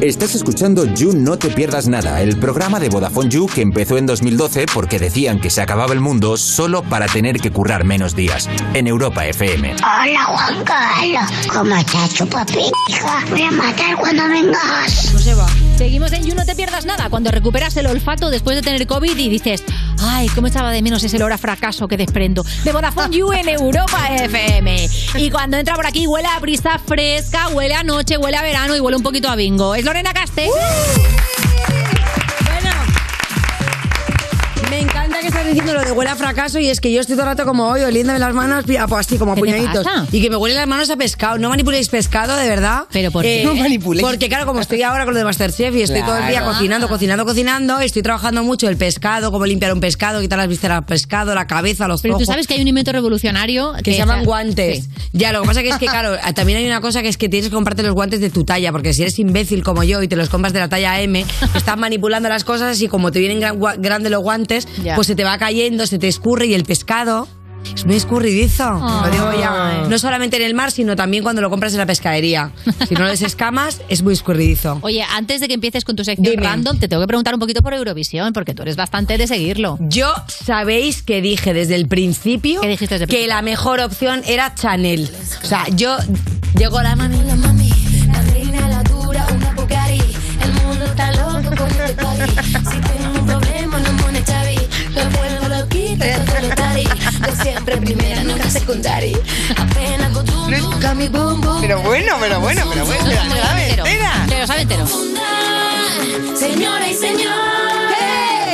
[SPEAKER 6] Estás escuchando You No Te Pierdas Nada, el programa de Vodafone You que empezó en 2012 porque decían que se acababa el mundo solo para tener que currar menos días. En Europa FM.
[SPEAKER 28] Hola, Juan Carlos.
[SPEAKER 4] Oh
[SPEAKER 28] ¿Cómo estás, chupapija? Voy a matar cuando vengas.
[SPEAKER 4] Seguimos en You, no te pierdas nada. Cuando recuperas el olfato después de tener COVID y dices, ay, cómo estaba de menos ese olor a fracaso que desprendo. De Vodafone You en Europa FM. Y cuando entra por aquí huele a brisa fresca, huele a noche, huele a verano y huele un poquito a bingo. Es Lorena Castex.
[SPEAKER 29] Me encanta que estás diciendo lo de huele a fracaso y es que yo estoy todo el rato como hoy oliéndome las manos pi- pues así como a
[SPEAKER 4] ¿Qué te
[SPEAKER 29] puñaditos
[SPEAKER 4] pasa?
[SPEAKER 29] y que me huelen las manos a pescado. No manipuléis pescado, de verdad. Pero
[SPEAKER 4] ¿por qué?
[SPEAKER 29] no
[SPEAKER 4] No
[SPEAKER 29] manipuléis. Porque claro, como estoy ahora con lo de MasterChef y estoy todo el día
[SPEAKER 4] Claro.
[SPEAKER 29] cocinando, cocinando, cocinando, estoy trabajando mucho el pescado, cómo limpiar un pescado, quitar las vísceras al pescado, la cabeza, los
[SPEAKER 4] Pero tú
[SPEAKER 29] ojos.
[SPEAKER 4] sabes que hay un invento revolucionario
[SPEAKER 29] Que se llaman guantes.
[SPEAKER 4] Sí.
[SPEAKER 29] Ya, lo que pasa que es que, [laughs] claro, también hay una cosa que es que tienes que comprarte los guantes de tu talla, porque si eres imbécil como yo y te los compras de la talla M, estás manipulando las cosas y como te vienen gran- gua- grandes los guantes,
[SPEAKER 4] Ya.
[SPEAKER 29] pues se te va cayendo, se te escurre y el pescado es muy escurridizo. Lo digo ya. eh. No solamente en el mar, sino también cuando lo compras en la pescadería. Si no les escamas, es muy escurridizo.
[SPEAKER 4] Oye, antes de que empieces con tu sección random, te tengo que preguntar un poquito por Eurovisión, porque tú eres bastante de seguirlo.
[SPEAKER 29] Yo sabéis que dije desde el principio que la mejor opción era Chanel. O sea, yo llego a la mami, la mami, la reina, la dura, una Bugatti. El mundo está loco con este party. Si tengo un problema, no mone chavi. Lo vuelvo loquito, todo lo tari. Yo siempre primera, nunca secundaria. Apenas con tu nunca mi boom boom.
[SPEAKER 3] Pero bueno, pero bueno, pero bueno.
[SPEAKER 4] Te lo
[SPEAKER 29] Pero
[SPEAKER 4] sabe entero. Te lo sabe entero.
[SPEAKER 29] Señora y señor,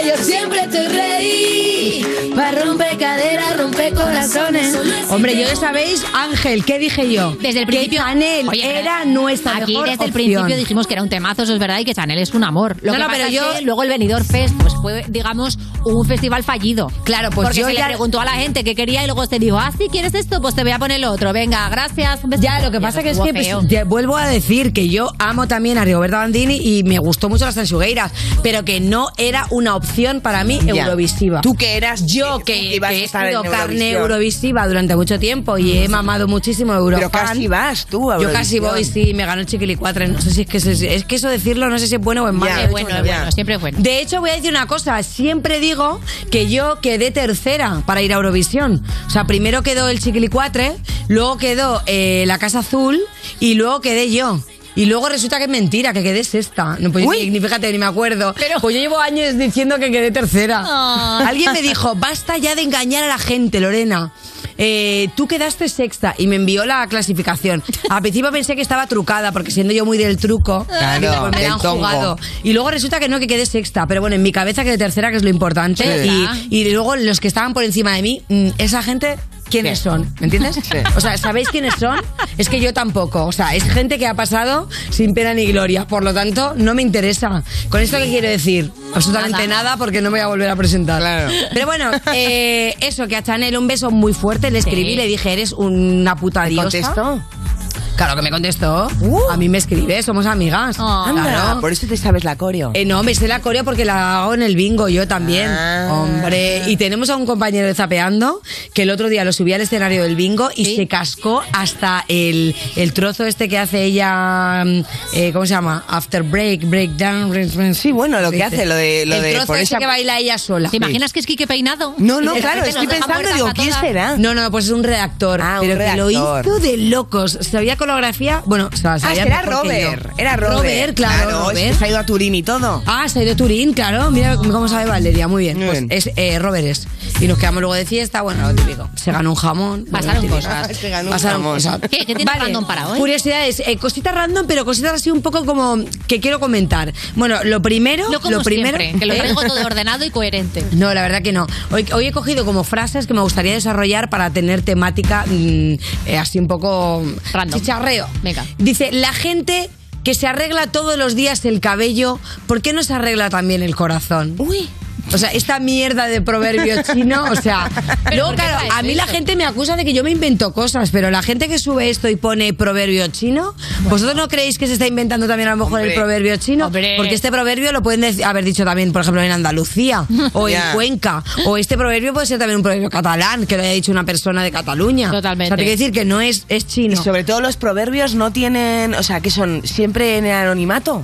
[SPEAKER 29] yo siempre estoy ready para romper caderas, romper corazones. Hombre, yo sabéis, Ángel, ¿qué dije yo?
[SPEAKER 4] Desde el principio. Chanel
[SPEAKER 29] era nuestra
[SPEAKER 4] Aquí
[SPEAKER 29] mejor
[SPEAKER 4] desde el
[SPEAKER 29] opción.
[SPEAKER 4] principio dijimos que era un temazo, eso es verdad, y que Chanel es un amor. Lo
[SPEAKER 29] No,
[SPEAKER 4] que
[SPEAKER 29] no,
[SPEAKER 4] pasa
[SPEAKER 29] pero
[SPEAKER 4] es
[SPEAKER 29] yo-
[SPEAKER 4] que luego el Benidorm Fest pues fue, digamos, un festival fallido. Claro,
[SPEAKER 29] pues
[SPEAKER 4] Porque
[SPEAKER 29] yo
[SPEAKER 4] se
[SPEAKER 29] ya-
[SPEAKER 4] le preguntó a la gente qué quería y luego se dijo, ah, sí, ¿quieres esto? Pues te voy a poner lo otro. Venga, gracias. Ya,
[SPEAKER 29] Lo que pasa que es que pues,
[SPEAKER 4] feo.
[SPEAKER 29] te vuelvo a decir que yo amo también a Rigoberta Bandini y me gustó mucho las Tansugueiras, pero que no era una opción para mí
[SPEAKER 12] Ya.
[SPEAKER 29] eurovisiva.
[SPEAKER 12] Tú que eras.
[SPEAKER 29] Yo que,
[SPEAKER 12] ibas
[SPEAKER 29] que
[SPEAKER 12] a
[SPEAKER 29] he
[SPEAKER 12] estar en
[SPEAKER 29] sido carne
[SPEAKER 12] Eurovisión.
[SPEAKER 29] eurovisiva durante mucho tiempo y he mamado muchísimo Eurofan.
[SPEAKER 12] Pero casi vas tú a
[SPEAKER 29] Yo casi
[SPEAKER 12] Eurovisión.
[SPEAKER 29] voy, sí, me ganó el chiquilicuatre. No sé si es que, eso es, es que eso decirlo, no sé si es bueno o es malo.
[SPEAKER 4] Ya,
[SPEAKER 29] De hecho,
[SPEAKER 4] bueno, bueno, siempre es bueno.
[SPEAKER 29] De hecho, voy a decir una cosa. Siempre digo que yo quedé tercera para ir a Eurovisión. O sea, primero quedó el chiquilicuatre, luego quedó eh, la Casa Azul y luego quedé yo. Y luego resulta que es mentira, que quedé sexta. No, pues,
[SPEAKER 12] Uy.
[SPEAKER 29] ni- ni fíjate, ni me acuerdo. Pues yo llevo años diciendo que quedé tercera.
[SPEAKER 12] Ah.
[SPEAKER 29] [laughs] Alguien me dijo, basta ya de engañar a la gente, Lorena. Eh, tú quedaste sexta y me envió la clasificación. Al principio pensé que estaba trucada, porque siendo yo muy del truco,
[SPEAKER 12] Claro,
[SPEAKER 29] digo, pues me
[SPEAKER 12] del
[SPEAKER 29] la han
[SPEAKER 12] tongo.
[SPEAKER 29] jugado. Y luego resulta que no, que quedé sexta. Pero bueno, en mi cabeza quedé tercera, que es lo importante.
[SPEAKER 12] Sí.
[SPEAKER 29] Y, y luego los que estaban por encima de mí, mm, esa gente. ¿Quiénes
[SPEAKER 12] Sí.
[SPEAKER 29] son? ¿Me entiendes?
[SPEAKER 12] Sí.
[SPEAKER 29] O sea, ¿sabéis quiénes son? Es que yo tampoco. O sea, es gente que ha pasado sin pena ni gloria. Por lo tanto, no me interesa. ¿Con esto qué quiero decir? Absolutamente
[SPEAKER 12] Nada.
[SPEAKER 29] nada, porque no me voy a volver a presentar.
[SPEAKER 12] Claro.
[SPEAKER 29] Pero bueno, eh, eso, que a Chanel un beso muy fuerte. Le escribí,
[SPEAKER 12] Sí.
[SPEAKER 29] le dije, eres una puta diosa.
[SPEAKER 12] contestó? Uh.
[SPEAKER 29] Claro que me contestó. A mí me escribe, somos amigas.
[SPEAKER 12] Anda,
[SPEAKER 29] Claro.
[SPEAKER 12] por eso te sabes la coreo.
[SPEAKER 29] Eh, no, me sé la coreo porque la hago en el bingo yo también.
[SPEAKER 12] Ah.
[SPEAKER 29] Hombre, y tenemos a un compañero de Zapeando que el otro día lo subí al escenario del bingo y se cascó hasta el, el trozo este que hace ella, mm, eh, ¿cómo se llama? After break, breakdown. Sí, bueno,
[SPEAKER 12] lo que hace, lo de- lo
[SPEAKER 29] el
[SPEAKER 12] de-
[SPEAKER 29] trozo
[SPEAKER 12] por
[SPEAKER 29] ese
[SPEAKER 12] esa-
[SPEAKER 29] que baila ella sola.
[SPEAKER 4] ¿Te imaginas que [laughs] es Quique Peinado?
[SPEAKER 29] No, no,
[SPEAKER 4] Y de
[SPEAKER 29] claro,
[SPEAKER 4] repente
[SPEAKER 29] estoy
[SPEAKER 4] nos deja
[SPEAKER 29] pensando,
[SPEAKER 4] muertas
[SPEAKER 29] digo,
[SPEAKER 4] a
[SPEAKER 29] ¿quién
[SPEAKER 4] todas?
[SPEAKER 29] será? No, no, pues es un redactor.
[SPEAKER 12] Ah, un
[SPEAKER 29] pero que lo
[SPEAKER 12] redactor.
[SPEAKER 29] hizo de locos. Sabía coreografía. Bueno, o sea,
[SPEAKER 12] Ah, es
[SPEAKER 29] sabía
[SPEAKER 12] que era
[SPEAKER 29] mejor que yo.
[SPEAKER 12] Robert. Era Robert.
[SPEAKER 29] claro.
[SPEAKER 12] claro es que
[SPEAKER 29] Robert.
[SPEAKER 12] se ha ido a Turín y todo.
[SPEAKER 29] Ah, se ha ido a Turín, claro. Mira cómo sabe Valeria, muy bien. Pues es eh, Robert es. Y nos quedamos luego de fiesta, bueno, lo típico. Se ganó un jamón.
[SPEAKER 4] Pasaron
[SPEAKER 29] bueno, lo típico.
[SPEAKER 12] [laughs]
[SPEAKER 4] cosas.
[SPEAKER 29] Se ganó un Pasaron jamón. cosas.
[SPEAKER 4] ¿Qué, ¿Qué tienes
[SPEAKER 29] Vale.
[SPEAKER 4] random para hoy?
[SPEAKER 29] Curiosidades, eh, cositas random, pero cositas así un poco como que quiero comentar. Bueno, lo primero,
[SPEAKER 4] No como
[SPEAKER 29] lo primero,
[SPEAKER 4] siempre, que lo
[SPEAKER 29] ¿eh? [laughs]
[SPEAKER 4] traigo todo ordenado y coherente.
[SPEAKER 29] No, la verdad que no. Hoy, hoy he cogido como frases que me gustaría desarrollar para tener temática mm, eh, así un poco random. chicharreo.
[SPEAKER 4] Venga.
[SPEAKER 29] Dice, la gente que se arregla todos los días el cabello, ¿por qué no se arregla también el corazón? Uy. O sea, esta mierda de proverbio chino, o sea... Luego, claro, a mí la gente me acusa de que yo me invento cosas, pero la gente que sube esto y pone proverbio chino, ¿vosotros no creéis que se está inventando también a lo mejor el
[SPEAKER 12] Hombre.
[SPEAKER 29] proverbio chino? Porque este proverbio lo pueden dec- haber dicho también, por ejemplo, en Andalucía o
[SPEAKER 12] Ya.
[SPEAKER 29] en Cuenca. O este proverbio puede ser también un proverbio catalán que lo haya dicho una persona de Cataluña. Totalmente. O sea, te quiero decir que no es, es chino.
[SPEAKER 12] Y sobre todo los proverbios no tienen. O sea, que son siempre en el anonimato.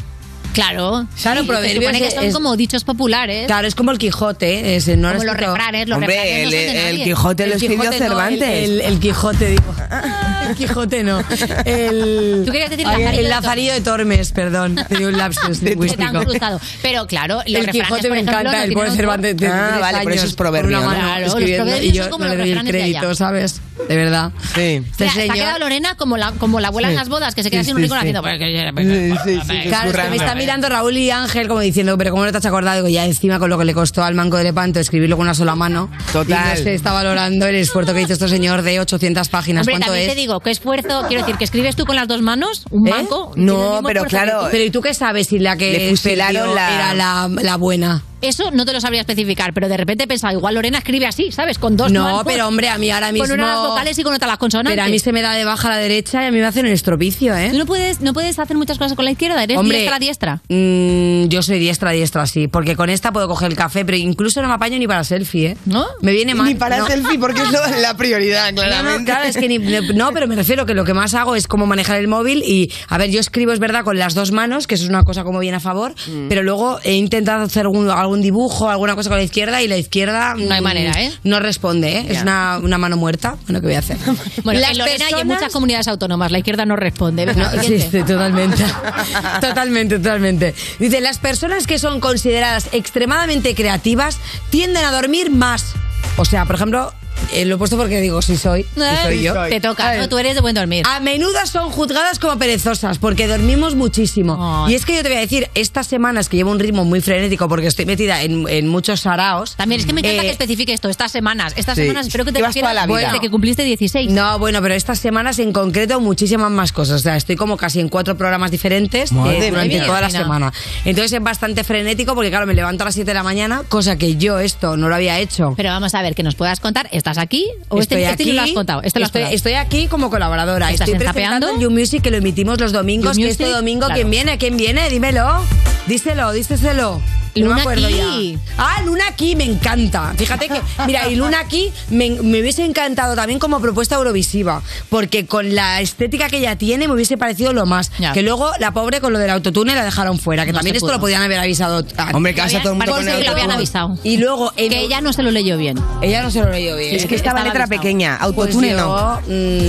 [SPEAKER 4] Claro.
[SPEAKER 29] Claro,
[SPEAKER 4] Sí,
[SPEAKER 29] proverbios
[SPEAKER 4] Se supone que
[SPEAKER 29] es-
[SPEAKER 4] son
[SPEAKER 29] es-
[SPEAKER 4] como dichos populares.
[SPEAKER 29] Claro, es como el Quijote. Es, no
[SPEAKER 4] ¿eh? Como
[SPEAKER 29] has
[SPEAKER 4] los
[SPEAKER 29] escuchado.
[SPEAKER 4] refranes, los Hombre, refranes no son el- de nadie. el Quijote
[SPEAKER 29] El
[SPEAKER 4] lo escribió
[SPEAKER 29] Quijote no, el-
[SPEAKER 4] Cervantes.
[SPEAKER 29] el, el Quijote, digo. [laughs] El Quijote no. El,
[SPEAKER 4] Tú querías decir
[SPEAKER 29] Ay,
[SPEAKER 4] Lazarillo
[SPEAKER 29] el
[SPEAKER 4] de
[SPEAKER 29] Lazarillo de Tormes, perdón.
[SPEAKER 4] [laughs]
[SPEAKER 29] Tenía un lapsus
[SPEAKER 4] Que te han
[SPEAKER 29] lingüístico.
[SPEAKER 4] cruzado. Pero claro, los
[SPEAKER 29] El
[SPEAKER 4] refranes,
[SPEAKER 29] Quijote me
[SPEAKER 4] por ejemplo,
[SPEAKER 29] encanta,
[SPEAKER 4] no
[SPEAKER 29] el pobre
[SPEAKER 4] tienen otro-
[SPEAKER 29] Cervantes de tres años, con una mano
[SPEAKER 4] Claro, los
[SPEAKER 29] escribiendo,
[SPEAKER 4] proverbios
[SPEAKER 29] y yo
[SPEAKER 4] son como
[SPEAKER 29] no
[SPEAKER 4] los
[SPEAKER 29] le doy el
[SPEAKER 4] refranes de allá.
[SPEAKER 29] crédito, ¿sabes? De verdad. Sí. Este
[SPEAKER 4] Mira, se ha
[SPEAKER 29] señor-
[SPEAKER 4] quedado Lorena como la, como la abuela
[SPEAKER 29] Sí.
[SPEAKER 4] en las bodas, que se queda
[SPEAKER 29] Sí,
[SPEAKER 4] sin un
[SPEAKER 29] sí,
[SPEAKER 4] rincón
[SPEAKER 29] sí.
[SPEAKER 4] haciendo...
[SPEAKER 29] Claro, es que me está mirando Raúl y Ángel como diciendo, pero ¿cómo no te has acordado? Digo, ya encima con lo que le costó al manco de Lepanto escribirlo con una sola mano.
[SPEAKER 4] Total.
[SPEAKER 29] Y no se está valorando el esfuerzo que hizo este señor de 800 páginas.
[SPEAKER 4] Hombre,
[SPEAKER 29] ¿Cuánto
[SPEAKER 4] también
[SPEAKER 29] es?
[SPEAKER 4] te digo, qué esfuerzo... Quiero decir, que escribes tú con las dos manos, un
[SPEAKER 29] ¿Eh?
[SPEAKER 4] banco... tiene el
[SPEAKER 29] No,
[SPEAKER 4] mismo esfuerzo
[SPEAKER 29] pero
[SPEAKER 4] que
[SPEAKER 29] claro.
[SPEAKER 4] tú.
[SPEAKER 29] Pero ¿y tú qué sabes si la
[SPEAKER 4] Le
[SPEAKER 29] que
[SPEAKER 4] puselaron
[SPEAKER 29] escribió
[SPEAKER 4] la-
[SPEAKER 29] era la, la buena?
[SPEAKER 4] Eso no te lo sabría especificar, pero de repente he pensado, igual Lorena escribe así, ¿sabes? Con dos
[SPEAKER 29] No,
[SPEAKER 4] manos,
[SPEAKER 29] pero hombre, a mí ahora
[SPEAKER 4] Con una las
[SPEAKER 29] mismo-
[SPEAKER 4] vocales y con otra las consonantes.
[SPEAKER 29] Pero a mí se me da de baja la derecha y a mí me hacen un estropicio, ¿eh?
[SPEAKER 4] Tú no puedes, no puedes hacer muchas cosas con la izquierda, eres
[SPEAKER 29] Hombre,
[SPEAKER 4] diestra, diestra.
[SPEAKER 29] Mm, yo soy diestra, diestra, sí. Porque con esta puedo coger el café, pero incluso no me apaño ni para selfie, ¿eh? ¿No? Me viene mal.
[SPEAKER 3] Ni para
[SPEAKER 29] no.
[SPEAKER 3] selfie, porque es lo- la prioridad, claramente.
[SPEAKER 29] No, no, claro, es que ni- no, pero me refiero que lo que más hago es cómo manejar el móvil y, a ver, yo escribo, es verdad, con las dos manos, que eso es una cosa como bien a favor,
[SPEAKER 4] Mm.
[SPEAKER 29] pero luego he intentado hacer algún, algún dibujo, alguna cosa con la izquierda y la izquierda...
[SPEAKER 4] No hay
[SPEAKER 29] mm,
[SPEAKER 4] manera, ¿eh?
[SPEAKER 29] No responde, ¿eh? Es
[SPEAKER 4] Ya.
[SPEAKER 29] una, una mano muerta. Bueno, ¿qué voy a hacer?
[SPEAKER 4] Bueno,
[SPEAKER 29] Las
[SPEAKER 4] en Lorena y en
[SPEAKER 29] personas-
[SPEAKER 4] muchas comunidades autónomas, la izquierda no responde. Venga,
[SPEAKER 29] No, sí,
[SPEAKER 4] siguiente.
[SPEAKER 29] sí, totalmente. [laughs] Totalmente, totalmente. Dice, las personas que son consideradas extremadamente creativas tienden a dormir más. O sea, por ejemplo, eh, lo he puesto porque digo, si soy, Ah, sí
[SPEAKER 4] Eh,
[SPEAKER 29] soy yo.
[SPEAKER 4] Te toca, ¿no? Tú eres de buen dormir.
[SPEAKER 29] A menudo son juzgadas como perezosas porque dormimos muchísimo. Y es que yo te voy a decir, estas semanas que llevo un ritmo muy frenético porque estoy metida en, en muchos saraos. También
[SPEAKER 4] Es que me encanta que especifique esto, estas semanas. Estas
[SPEAKER 29] eh, sí.
[SPEAKER 4] semanas espero que te
[SPEAKER 29] Llevas toda
[SPEAKER 4] refieras
[SPEAKER 29] la vida.
[SPEAKER 4] desde que cumpliste 16.
[SPEAKER 29] No, bueno, pero estas semanas en concreto muchísimas más cosas. O sea, estoy como casi en cuatro programas diferentes eh,
[SPEAKER 4] Madre
[SPEAKER 29] durante
[SPEAKER 4] mía.
[SPEAKER 29] toda la
[SPEAKER 4] Cristina.
[SPEAKER 29] semana. Entonces es bastante frenético porque, claro, me levanto a las 7 de la mañana, cosa que yo esto no lo había hecho.
[SPEAKER 4] Pero vamos a ver, que nos puedas contar. ¿Estás aquí? ¿O este- este, no lo has contado? Este lo has
[SPEAKER 29] estoy,
[SPEAKER 4] contado.
[SPEAKER 29] estoy aquí como colaboradora.
[SPEAKER 4] ¿Estás
[SPEAKER 29] estoy
[SPEAKER 4] zapeando?
[SPEAKER 29] presentando el You Music que lo emitimos los domingos.
[SPEAKER 4] You
[SPEAKER 29] que
[SPEAKER 4] Music,
[SPEAKER 29] este domingo,
[SPEAKER 4] claro.
[SPEAKER 29] ¿quién viene? ¿Quién viene? Dímelo. Díselo, díselo. no
[SPEAKER 4] Luna
[SPEAKER 29] me acuerdo
[SPEAKER 4] Key.
[SPEAKER 29] ya. Ah, Luna aquí me encanta. Fíjate que, mira, y Luna aquí me, me hubiese encantado también como propuesta eurovisiva, porque con la estética que ella tiene me hubiese parecido lo más.
[SPEAKER 4] Ya.
[SPEAKER 29] Que luego la pobre con lo del autotune la dejaron fuera, que
[SPEAKER 4] No
[SPEAKER 29] también
[SPEAKER 4] se
[SPEAKER 29] esto
[SPEAKER 4] pudo.
[SPEAKER 29] lo podían haber avisado. a-
[SPEAKER 4] Hombre, que Lo habían- hace todo el mundo parece con que el lo habían autotune. avisado.
[SPEAKER 29] Y luego que ella
[SPEAKER 4] no se lo leyó bien.
[SPEAKER 29] Ella no se lo leyó bien.
[SPEAKER 12] Es que estaba
[SPEAKER 29] Estaba
[SPEAKER 12] letra
[SPEAKER 29] avisado.
[SPEAKER 12] pequeña, autotune
[SPEAKER 29] Pues yo,
[SPEAKER 12] no.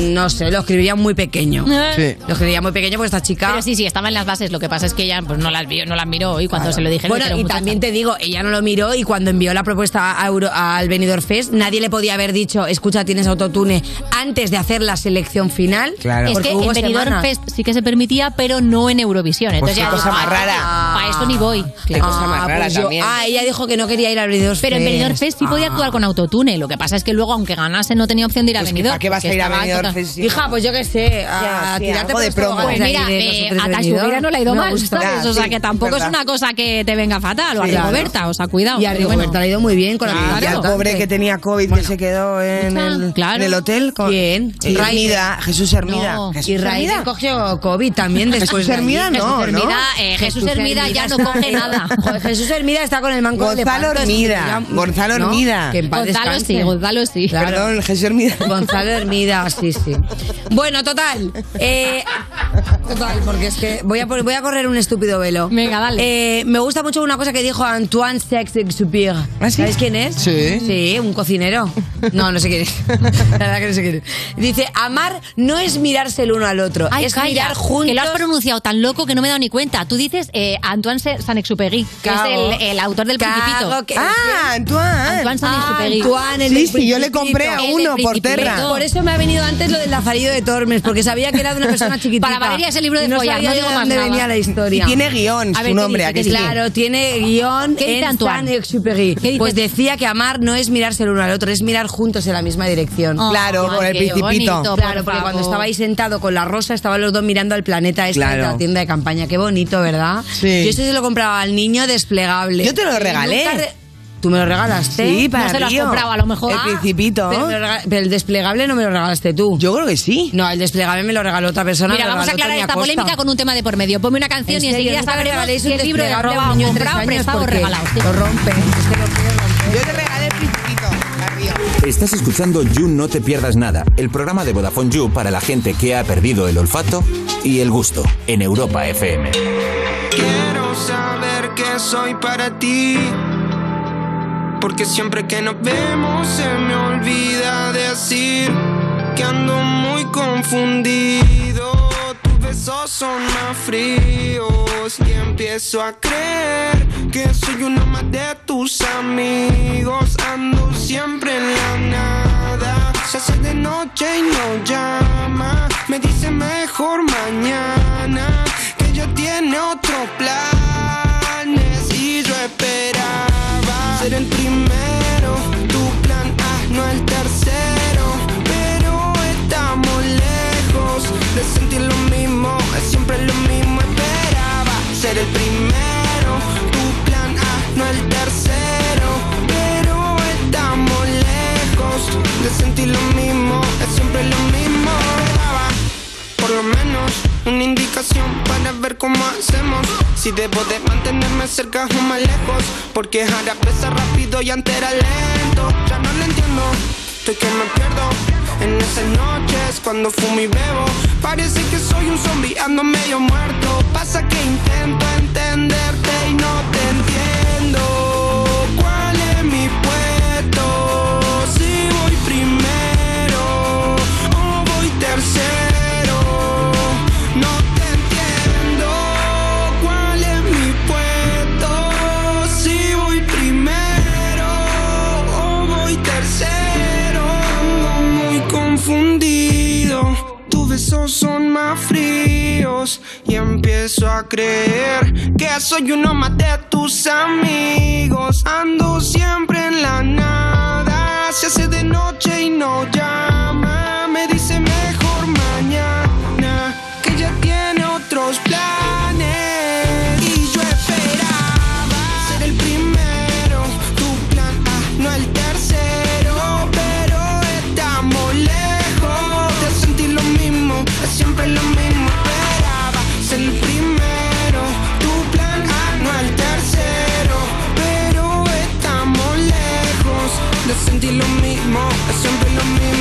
[SPEAKER 29] mm, no sé, lo escribiría
[SPEAKER 4] [laughs]
[SPEAKER 29] muy pequeño.
[SPEAKER 12] Sí.
[SPEAKER 29] Lo escribiría muy pequeño porque esta chica.
[SPEAKER 4] Pero sí, sí, estaba en las bases. Lo que pasa es que ella pues, no, las vio, no las miró y cuando se lo dijeron...
[SPEAKER 29] Bueno,
[SPEAKER 4] dijeron,
[SPEAKER 29] y
[SPEAKER 4] "Muchacha".
[SPEAKER 29] también te digo, ella no lo miró y cuando envió la propuesta a Euro- al Benidorm Fest, nadie le podía haber dicho, escucha, tienes autotune, antes de hacer la selección final.
[SPEAKER 4] Es
[SPEAKER 29] porque
[SPEAKER 4] que
[SPEAKER 29] hubo
[SPEAKER 4] en Benidorm
[SPEAKER 29] semanas.
[SPEAKER 4] Fest sí que se permitía, pero no en Eurovisión. Entonces
[SPEAKER 29] Pues
[SPEAKER 4] ya
[SPEAKER 29] qué cosa más rara.
[SPEAKER 4] Para eso ni voy.
[SPEAKER 29] Ah, pues yo- ah, ella dijo que no quería ir al Benidorm
[SPEAKER 4] Pero en
[SPEAKER 29] Fest.
[SPEAKER 4] Benidorm Fest sí podía
[SPEAKER 29] Ah.
[SPEAKER 4] actuar con autotune. Lo que pasa es que luego, aunque ganase, no tenía opción de ir a Benidorm.
[SPEAKER 29] Pues ¿para qué vas a ir a
[SPEAKER 4] estaba
[SPEAKER 29] Benidorm
[SPEAKER 4] total-
[SPEAKER 29] Fest si- Hija, pues yo qué sé, a Ya, sí, Ah, tirarte algo por de los promo. toboganes
[SPEAKER 4] Pues mira,
[SPEAKER 29] ahí de los
[SPEAKER 4] eh,
[SPEAKER 29] otros
[SPEAKER 4] a
[SPEAKER 29] Benidorm.
[SPEAKER 4] Tashuguera no le ha ido
[SPEAKER 29] Me
[SPEAKER 4] mal,
[SPEAKER 29] gusta.
[SPEAKER 4] ¿sabes?
[SPEAKER 29] Ya,
[SPEAKER 4] o sea,
[SPEAKER 29] sí,
[SPEAKER 4] que tampoco es,
[SPEAKER 29] verdad.
[SPEAKER 4] una cosa que te venga fatal. O a
[SPEAKER 29] Sí, claro.
[SPEAKER 4] Rigoberta, o sea, cuidado.
[SPEAKER 29] Y a
[SPEAKER 4] pero
[SPEAKER 29] Rigoberta
[SPEAKER 4] bueno.
[SPEAKER 29] le ha ido muy bien con
[SPEAKER 4] Claro.
[SPEAKER 29] la
[SPEAKER 4] Y al
[SPEAKER 12] Pobre que tenía COVID, que se quedó en el,
[SPEAKER 29] Claro.
[SPEAKER 12] en el hotel. Con,
[SPEAKER 29] Bien.
[SPEAKER 12] Y Hermida, Jesús Hermida.
[SPEAKER 29] No.
[SPEAKER 12] Jesús
[SPEAKER 29] Y Raiden
[SPEAKER 12] Hermida.
[SPEAKER 29] cogió COVID también
[SPEAKER 12] Jesús
[SPEAKER 29] después. de allí.
[SPEAKER 12] Hermida no,
[SPEAKER 29] Jesús
[SPEAKER 12] ¿no?
[SPEAKER 29] Hermida,
[SPEAKER 4] eh, Jesús Hermida ya no coge
[SPEAKER 29] está-
[SPEAKER 12] [laughs]
[SPEAKER 4] nada.
[SPEAKER 29] Joder, Jesús Hermida está con el manco de
[SPEAKER 12] Gonzalo
[SPEAKER 29] Lepanto,
[SPEAKER 12] Hermida.
[SPEAKER 29] es que ya-
[SPEAKER 12] Gonzalo
[SPEAKER 29] ¿no?
[SPEAKER 12] Hermida.
[SPEAKER 29] Que en paz
[SPEAKER 4] Gonzalo
[SPEAKER 29] descanse.
[SPEAKER 4] sí, Gonzalo sí.
[SPEAKER 12] Perdón, Jesús Hermida.
[SPEAKER 29] [laughs] Gonzalo Hermida, sí, sí. Bueno, total. eh, total, porque es que voy a, por- voy a correr un estúpido velo. Venga, dale. me gusta mucho una cosa que dijo Antoine Saint-Exupéry.
[SPEAKER 12] ¿Ah,
[SPEAKER 29] ¿Sabéis quién es? Sí. Sí, un cocinero. No, no sé quién es. [laughs] La verdad que no sé quién es. Dice, amar no es mirarse el uno al otro,
[SPEAKER 4] Ay,
[SPEAKER 29] es
[SPEAKER 4] calla,
[SPEAKER 29] mirar juntos.
[SPEAKER 4] Que lo has pronunciado tan loco que no me he dado ni cuenta. Tú dices eh, Antoine Se- Saint-Exupéry, que
[SPEAKER 29] Cago.
[SPEAKER 4] es el, el autor del
[SPEAKER 29] Cago
[SPEAKER 4] Principito.
[SPEAKER 29] que- Ah,
[SPEAKER 4] ah, Antoine. Antoine Saint-Exupéry.
[SPEAKER 29] Antoine, el del Principito.
[SPEAKER 4] El del Principito.
[SPEAKER 29] Por eso me ha venido antes lo del Lazarillo de Tormes, porque sabía que era de una
[SPEAKER 4] [laughs]
[SPEAKER 29] persona chiquitita.
[SPEAKER 4] Para Valeria es el libro de
[SPEAKER 29] Y no
[SPEAKER 4] follar,
[SPEAKER 29] sabía
[SPEAKER 4] no
[SPEAKER 29] de
[SPEAKER 4] digo más
[SPEAKER 29] dónde
[SPEAKER 4] nada.
[SPEAKER 29] venía la historia.
[SPEAKER 4] Y tiene guión, A ver, su ¿qué nombre, dice? ¿a qué ¿Qué sigue? dice?
[SPEAKER 29] Claro, tiene guión
[SPEAKER 4] ¿Qué dice
[SPEAKER 29] en
[SPEAKER 4] Antoine?
[SPEAKER 29] Saint-Exupéry. Pues decía que amar no es mirarse el uno al otro, es mirar juntos en la misma dirección.
[SPEAKER 4] Oh, Claro, por ay, el qué Principito. bonito, por
[SPEAKER 29] claro, porque
[SPEAKER 4] favor.
[SPEAKER 29] cuando estaba ahí sentado con la rosa, estaban los dos mirando al planeta este de
[SPEAKER 12] Claro.
[SPEAKER 29] la tienda de campaña. Qué bonito, ¿verdad?
[SPEAKER 12] Sí.
[SPEAKER 29] Yo eso se lo compraba al niño desplegable.
[SPEAKER 12] Yo te lo regalé.
[SPEAKER 29] Nunca re- ¿Tú me lo regalaste?
[SPEAKER 12] Sí, para Río.
[SPEAKER 29] Ah.
[SPEAKER 12] El principito.
[SPEAKER 29] Pero, me lo rega- pero el desplegable no me lo regalaste tú. Yo creo que sí. No, el desplegable me lo regaló otra persona.
[SPEAKER 4] Mira, vamos a aclarar esta polémica con un tema de por medio. Ponme una canción
[SPEAKER 29] En
[SPEAKER 4] y
[SPEAKER 29] serio,
[SPEAKER 4] enseguida
[SPEAKER 29] nunca me
[SPEAKER 4] sabremos
[SPEAKER 29] regaléis
[SPEAKER 4] si
[SPEAKER 29] un
[SPEAKER 4] el libro es
[SPEAKER 29] desplegable a un
[SPEAKER 4] robado,
[SPEAKER 29] niño de tres
[SPEAKER 4] comprado,
[SPEAKER 29] años
[SPEAKER 4] prestado o
[SPEAKER 29] porque
[SPEAKER 4] regalado.
[SPEAKER 29] Lo rompe.
[SPEAKER 6] Estás escuchando You No Te Pierdas Nada, el programa de Vodafone You para la gente que ha perdido el olfato y el gusto en Europa FM.
[SPEAKER 1] Quiero
[SPEAKER 30] saber que soy para ti. Porque siempre que nos vemos se me olvida decir que ando muy confundido. Tus besos son más fríos y empiezo a creer que soy uno más de tus amigos. Ando siempre en la nada. Se hace de noche y no llama. Me dice mejor mañana que yo tiene otro planes y yo esperaba ser el primero, tu plan A Ah, no el tercero, pero estamos lejos de sentir lo mismo, es siempre lo mismo esperaba ser el primero, tu plan A no el tercero, pero estamos lejos de sentir lo mismo, es siempre lo mismo esperaba por lo menos una indicación para ver cómo hacemos. Si debo de mantenerme cerca o más lejos, porque ahora pesa rápido y antes era lento. Ya no lo entiendo, estoy que me pierdo. En esas noches cuando fumo y bebo, parece que soy un zombie, ando medio muerto. Pasa que intento entenderte y no te entiendo. ¿Cuál es mi puesto? Si voy primero o voy tercero, no te entiendo. ¿Cuál es mi puesto? Si voy primero o voy tercero, ando muy confundido. Tus besos son más fríos y empiezo a creer que soy uno más de tus amigos. Ando siempre en la nada, se hace de noche y no llama. Me dice mejor mañana que ya tiene otros planes y yo esperaba ser el primero, tu plan A, no el tercero, pero estamos lejos de sentir lo mismo, es siempre lo mismo. Esperaba ser el primero, tu plan A, no el tercero, pero estamos lejos de sentir lo mismo, es siempre lo mismo.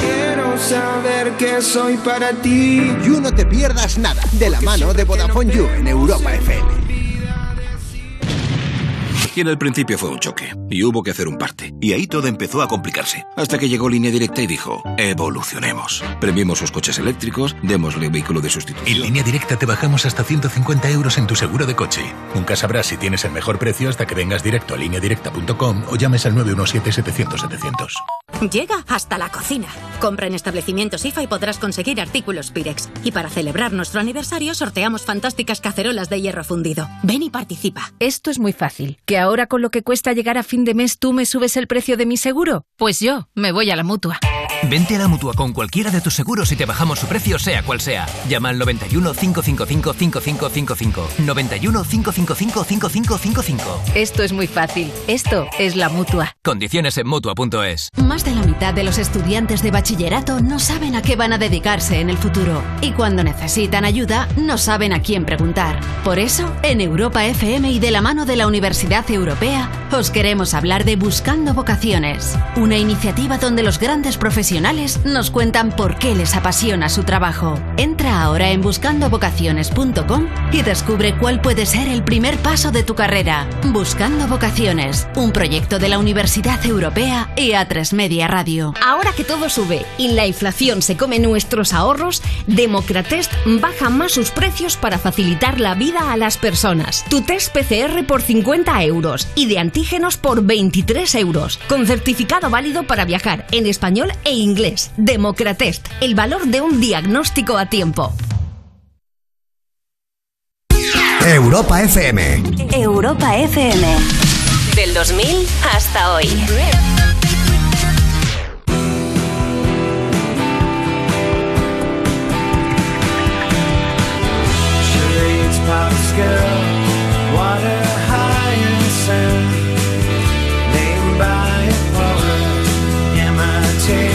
[SPEAKER 30] Quiero saber que soy para ti.
[SPEAKER 5] You no te pierdas nada de la mano de Vodafone You en Europa FM.
[SPEAKER 10] Y en el principio fue un choque, y hubo que hacer un parte. Y ahí todo empezó a complicarse, hasta que llegó Línea Directa y dijo, evolucionemos. Premiemos sus coches eléctricos, démosle vehículo de sustitución.
[SPEAKER 31] En línea directa te bajamos hasta 150 euros en tu seguro de coche. Nunca sabrás si tienes el mejor precio hasta que vengas directo a lineadirecta.com o llames al 917-700-700.
[SPEAKER 17] Llega hasta la cocina. Compra en establecimientos IFA y podrás conseguir artículos Pirex. Y para celebrar nuestro aniversario sorteamos fantásticas cacerolas de hierro fundido. Ven y participa.
[SPEAKER 32] Esto es muy fácil. ¿Que ahora con lo que cuesta llegar a fin de mes tú me subes el precio de mi seguro? Pues yo me voy a la mutua.
[SPEAKER 8] Vente a la mutua con cualquiera de tus seguros y te bajamos su precio, sea cual sea. Llama al 91 555 5555. 91 555 5555.
[SPEAKER 32] Esto es muy fácil. Esto es la mutua.
[SPEAKER 8] Condiciones en mutua.es.
[SPEAKER 4] Más de la mitad de los estudiantes de bachillerato no saben a qué van a dedicarse en el futuro y cuando necesitan ayuda no saben a quién preguntar. Por eso, en Europa FM y de la mano de la Universidad Europea, os queremos hablar de Buscando Vocaciones, una iniciativa donde los grandes profesionales nos cuentan por qué les apasiona su trabajo. Entra ahora en buscandovocaciones.com y descubre cuál puede ser el primer paso de tu carrera. Buscando Vocaciones, un proyecto de la Universidad Europea
[SPEAKER 27] E
[SPEAKER 4] y A3 Media Radio.
[SPEAKER 27] Ahora que todo sube y la inflación se come nuestros ahorros, Democratest baja más sus precios para facilitar la vida a las personas. Tu test PCR por 50 euros y de antígenos por 23 euros, con certificado válido para viajar en español e inglés. Democratest, el valor de un diagnóstico a tiempo.
[SPEAKER 4] Europa FM.
[SPEAKER 2] Europa FM. Del 2000 hasta hoy.
[SPEAKER 27] She reads Pascal, water hyacinth, named by a poet, imitation.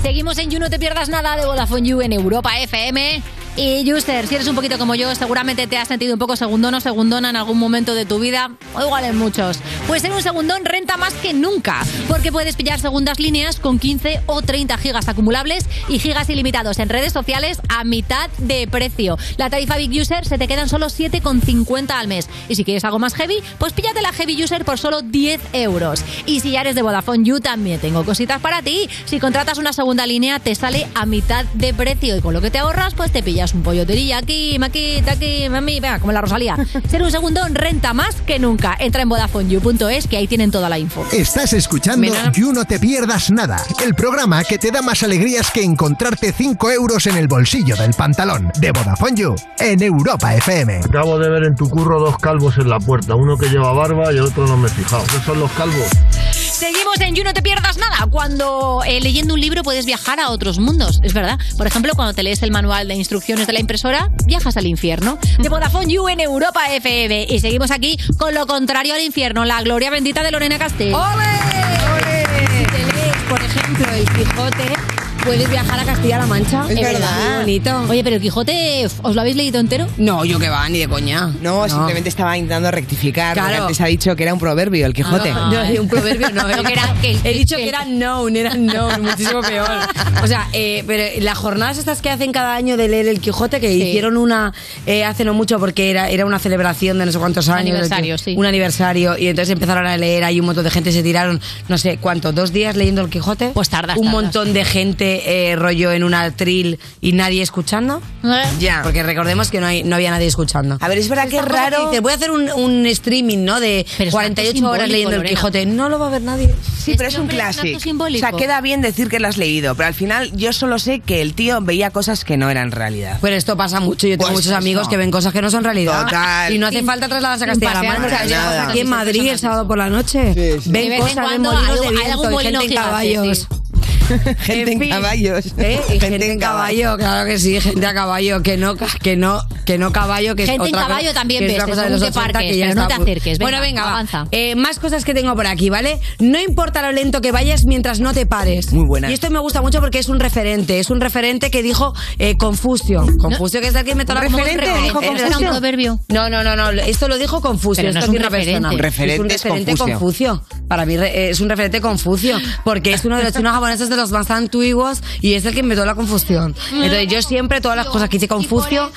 [SPEAKER 4] Seguimos en You No Te Pierdas Nada de Vodafone You en Europa FM. Y Juster, si eres un poquito como yo, seguramente te has sentido un poco segundón o segundona en algún momento de tu vida, o igual en muchos. Pues ser un segundón renta más que nunca, porque puedes pillar segundas líneas con 15 o 30 gigas acumulables y gigas ilimitados en redes sociales a mitad de precio. La tarifa Big User se te quedan solo 7,50 al mes. Y si quieres algo más heavy, pues píllate la Heavy User por solo 10 euros. Y si ya eres de Vodafone You, también tengo cositas para ti. Si contratas una segunda línea, te sale a mitad de precio y con lo que te ahorras, pues te pillas un pollo terilla aquí, maquita aquí, mami, venga, como la Rosalía. [laughs] Ser un segundón renta más que nunca. Entra en VodafoneYou.es que ahí tienen toda la info.
[SPEAKER 5] Estás escuchando
[SPEAKER 4] Mira.
[SPEAKER 5] You No Te Pierdas Nada, el programa que te da más alegrías que encontrarte 5 euros en el bolsillo del pantalón de Vodafone You en Europa FM.
[SPEAKER 17] Acabo de ver en tu curro dos calvos en la puerta, uno que lleva barba y el otro no me he fijado. ¿Qué son los calvos?
[SPEAKER 4] Seguimos en You, no te pierdas nada. Cuando eh, leyendo un libro puedes viajar a otros mundos, es verdad. Por ejemplo, cuando te lees el manual de instrucciones de la impresora, viajas al infierno. De Vodafone You en Europa FM. Y seguimos aquí con lo contrario al infierno, la gloria bendita de Lorena Castell.
[SPEAKER 29] Si te lees, por ejemplo, el Quijote, puedes viajar a Castilla-La Mancha.
[SPEAKER 4] Es verdad.
[SPEAKER 29] muy bonito.
[SPEAKER 4] Oye, pero el Quijote, ¿os lo habéis leído entero?
[SPEAKER 29] No, yo que va, ni de coña.
[SPEAKER 12] No, simplemente estaba intentando rectificar.
[SPEAKER 29] Claro. Ah.
[SPEAKER 12] porque Antes ha dicho que era un proverbio, el Quijote.
[SPEAKER 29] No, no, un proverbio [laughs] no.
[SPEAKER 4] No, que era-
[SPEAKER 29] he dicho que era known, era known, muchísimo peor. O sea, eh, pero las jornadas estas que hacen cada año de leer el Quijote, que hicieron una eh, hace no mucho porque era, era una celebración de no sé cuántos años.
[SPEAKER 4] aniversario,
[SPEAKER 29] de-
[SPEAKER 4] sí.
[SPEAKER 29] Un aniversario. Y entonces empezaron a leer, hay un montón de gente, se tiraron, no sé cuánto, dos días leyendo el Quijote. Pues tardas. Un
[SPEAKER 4] tardas.
[SPEAKER 29] montón de gente eh, rollo en un atril y nadie escuchando. Ya. Porque recordemos que no, hay, no había nadie escuchando. A ver, es verdad
[SPEAKER 12] que es raro.
[SPEAKER 29] Pues Dice, voy a hacer un, un streaming, ¿no? De 48 horas
[SPEAKER 12] simbólico,
[SPEAKER 29] leyendo el
[SPEAKER 12] Lorena.
[SPEAKER 29] Quijote. No lo va a ver nadie.
[SPEAKER 12] Sí, pero es un clásico. O sea, queda bien decir que lo has leído, pero al final yo solo sé que el tío veía cosas que no eran realidad.
[SPEAKER 29] Pero esto pasa mucho. Yo tengo
[SPEAKER 12] Pues
[SPEAKER 29] muchos
[SPEAKER 12] eso.
[SPEAKER 29] amigos que ven cosas que no son realidad.
[SPEAKER 12] Total.
[SPEAKER 29] Y no hace
[SPEAKER 12] Sin-
[SPEAKER 29] falta trasladarse a
[SPEAKER 12] sin
[SPEAKER 29] Castilla-La
[SPEAKER 12] pasear
[SPEAKER 29] Mancha.
[SPEAKER 12] por
[SPEAKER 29] Eso
[SPEAKER 12] nada.
[SPEAKER 29] pasa Aquí en
[SPEAKER 12] Sí,
[SPEAKER 29] Madrid el
[SPEAKER 12] personas
[SPEAKER 29] sábado por la noche
[SPEAKER 12] De
[SPEAKER 29] ven
[SPEAKER 12] vez en
[SPEAKER 29] cosas, ven
[SPEAKER 12] cuando
[SPEAKER 29] molinos de
[SPEAKER 12] algo- hay
[SPEAKER 29] viento
[SPEAKER 12] algún
[SPEAKER 29] y
[SPEAKER 12] molino
[SPEAKER 29] gente en
[SPEAKER 12] gigante,
[SPEAKER 29] caballos.
[SPEAKER 12] [laughs] Gente en
[SPEAKER 29] fin.
[SPEAKER 12] caballos.
[SPEAKER 29] ¿Eh? Y gente, en caballo, claro que sí, gente a caballo, que no, ca- que no, que no caballo, que es
[SPEAKER 4] Gente en
[SPEAKER 29] otra
[SPEAKER 4] caballo
[SPEAKER 29] cosa-
[SPEAKER 4] también
[SPEAKER 29] que es
[SPEAKER 4] ves,
[SPEAKER 29] otra cosa de
[SPEAKER 4] según
[SPEAKER 29] los
[SPEAKER 4] qué
[SPEAKER 29] 80
[SPEAKER 4] parques,
[SPEAKER 29] que ya
[SPEAKER 4] pero no
[SPEAKER 29] está
[SPEAKER 4] te
[SPEAKER 29] pu-
[SPEAKER 4] acerques,
[SPEAKER 29] bueno,
[SPEAKER 4] venga,
[SPEAKER 29] venga, va.
[SPEAKER 4] avanza.
[SPEAKER 29] Eh, más cosas que tengo por aquí, ¿vale? No importa lo lento que vayas mientras no te pares.
[SPEAKER 12] Muy buena.
[SPEAKER 29] Y esto me gusta mucho porque es un referente, es un referente que dijo eh, Confucio. Confucio que es el que inventó la
[SPEAKER 12] ¿Un referente?
[SPEAKER 29] ¿Cómo
[SPEAKER 12] ¿Dijo
[SPEAKER 29] referente?
[SPEAKER 12] Confucio?
[SPEAKER 29] No, no, no, no, esto lo dijo Confucio.
[SPEAKER 12] Pero no
[SPEAKER 29] esto
[SPEAKER 12] es un
[SPEAKER 29] que una persona.
[SPEAKER 12] referente.
[SPEAKER 29] Es un
[SPEAKER 12] Referente es
[SPEAKER 29] referente
[SPEAKER 12] Confucio.
[SPEAKER 29] Confucio. Confucio. Para mí re- eh, es un referente Confucio, porque es uno de los chinos japoneses de los más antiguos y es el que inventó la confusión. Entonces yo siempre todas las cosas que hice Confucio,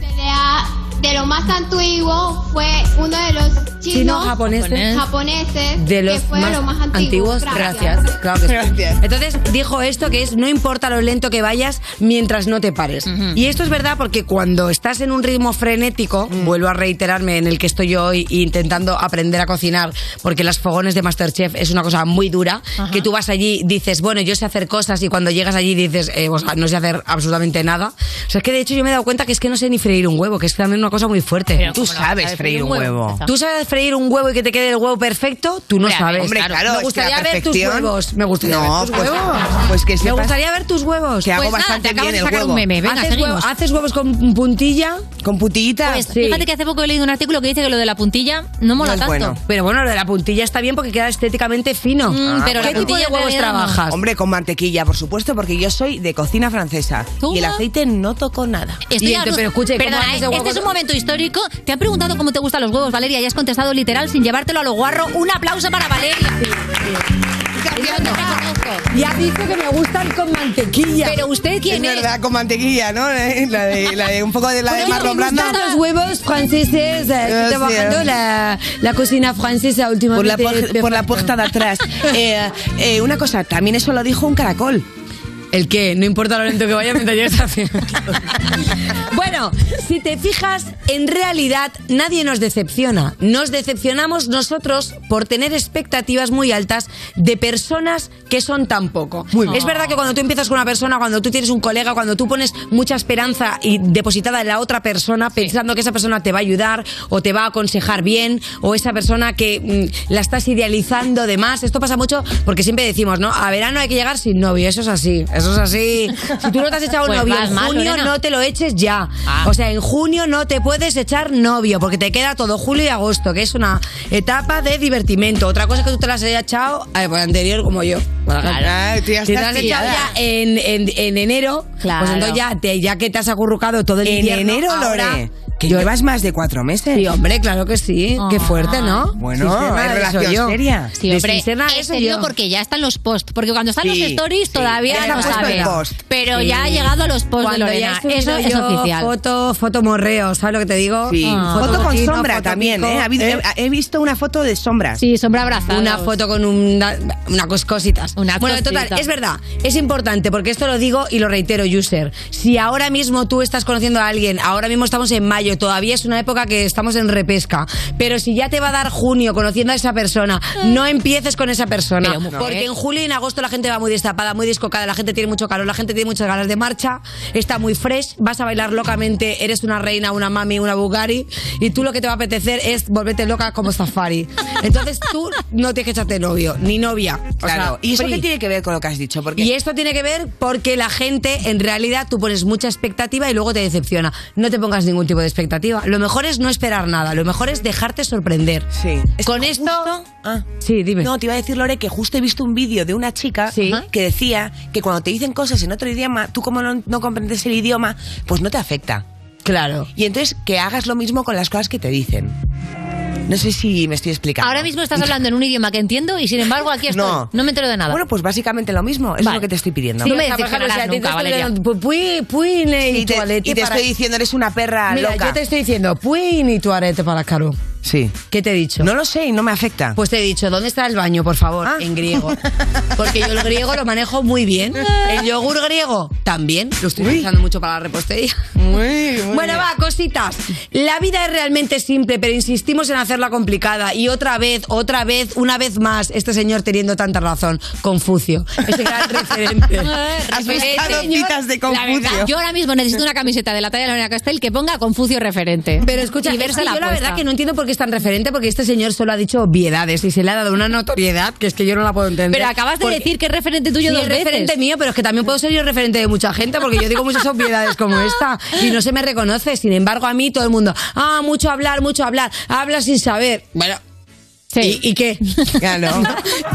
[SPEAKER 21] idea de lo más antiguo fue uno de los chinos
[SPEAKER 29] Chino, japoneses.
[SPEAKER 21] japoneses
[SPEAKER 29] de los
[SPEAKER 21] que fue
[SPEAKER 29] más,
[SPEAKER 21] de los más
[SPEAKER 29] antiguos,
[SPEAKER 21] antiguos.
[SPEAKER 29] gracias. Claro que sí. [laughs] Entonces dijo esto que es no importa lo lento que vayas mientras no te pares. Y esto es verdad porque cuando estás en un ritmo frenético, vuelvo a reiterarme en el que estoy yo hoy intentando aprender a cocinar, porque las fogones de MasterChef es una cosa muy dura, que tú vas allí dices, bueno, yo sé hacer cosas y cuando llegas allí dices, eh, o sea, no sé hacer absolutamente nada. O sea, es que de hecho yo me he dado cuenta que es que no sé ni freír un huevo, que es también una cosa muy fuerte.
[SPEAKER 12] Pero ¿cómo no vas a saber freír un huevo?
[SPEAKER 29] Tú sabes freír un huevo y que te quede el huevo perfecto, tú no
[SPEAKER 12] Hombre,
[SPEAKER 29] sabes.
[SPEAKER 12] hombre, claro, es
[SPEAKER 29] me
[SPEAKER 12] que
[SPEAKER 29] gustaría
[SPEAKER 12] la
[SPEAKER 29] ver tus
[SPEAKER 12] perfección-
[SPEAKER 29] huevos. Me gustaría
[SPEAKER 12] No,
[SPEAKER 29] ver tus
[SPEAKER 12] pues-
[SPEAKER 29] huevos.
[SPEAKER 12] pues que
[SPEAKER 29] Me
[SPEAKER 12] sepas-
[SPEAKER 29] gustaría ver tus huevos.
[SPEAKER 12] Que hago Pues nada, bastante te acabas bien de el sacar un huevo. meme. Venga,
[SPEAKER 29] haces,
[SPEAKER 12] seguimos.
[SPEAKER 29] huevos, haces huevos con puntilla.
[SPEAKER 12] Con puntillita.
[SPEAKER 29] Ah,
[SPEAKER 4] Pues, Fíjate que hace poco he leído un artículo que dice que lo de la puntilla no mola tanto.
[SPEAKER 29] Pero bueno, lo de la puntilla está bien porque queda estéticamente fino.
[SPEAKER 12] Ah,
[SPEAKER 29] ¿Qué
[SPEAKER 12] bueno.
[SPEAKER 29] tipo de huevos trabajas?
[SPEAKER 12] Hombre, con mantequilla, por supuesto, porque yo soy de cocina francesa. Y el aceite no toco nada.
[SPEAKER 4] Estoy a- Perdona,
[SPEAKER 12] Perdona,
[SPEAKER 4] eh,
[SPEAKER 12] ¿eh?
[SPEAKER 4] este es un momento histórico. Te han preguntado cómo te gustan los huevos, Valeria, y has contestado literal sin llevártelo a lo guarro. Un aplauso para Valeria.
[SPEAKER 29] Y ha dicho que me gustan con mantequilla.
[SPEAKER 4] Pero usted quién
[SPEAKER 12] es. verdad, con mantequilla, ¿no? [laughs] Eh, La de, la de un poco de la de
[SPEAKER 29] Bueno,
[SPEAKER 12] marrón
[SPEAKER 29] me
[SPEAKER 12] blando.
[SPEAKER 29] gustan los huevos franceses. eh,
[SPEAKER 12] Gracias.
[SPEAKER 29] Estoy trabajando la, la cocina francesa
[SPEAKER 12] Por la,
[SPEAKER 29] últimamente.
[SPEAKER 12] por, por la puerta
[SPEAKER 29] [laughs]
[SPEAKER 12] de atrás. Eh, eh, una cosa, también eso lo dijo un caracol.
[SPEAKER 29] ¿El qué? No importa lo lento que vaya mientras
[SPEAKER 12] [laughs]
[SPEAKER 29] llegues Bueno, si te fijas, en realidad nadie nos decepciona. Nos decepcionamos nosotros por tener expectativas muy altas de personas que son tan poco.
[SPEAKER 12] Muy bien.
[SPEAKER 29] Es verdad que cuando tú empiezas con una persona, cuando tú tienes un colega, cuando tú pones mucha esperanza y depositada en la otra persona, pensando que esa persona te va a ayudar o te va a aconsejar bien, o esa persona que mm, la estás idealizando de más. Esto pasa mucho porque siempre decimos, ¿no? A verano hay que llegar sin novio. Eso es así. Eso es así. Si tú no te has echado
[SPEAKER 4] Pues
[SPEAKER 29] un novio
[SPEAKER 4] vas
[SPEAKER 29] en
[SPEAKER 4] mal,
[SPEAKER 29] junio,
[SPEAKER 4] Lorena.
[SPEAKER 29] no te lo eches ya.
[SPEAKER 4] Ah.
[SPEAKER 29] O sea, en junio no te puedes echar novio porque te queda todo julio y agosto, que es una etapa de divertimento. Otra cosa es que tú te las hayas echado eh, por anterior como yo.
[SPEAKER 12] Claro, Ah, tú ya
[SPEAKER 29] Si te
[SPEAKER 12] estás
[SPEAKER 29] las has echado
[SPEAKER 12] pillada.
[SPEAKER 29] ya en, en- en enero,
[SPEAKER 12] Claro.
[SPEAKER 29] pues entonces ya, te- ya que te has acurrucado todo el
[SPEAKER 12] En
[SPEAKER 29] invierno,
[SPEAKER 12] enero,
[SPEAKER 29] ahora-
[SPEAKER 12] Lore. Que llevas más de cuatro meses.
[SPEAKER 29] Sí, hombre, claro que sí.
[SPEAKER 4] Ah.
[SPEAKER 29] Qué fuerte, ¿no?
[SPEAKER 12] Bueno,
[SPEAKER 29] Sistema
[SPEAKER 12] hay
[SPEAKER 29] de eso
[SPEAKER 12] relación
[SPEAKER 29] yo.
[SPEAKER 12] seria.
[SPEAKER 4] Sí, hombre,
[SPEAKER 29] Sistema de
[SPEAKER 4] es
[SPEAKER 29] eso
[SPEAKER 4] serio
[SPEAKER 29] yo.
[SPEAKER 4] porque ya están los posts. Porque cuando están
[SPEAKER 29] Sí,
[SPEAKER 4] los stories
[SPEAKER 29] sí.
[SPEAKER 4] todavía
[SPEAKER 29] Ella
[SPEAKER 4] no
[SPEAKER 29] la ha puesto
[SPEAKER 4] sabe.
[SPEAKER 29] en post.
[SPEAKER 4] Pero
[SPEAKER 29] Sí.
[SPEAKER 4] ya ha llegado a los posts
[SPEAKER 29] Cuando
[SPEAKER 4] de
[SPEAKER 29] ya
[SPEAKER 4] Lorena.
[SPEAKER 29] he subido
[SPEAKER 4] Eso es
[SPEAKER 29] yo
[SPEAKER 4] oficial.
[SPEAKER 29] Foto, foto morreo, ¿sabes lo que te digo?
[SPEAKER 12] Sí. Foto con
[SPEAKER 29] cochino,
[SPEAKER 12] sombra
[SPEAKER 29] foto
[SPEAKER 12] también,
[SPEAKER 29] pico.
[SPEAKER 12] ¿eh? Ha habido- he, he visto una foto de sombra.
[SPEAKER 4] Sí, sombra abrazada.
[SPEAKER 29] Una foto con una, una cos- cositas. bueno, total,
[SPEAKER 4] cosita.
[SPEAKER 29] es verdad, es importante porque esto lo digo y lo reitero, user. Si ahora mismo tú estás conociendo a alguien, ahora mismo estamos en mayo, todavía es una época que estamos en repesca, pero si ya te va a dar junio conociendo a esa persona, no empieces con esa persona.
[SPEAKER 4] Pero, eh. mujer.
[SPEAKER 29] porque en julio y en agosto la gente va muy destapada, muy descocada, la gente tiene mucho calor, la gente tiene muchas ganas de marcha, está muy fresh, vas a bailar locamente, eres una reina, una mami, una bugari, y tú lo que te va a apetecer es volverte loca como safari. Entonces tú no tienes que echarte novio, ni novia.
[SPEAKER 12] Claro. ¿Y eso qué tiene
[SPEAKER 29] que ver con lo que has dicho? Y esto tiene que ver porque la gente, en realidad, tú pones mucha expectativa y luego te decepciona. No te pongas ningún tipo de expectativa. Lo mejor es no esperar nada, lo mejor es dejarte sorprender. Sí. Con esto... Sí, dime.
[SPEAKER 12] ah. No, te iba a decir, Lore, que justo he visto un vídeo de una chica que decía que cuando te dicen cosas en otro idioma, tú como no, no comprendes el idioma, pues no te afecta.
[SPEAKER 29] Claro.
[SPEAKER 12] Y entonces que hagas lo mismo con las cosas que te dicen. No sé si me estoy explicando.
[SPEAKER 4] Ahora mismo estás hablando en un idioma que entiendo y sin embargo aquí estoy.
[SPEAKER 12] No.
[SPEAKER 4] No, me entero de nada.
[SPEAKER 12] Bueno, pues básicamente lo mismo. Es
[SPEAKER 4] Vale.
[SPEAKER 12] lo que te estoy pidiendo.
[SPEAKER 4] Sí, No me o sea, por decepcionarás ejemplo, si a ti te nunca, estoy Valeria. diciendo,
[SPEAKER 12] y te, y te estoy diciendo, eres una perra
[SPEAKER 29] Mira,
[SPEAKER 12] loca.
[SPEAKER 29] yo te estoy diciendo, puin y tu arete para Caro.
[SPEAKER 12] Sí.
[SPEAKER 29] ¿Qué te he dicho?
[SPEAKER 12] No lo sé y no me afecta.
[SPEAKER 29] Pues te he dicho, ¿dónde está el baño, por favor?
[SPEAKER 12] Ah.
[SPEAKER 29] En
[SPEAKER 12] [laughs]
[SPEAKER 29] griego. Porque yo el griego lo manejo muy bien. El yogur griego también. Lo estoy utilizando mucho para la repostería. bueno,
[SPEAKER 12] bien.
[SPEAKER 29] va, cositas. La vida es realmente simple, pero insistimos en hacerla complicada. Y otra vez, otra vez, una vez más, este señor teniendo tanta razón, Confucio. Ese gran referente.
[SPEAKER 4] Has
[SPEAKER 29] buscado citas de Confucio.
[SPEAKER 4] La verdad, yo ahora mismo necesito una camiseta de la talla de Lorena Castell que ponga Confucio referente.
[SPEAKER 29] Pero escucha,
[SPEAKER 4] y
[SPEAKER 29] es
[SPEAKER 4] verse
[SPEAKER 29] que
[SPEAKER 4] la
[SPEAKER 29] yo la
[SPEAKER 4] puesta.
[SPEAKER 29] verdad que no entiendo por qué es tan referente, porque este señor solo ha dicho obviedades y se le ha dado una notoriedad que es que yo no la puedo entender.
[SPEAKER 4] Pero acabas de decir que es referente tuyo
[SPEAKER 29] Sí,
[SPEAKER 4] dos
[SPEAKER 29] es
[SPEAKER 4] veces.
[SPEAKER 29] referente mío, pero es que también puedo ser yo referente de mucha gente, porque yo digo muchas obviedades como esta y no se me reconoce. Sin embargo, a mí todo el mundo, ah, mucho hablar, mucho hablar, habla sin saber.
[SPEAKER 20] [laughs]
[SPEAKER 29] Bueno. ¿Y,
[SPEAKER 4] [laughs]
[SPEAKER 29] y qué?
[SPEAKER 12] Claro.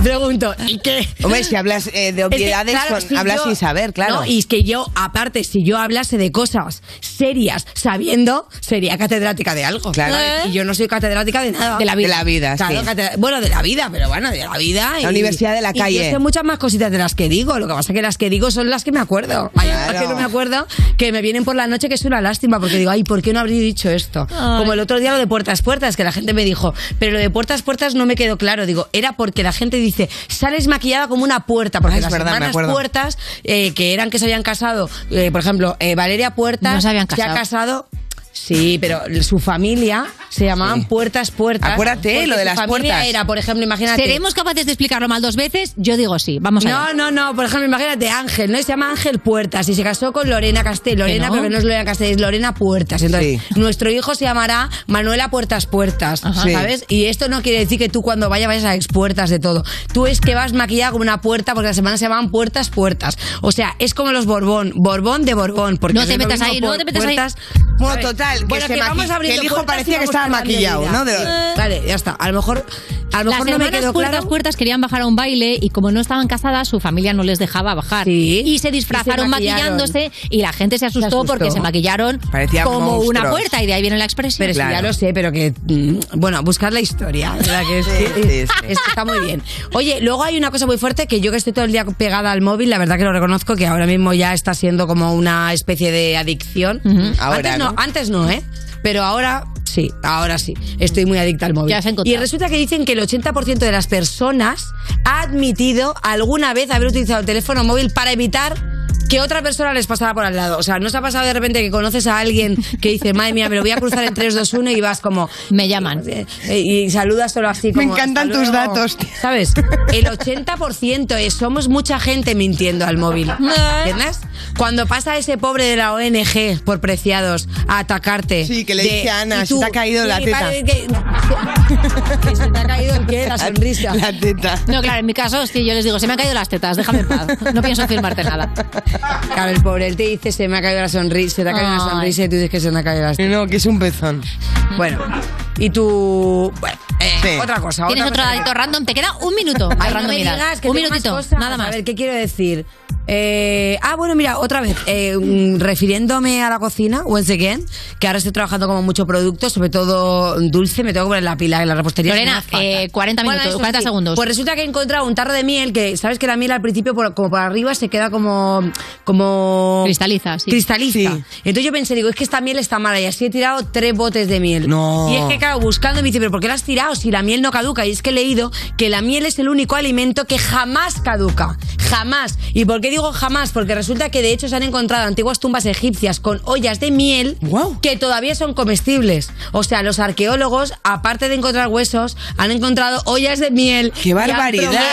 [SPEAKER 29] Pregunto, ¿y qué?
[SPEAKER 12] Hombre, si hablas eh, de
[SPEAKER 29] Es que,
[SPEAKER 12] obviedades,
[SPEAKER 29] claro,
[SPEAKER 4] pues,
[SPEAKER 12] con-
[SPEAKER 29] si
[SPEAKER 12] hablas
[SPEAKER 29] yo-
[SPEAKER 12] sin saber, claro.
[SPEAKER 29] No, y es que yo, aparte, si yo hablase de cosas serias sabiendo, sería catedrática de algo.
[SPEAKER 12] Claro.
[SPEAKER 29] ¿sabes? Y yo no soy catedrática eh, de nada.
[SPEAKER 12] De la vida. De la vida,
[SPEAKER 29] Claro,
[SPEAKER 12] sí.
[SPEAKER 29] catedra- Bueno, de la vida, pero bueno, de la vida.
[SPEAKER 12] La universidad de la
[SPEAKER 29] y
[SPEAKER 12] calle.
[SPEAKER 29] yo sé muchas más cositas de las que digo. Lo que pasa es que las que digo son las que me acuerdo. Hay otras
[SPEAKER 12] Claro.
[SPEAKER 29] que no me acuerdo, que me vienen por la noche, que es una lástima, porque digo, ay, ¿por qué no habría dicho esto?
[SPEAKER 4] Ay.
[SPEAKER 29] Como el otro día lo de puertas puertas, que la gente me dijo, pero lo de puertas puertas no me quedó claro. Digo, era porque la gente dice, sales maquillada como una puerta, porque
[SPEAKER 12] Ah, es
[SPEAKER 29] las
[SPEAKER 12] verdad, me
[SPEAKER 29] hermanas
[SPEAKER 12] acuerdo.
[SPEAKER 29] puertas, eh, que eran que se habían casado, eh, por ejemplo, eh, Valeria Puertas
[SPEAKER 4] No se habían casado.
[SPEAKER 29] ha casado. Sí, pero su familia se llamaban Puertas Puertas.
[SPEAKER 12] Acuérdate,
[SPEAKER 29] porque
[SPEAKER 12] lo de
[SPEAKER 29] su
[SPEAKER 12] las
[SPEAKER 29] familia
[SPEAKER 12] puertas.
[SPEAKER 29] Era, por ejemplo, imagínate.
[SPEAKER 4] ¿Seremos capaces de explicarlo mal dos veces? Yo digo sí. Vamos allá.
[SPEAKER 29] No, no, no. Por ejemplo, imagínate Ángel, ¿no? Se llama Ángel Puertas y se casó con Lorena Castel. Lorena,
[SPEAKER 4] no?
[SPEAKER 29] pero que no es Lorena Castel, es Lorena Puertas. Entonces, nuestro hijo se llamará Manuela Puertas Puertas,
[SPEAKER 4] Ajá. Sí.
[SPEAKER 29] ¿sabes? Y esto no quiere decir que tú cuando vayas vayas a expuertas de todo. Tú es que vas maquillada como una puerta porque las semanas se llaman Puertas Puertas. O sea, es como los Borbón, Borbón de Borbón. Porque
[SPEAKER 4] No
[SPEAKER 29] es
[SPEAKER 4] te
[SPEAKER 29] lo
[SPEAKER 4] metas
[SPEAKER 29] mismo
[SPEAKER 4] ahí, no
[SPEAKER 29] por
[SPEAKER 4] te metas ahí.
[SPEAKER 12] Bueno, total, que
[SPEAKER 29] bueno,
[SPEAKER 12] se
[SPEAKER 29] que
[SPEAKER 12] maqui-
[SPEAKER 29] vamos
[SPEAKER 12] que
[SPEAKER 29] abriendo
[SPEAKER 12] el hijo
[SPEAKER 29] puertas y
[SPEAKER 12] parecía que
[SPEAKER 29] vamos
[SPEAKER 12] estaba
[SPEAKER 29] cerrando
[SPEAKER 12] maquillado,
[SPEAKER 29] heridas.
[SPEAKER 12] ¿no? De-
[SPEAKER 29] Eh, Vale, ya está. A lo mejor, a lo
[SPEAKER 4] Las
[SPEAKER 29] mejor no me
[SPEAKER 4] hermanas
[SPEAKER 29] quedó
[SPEAKER 4] puertas,
[SPEAKER 29] claro.
[SPEAKER 4] puertas querían bajar a un baile y como no estaban casadas, su familia no les dejaba bajar. Y se disfrazaron
[SPEAKER 29] Y se maquillaron.
[SPEAKER 4] maquillándose y la gente se asustó,
[SPEAKER 29] asustó.
[SPEAKER 4] porque se maquillaron
[SPEAKER 29] Parecían
[SPEAKER 4] como una
[SPEAKER 29] monstruos.
[SPEAKER 4] puerta y de ahí viene la expresión.
[SPEAKER 29] Pero sí, ya lo sé, pero que. mm, Bueno, buscar la historia. de verdad que es- es- es- está muy bien. Oye, luego hay una cosa muy fuerte que yo que estoy todo el día pegada al móvil, la verdad que lo reconozco que ahora mismo ya está siendo como una especie de adicción.
[SPEAKER 12] Ahora,
[SPEAKER 29] antes no,
[SPEAKER 12] ¿no?
[SPEAKER 29] antes no, ¿eh? Pero ahora. Sí, ahora sí. Estoy muy adicta al móvil.
[SPEAKER 4] Ya has encontrado.
[SPEAKER 29] Y resulta que dicen que el 80% de las personas ha admitido alguna vez haber utilizado el teléfono móvil para evitar que otra persona les pasaba por al lado. O sea, ¿no os ha pasado de repente que conoces a alguien que dice, madre mía, me lo voy a cruzar en 3, 2, 1 y vas como.
[SPEAKER 4] Me llaman.
[SPEAKER 29] Y, y saludas solo así.
[SPEAKER 3] Me
[SPEAKER 29] como,
[SPEAKER 3] encantan
[SPEAKER 29] "Hasta
[SPEAKER 3] tus
[SPEAKER 29] luego".
[SPEAKER 3] datos,
[SPEAKER 29] ¿Sabes? El 80% es somos mucha gente mintiendo al móvil. ¿Entiendes? Cuando pasa ese pobre de la ONG por preciados a atacarte.
[SPEAKER 3] Sí, que le
[SPEAKER 29] de-
[SPEAKER 3] dice a Ana,
[SPEAKER 29] y tú,
[SPEAKER 3] se te ha caído
[SPEAKER 29] sí,
[SPEAKER 3] la teta.
[SPEAKER 29] padre, que- [laughs] que se te ha caído el qué, [laughs] la sonrisa.
[SPEAKER 3] La teta.
[SPEAKER 4] No, claro, en mi caso, sí, yo les digo, se me han caído las tetas, déjame en paz. No pienso firmarte nada.
[SPEAKER 29] Claro, el pobre, él te dice, se me ha caído la sonrisa, se te ha caído la
[SPEAKER 4] Ay.
[SPEAKER 29] sonrisa y tú dices que se me ha caído la
[SPEAKER 3] No, que es un pezón.
[SPEAKER 29] Bueno, y tú... Bueno, eh, otra cosa.
[SPEAKER 4] Tienes
[SPEAKER 29] otra
[SPEAKER 4] otro
[SPEAKER 29] cosa que-
[SPEAKER 4] dadito random, te queda un minuto. de
[SPEAKER 29] Ay, no
[SPEAKER 4] random,
[SPEAKER 29] me
[SPEAKER 4] mirad.
[SPEAKER 29] digas que
[SPEAKER 4] un
[SPEAKER 29] tengo más
[SPEAKER 4] minutito,
[SPEAKER 29] cosas.
[SPEAKER 4] nada más.
[SPEAKER 29] A ver, ¿qué quiero decir? Eh, ah, bueno, mira, otra vez, eh, mm, refiriéndome a la cocina, once again, que ahora estoy trabajando como mucho producto, sobre todo dulce, me tengo que poner la pila en la repostería.
[SPEAKER 4] Lorena,
[SPEAKER 29] es una falta.
[SPEAKER 4] eh, 40 minutos,
[SPEAKER 29] eso
[SPEAKER 4] 40 segundos.
[SPEAKER 29] Pues resulta que he encontrado un tarro de miel que, ¿sabes que la miel al principio, por- como por arriba, se queda como... como
[SPEAKER 4] Cristaliza, sí.
[SPEAKER 29] Cristaliza. Entonces yo pensé, digo, es que esta miel está mala y así he tirado tres botes de miel.
[SPEAKER 4] No.
[SPEAKER 29] Y es que, claro, buscando me dice, ¿pero por qué la has tirado si la miel no caduca? Y es que he leído que la miel es el único alimento que jamás caduca. Jamás. ¿Y por qué digo jamás? Porque resulta que de hecho se han encontrado antiguas tumbas egipcias con ollas de miel que todavía son comestibles. O sea, los arqueólogos, aparte de encontrar huesos, han encontrado ollas de miel. ¡Qué
[SPEAKER 4] Y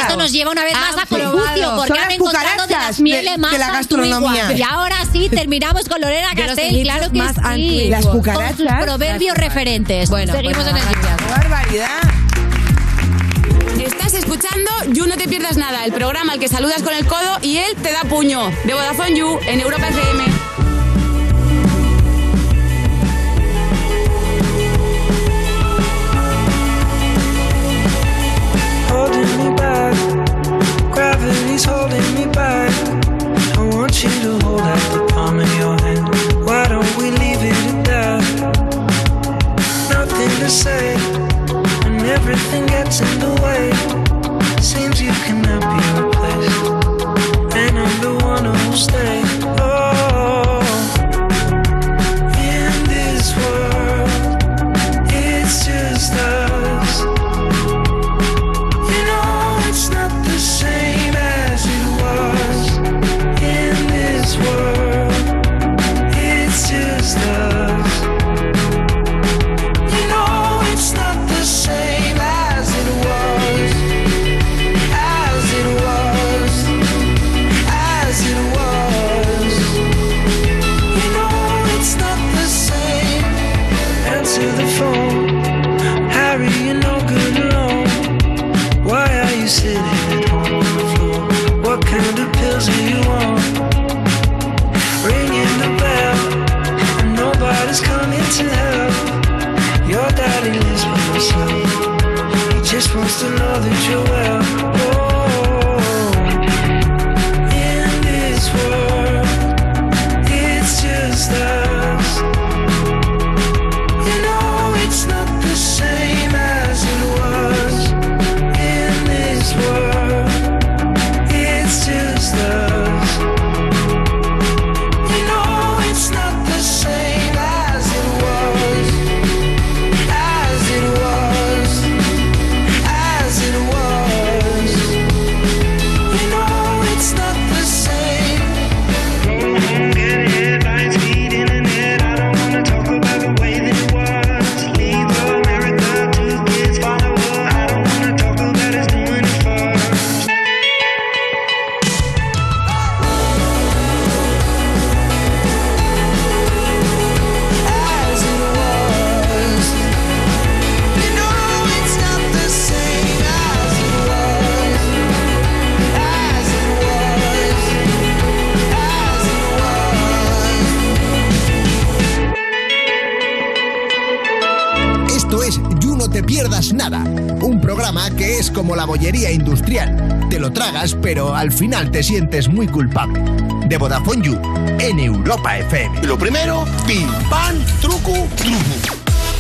[SPEAKER 4] esto nos lleva una vez más a Confucio, porque han encontrado de las mieles más antiguas. Y ahora [laughs] sí, terminamos con Lorena
[SPEAKER 29] De los
[SPEAKER 4] Castell,
[SPEAKER 29] egipcios
[SPEAKER 4] claro que
[SPEAKER 29] más
[SPEAKER 4] sí.
[SPEAKER 29] antiguos. Las cucarachas.
[SPEAKER 4] Con sus proverbios referentes.
[SPEAKER 29] Bueno,
[SPEAKER 4] seguimos
[SPEAKER 29] pues
[SPEAKER 4] en el
[SPEAKER 29] nada,
[SPEAKER 4] día.
[SPEAKER 3] barbaridad!
[SPEAKER 17] Estás escuchando You No Te Pierdas Nada, el programa al que saludas con el codo y él te da puño. De Vodafone You en Europa FM.
[SPEAKER 13] holding me back. Gravity's holding me back. I want you to hold out the palm of your hand. Why don't we leave it at that? Nothing to say, and everything gets in the way. Seems you cannot be replaced, and I'm the one who'll stay. Oh, in this world, it's just us. You know it's not the same as it was in this world. It's just us. You know it's not the same as it was, as it was, as it was. You know it's not the same. Answer the phone, Harry. You're no good alone. Why are you sitting at home on the floor? What kind of pills are you on? Ringing the bell, and nobody's coming to help. Your daddy lives by himself. He just wants to know that you're well. Oh, in this world, it's just us. You know it's not the same as it was in this world. It's just us. You know it's not the same as it was, as it was, as it was. You know it's not the same. Go home, get a headlights, feet in the net. I don't wanna talk about the way that it was. Leave America, two kids, follow her. I don't wanna talk about us doing it first. As it was, you know it's not the same as it was, as it was, as it was.
[SPEAKER 5] Esto es You No Te Pierdas Nada, un programa que es como la bollería industrial. Te lo tragas, pero al final te sientes muy culpable. De Vodafone You, en Europa FM. Lo primero, pim, pam, truco, truco.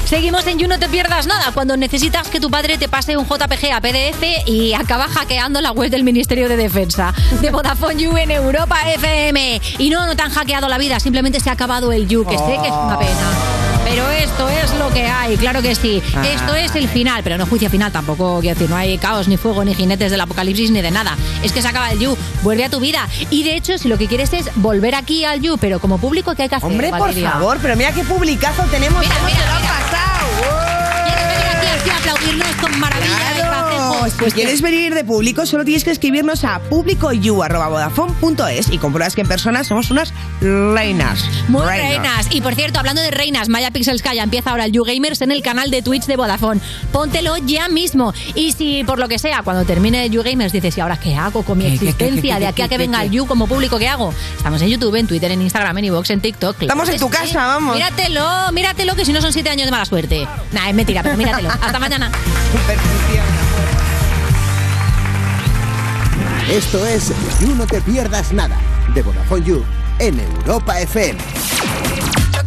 [SPEAKER 4] Seguimos en You No Te Pierdas Nada. Cuando necesitas que tu padre te pase un JPG a PDF y acaba hackeando la web del Ministerio de Defensa de Vodafone You en Europa FM. Y no, no te han hackeado la vida, simplemente se ha acabado el You, que sé que es una pena. Pero esto es lo que hay, claro que sí.
[SPEAKER 29] Ah.
[SPEAKER 4] Esto es el final, pero no juicio final tampoco. Quiero decir, no hay caos, ni fuego, ni jinetes del apocalipsis, ni de nada. Es que se acaba el You, vuelve a tu vida. Y de hecho, si lo que quieres es volver aquí al You, pero como público, ¿qué hay que hacer?
[SPEAKER 3] Hombre, por
[SPEAKER 4] Valeria?
[SPEAKER 3] favor, pero mira qué publicazo tenemos.
[SPEAKER 4] Mira,
[SPEAKER 3] ¿Cómo
[SPEAKER 4] mira,
[SPEAKER 3] te lo ha
[SPEAKER 4] mira. Aquí, aquí, aplaudirnos con maravilla. y gracias,
[SPEAKER 3] Pues,
[SPEAKER 4] pues,
[SPEAKER 3] quieres venir de público, solo tienes que escribirnos a publicoyu.vodafone.es y compruebas que en persona somos unas reinas.
[SPEAKER 4] Muy reinas. Y por cierto, hablando de reinas, Maya Pixelskaya empieza ahora el YouGamers en el canal de Twitch de Vodafone. Póntelo ya mismo. Y si por lo que sea, cuando termine el YouGamers dices, ¿y ahora qué hago con mi
[SPEAKER 3] ¿Qué, qué, qué, qué,
[SPEAKER 4] existencia?
[SPEAKER 3] qué,
[SPEAKER 4] De aquí a
[SPEAKER 3] qué,
[SPEAKER 4] que
[SPEAKER 3] qué,
[SPEAKER 4] venga
[SPEAKER 3] qué?
[SPEAKER 4] el You como público, ¿qué hago? Estamos en YouTube, en Twitter, en Instagram, en Evox, en TikTok. claro
[SPEAKER 3] Estamos en
[SPEAKER 4] que
[SPEAKER 3] tu casa, vamos.
[SPEAKER 4] Míratelo, míratelo, que si no son siete años de mala suerte. Nah, es mentira, pero míratelo. Hasta mañana.
[SPEAKER 6] Esto es You No Te Pierdas Nada de Vodafone You en Europa FM.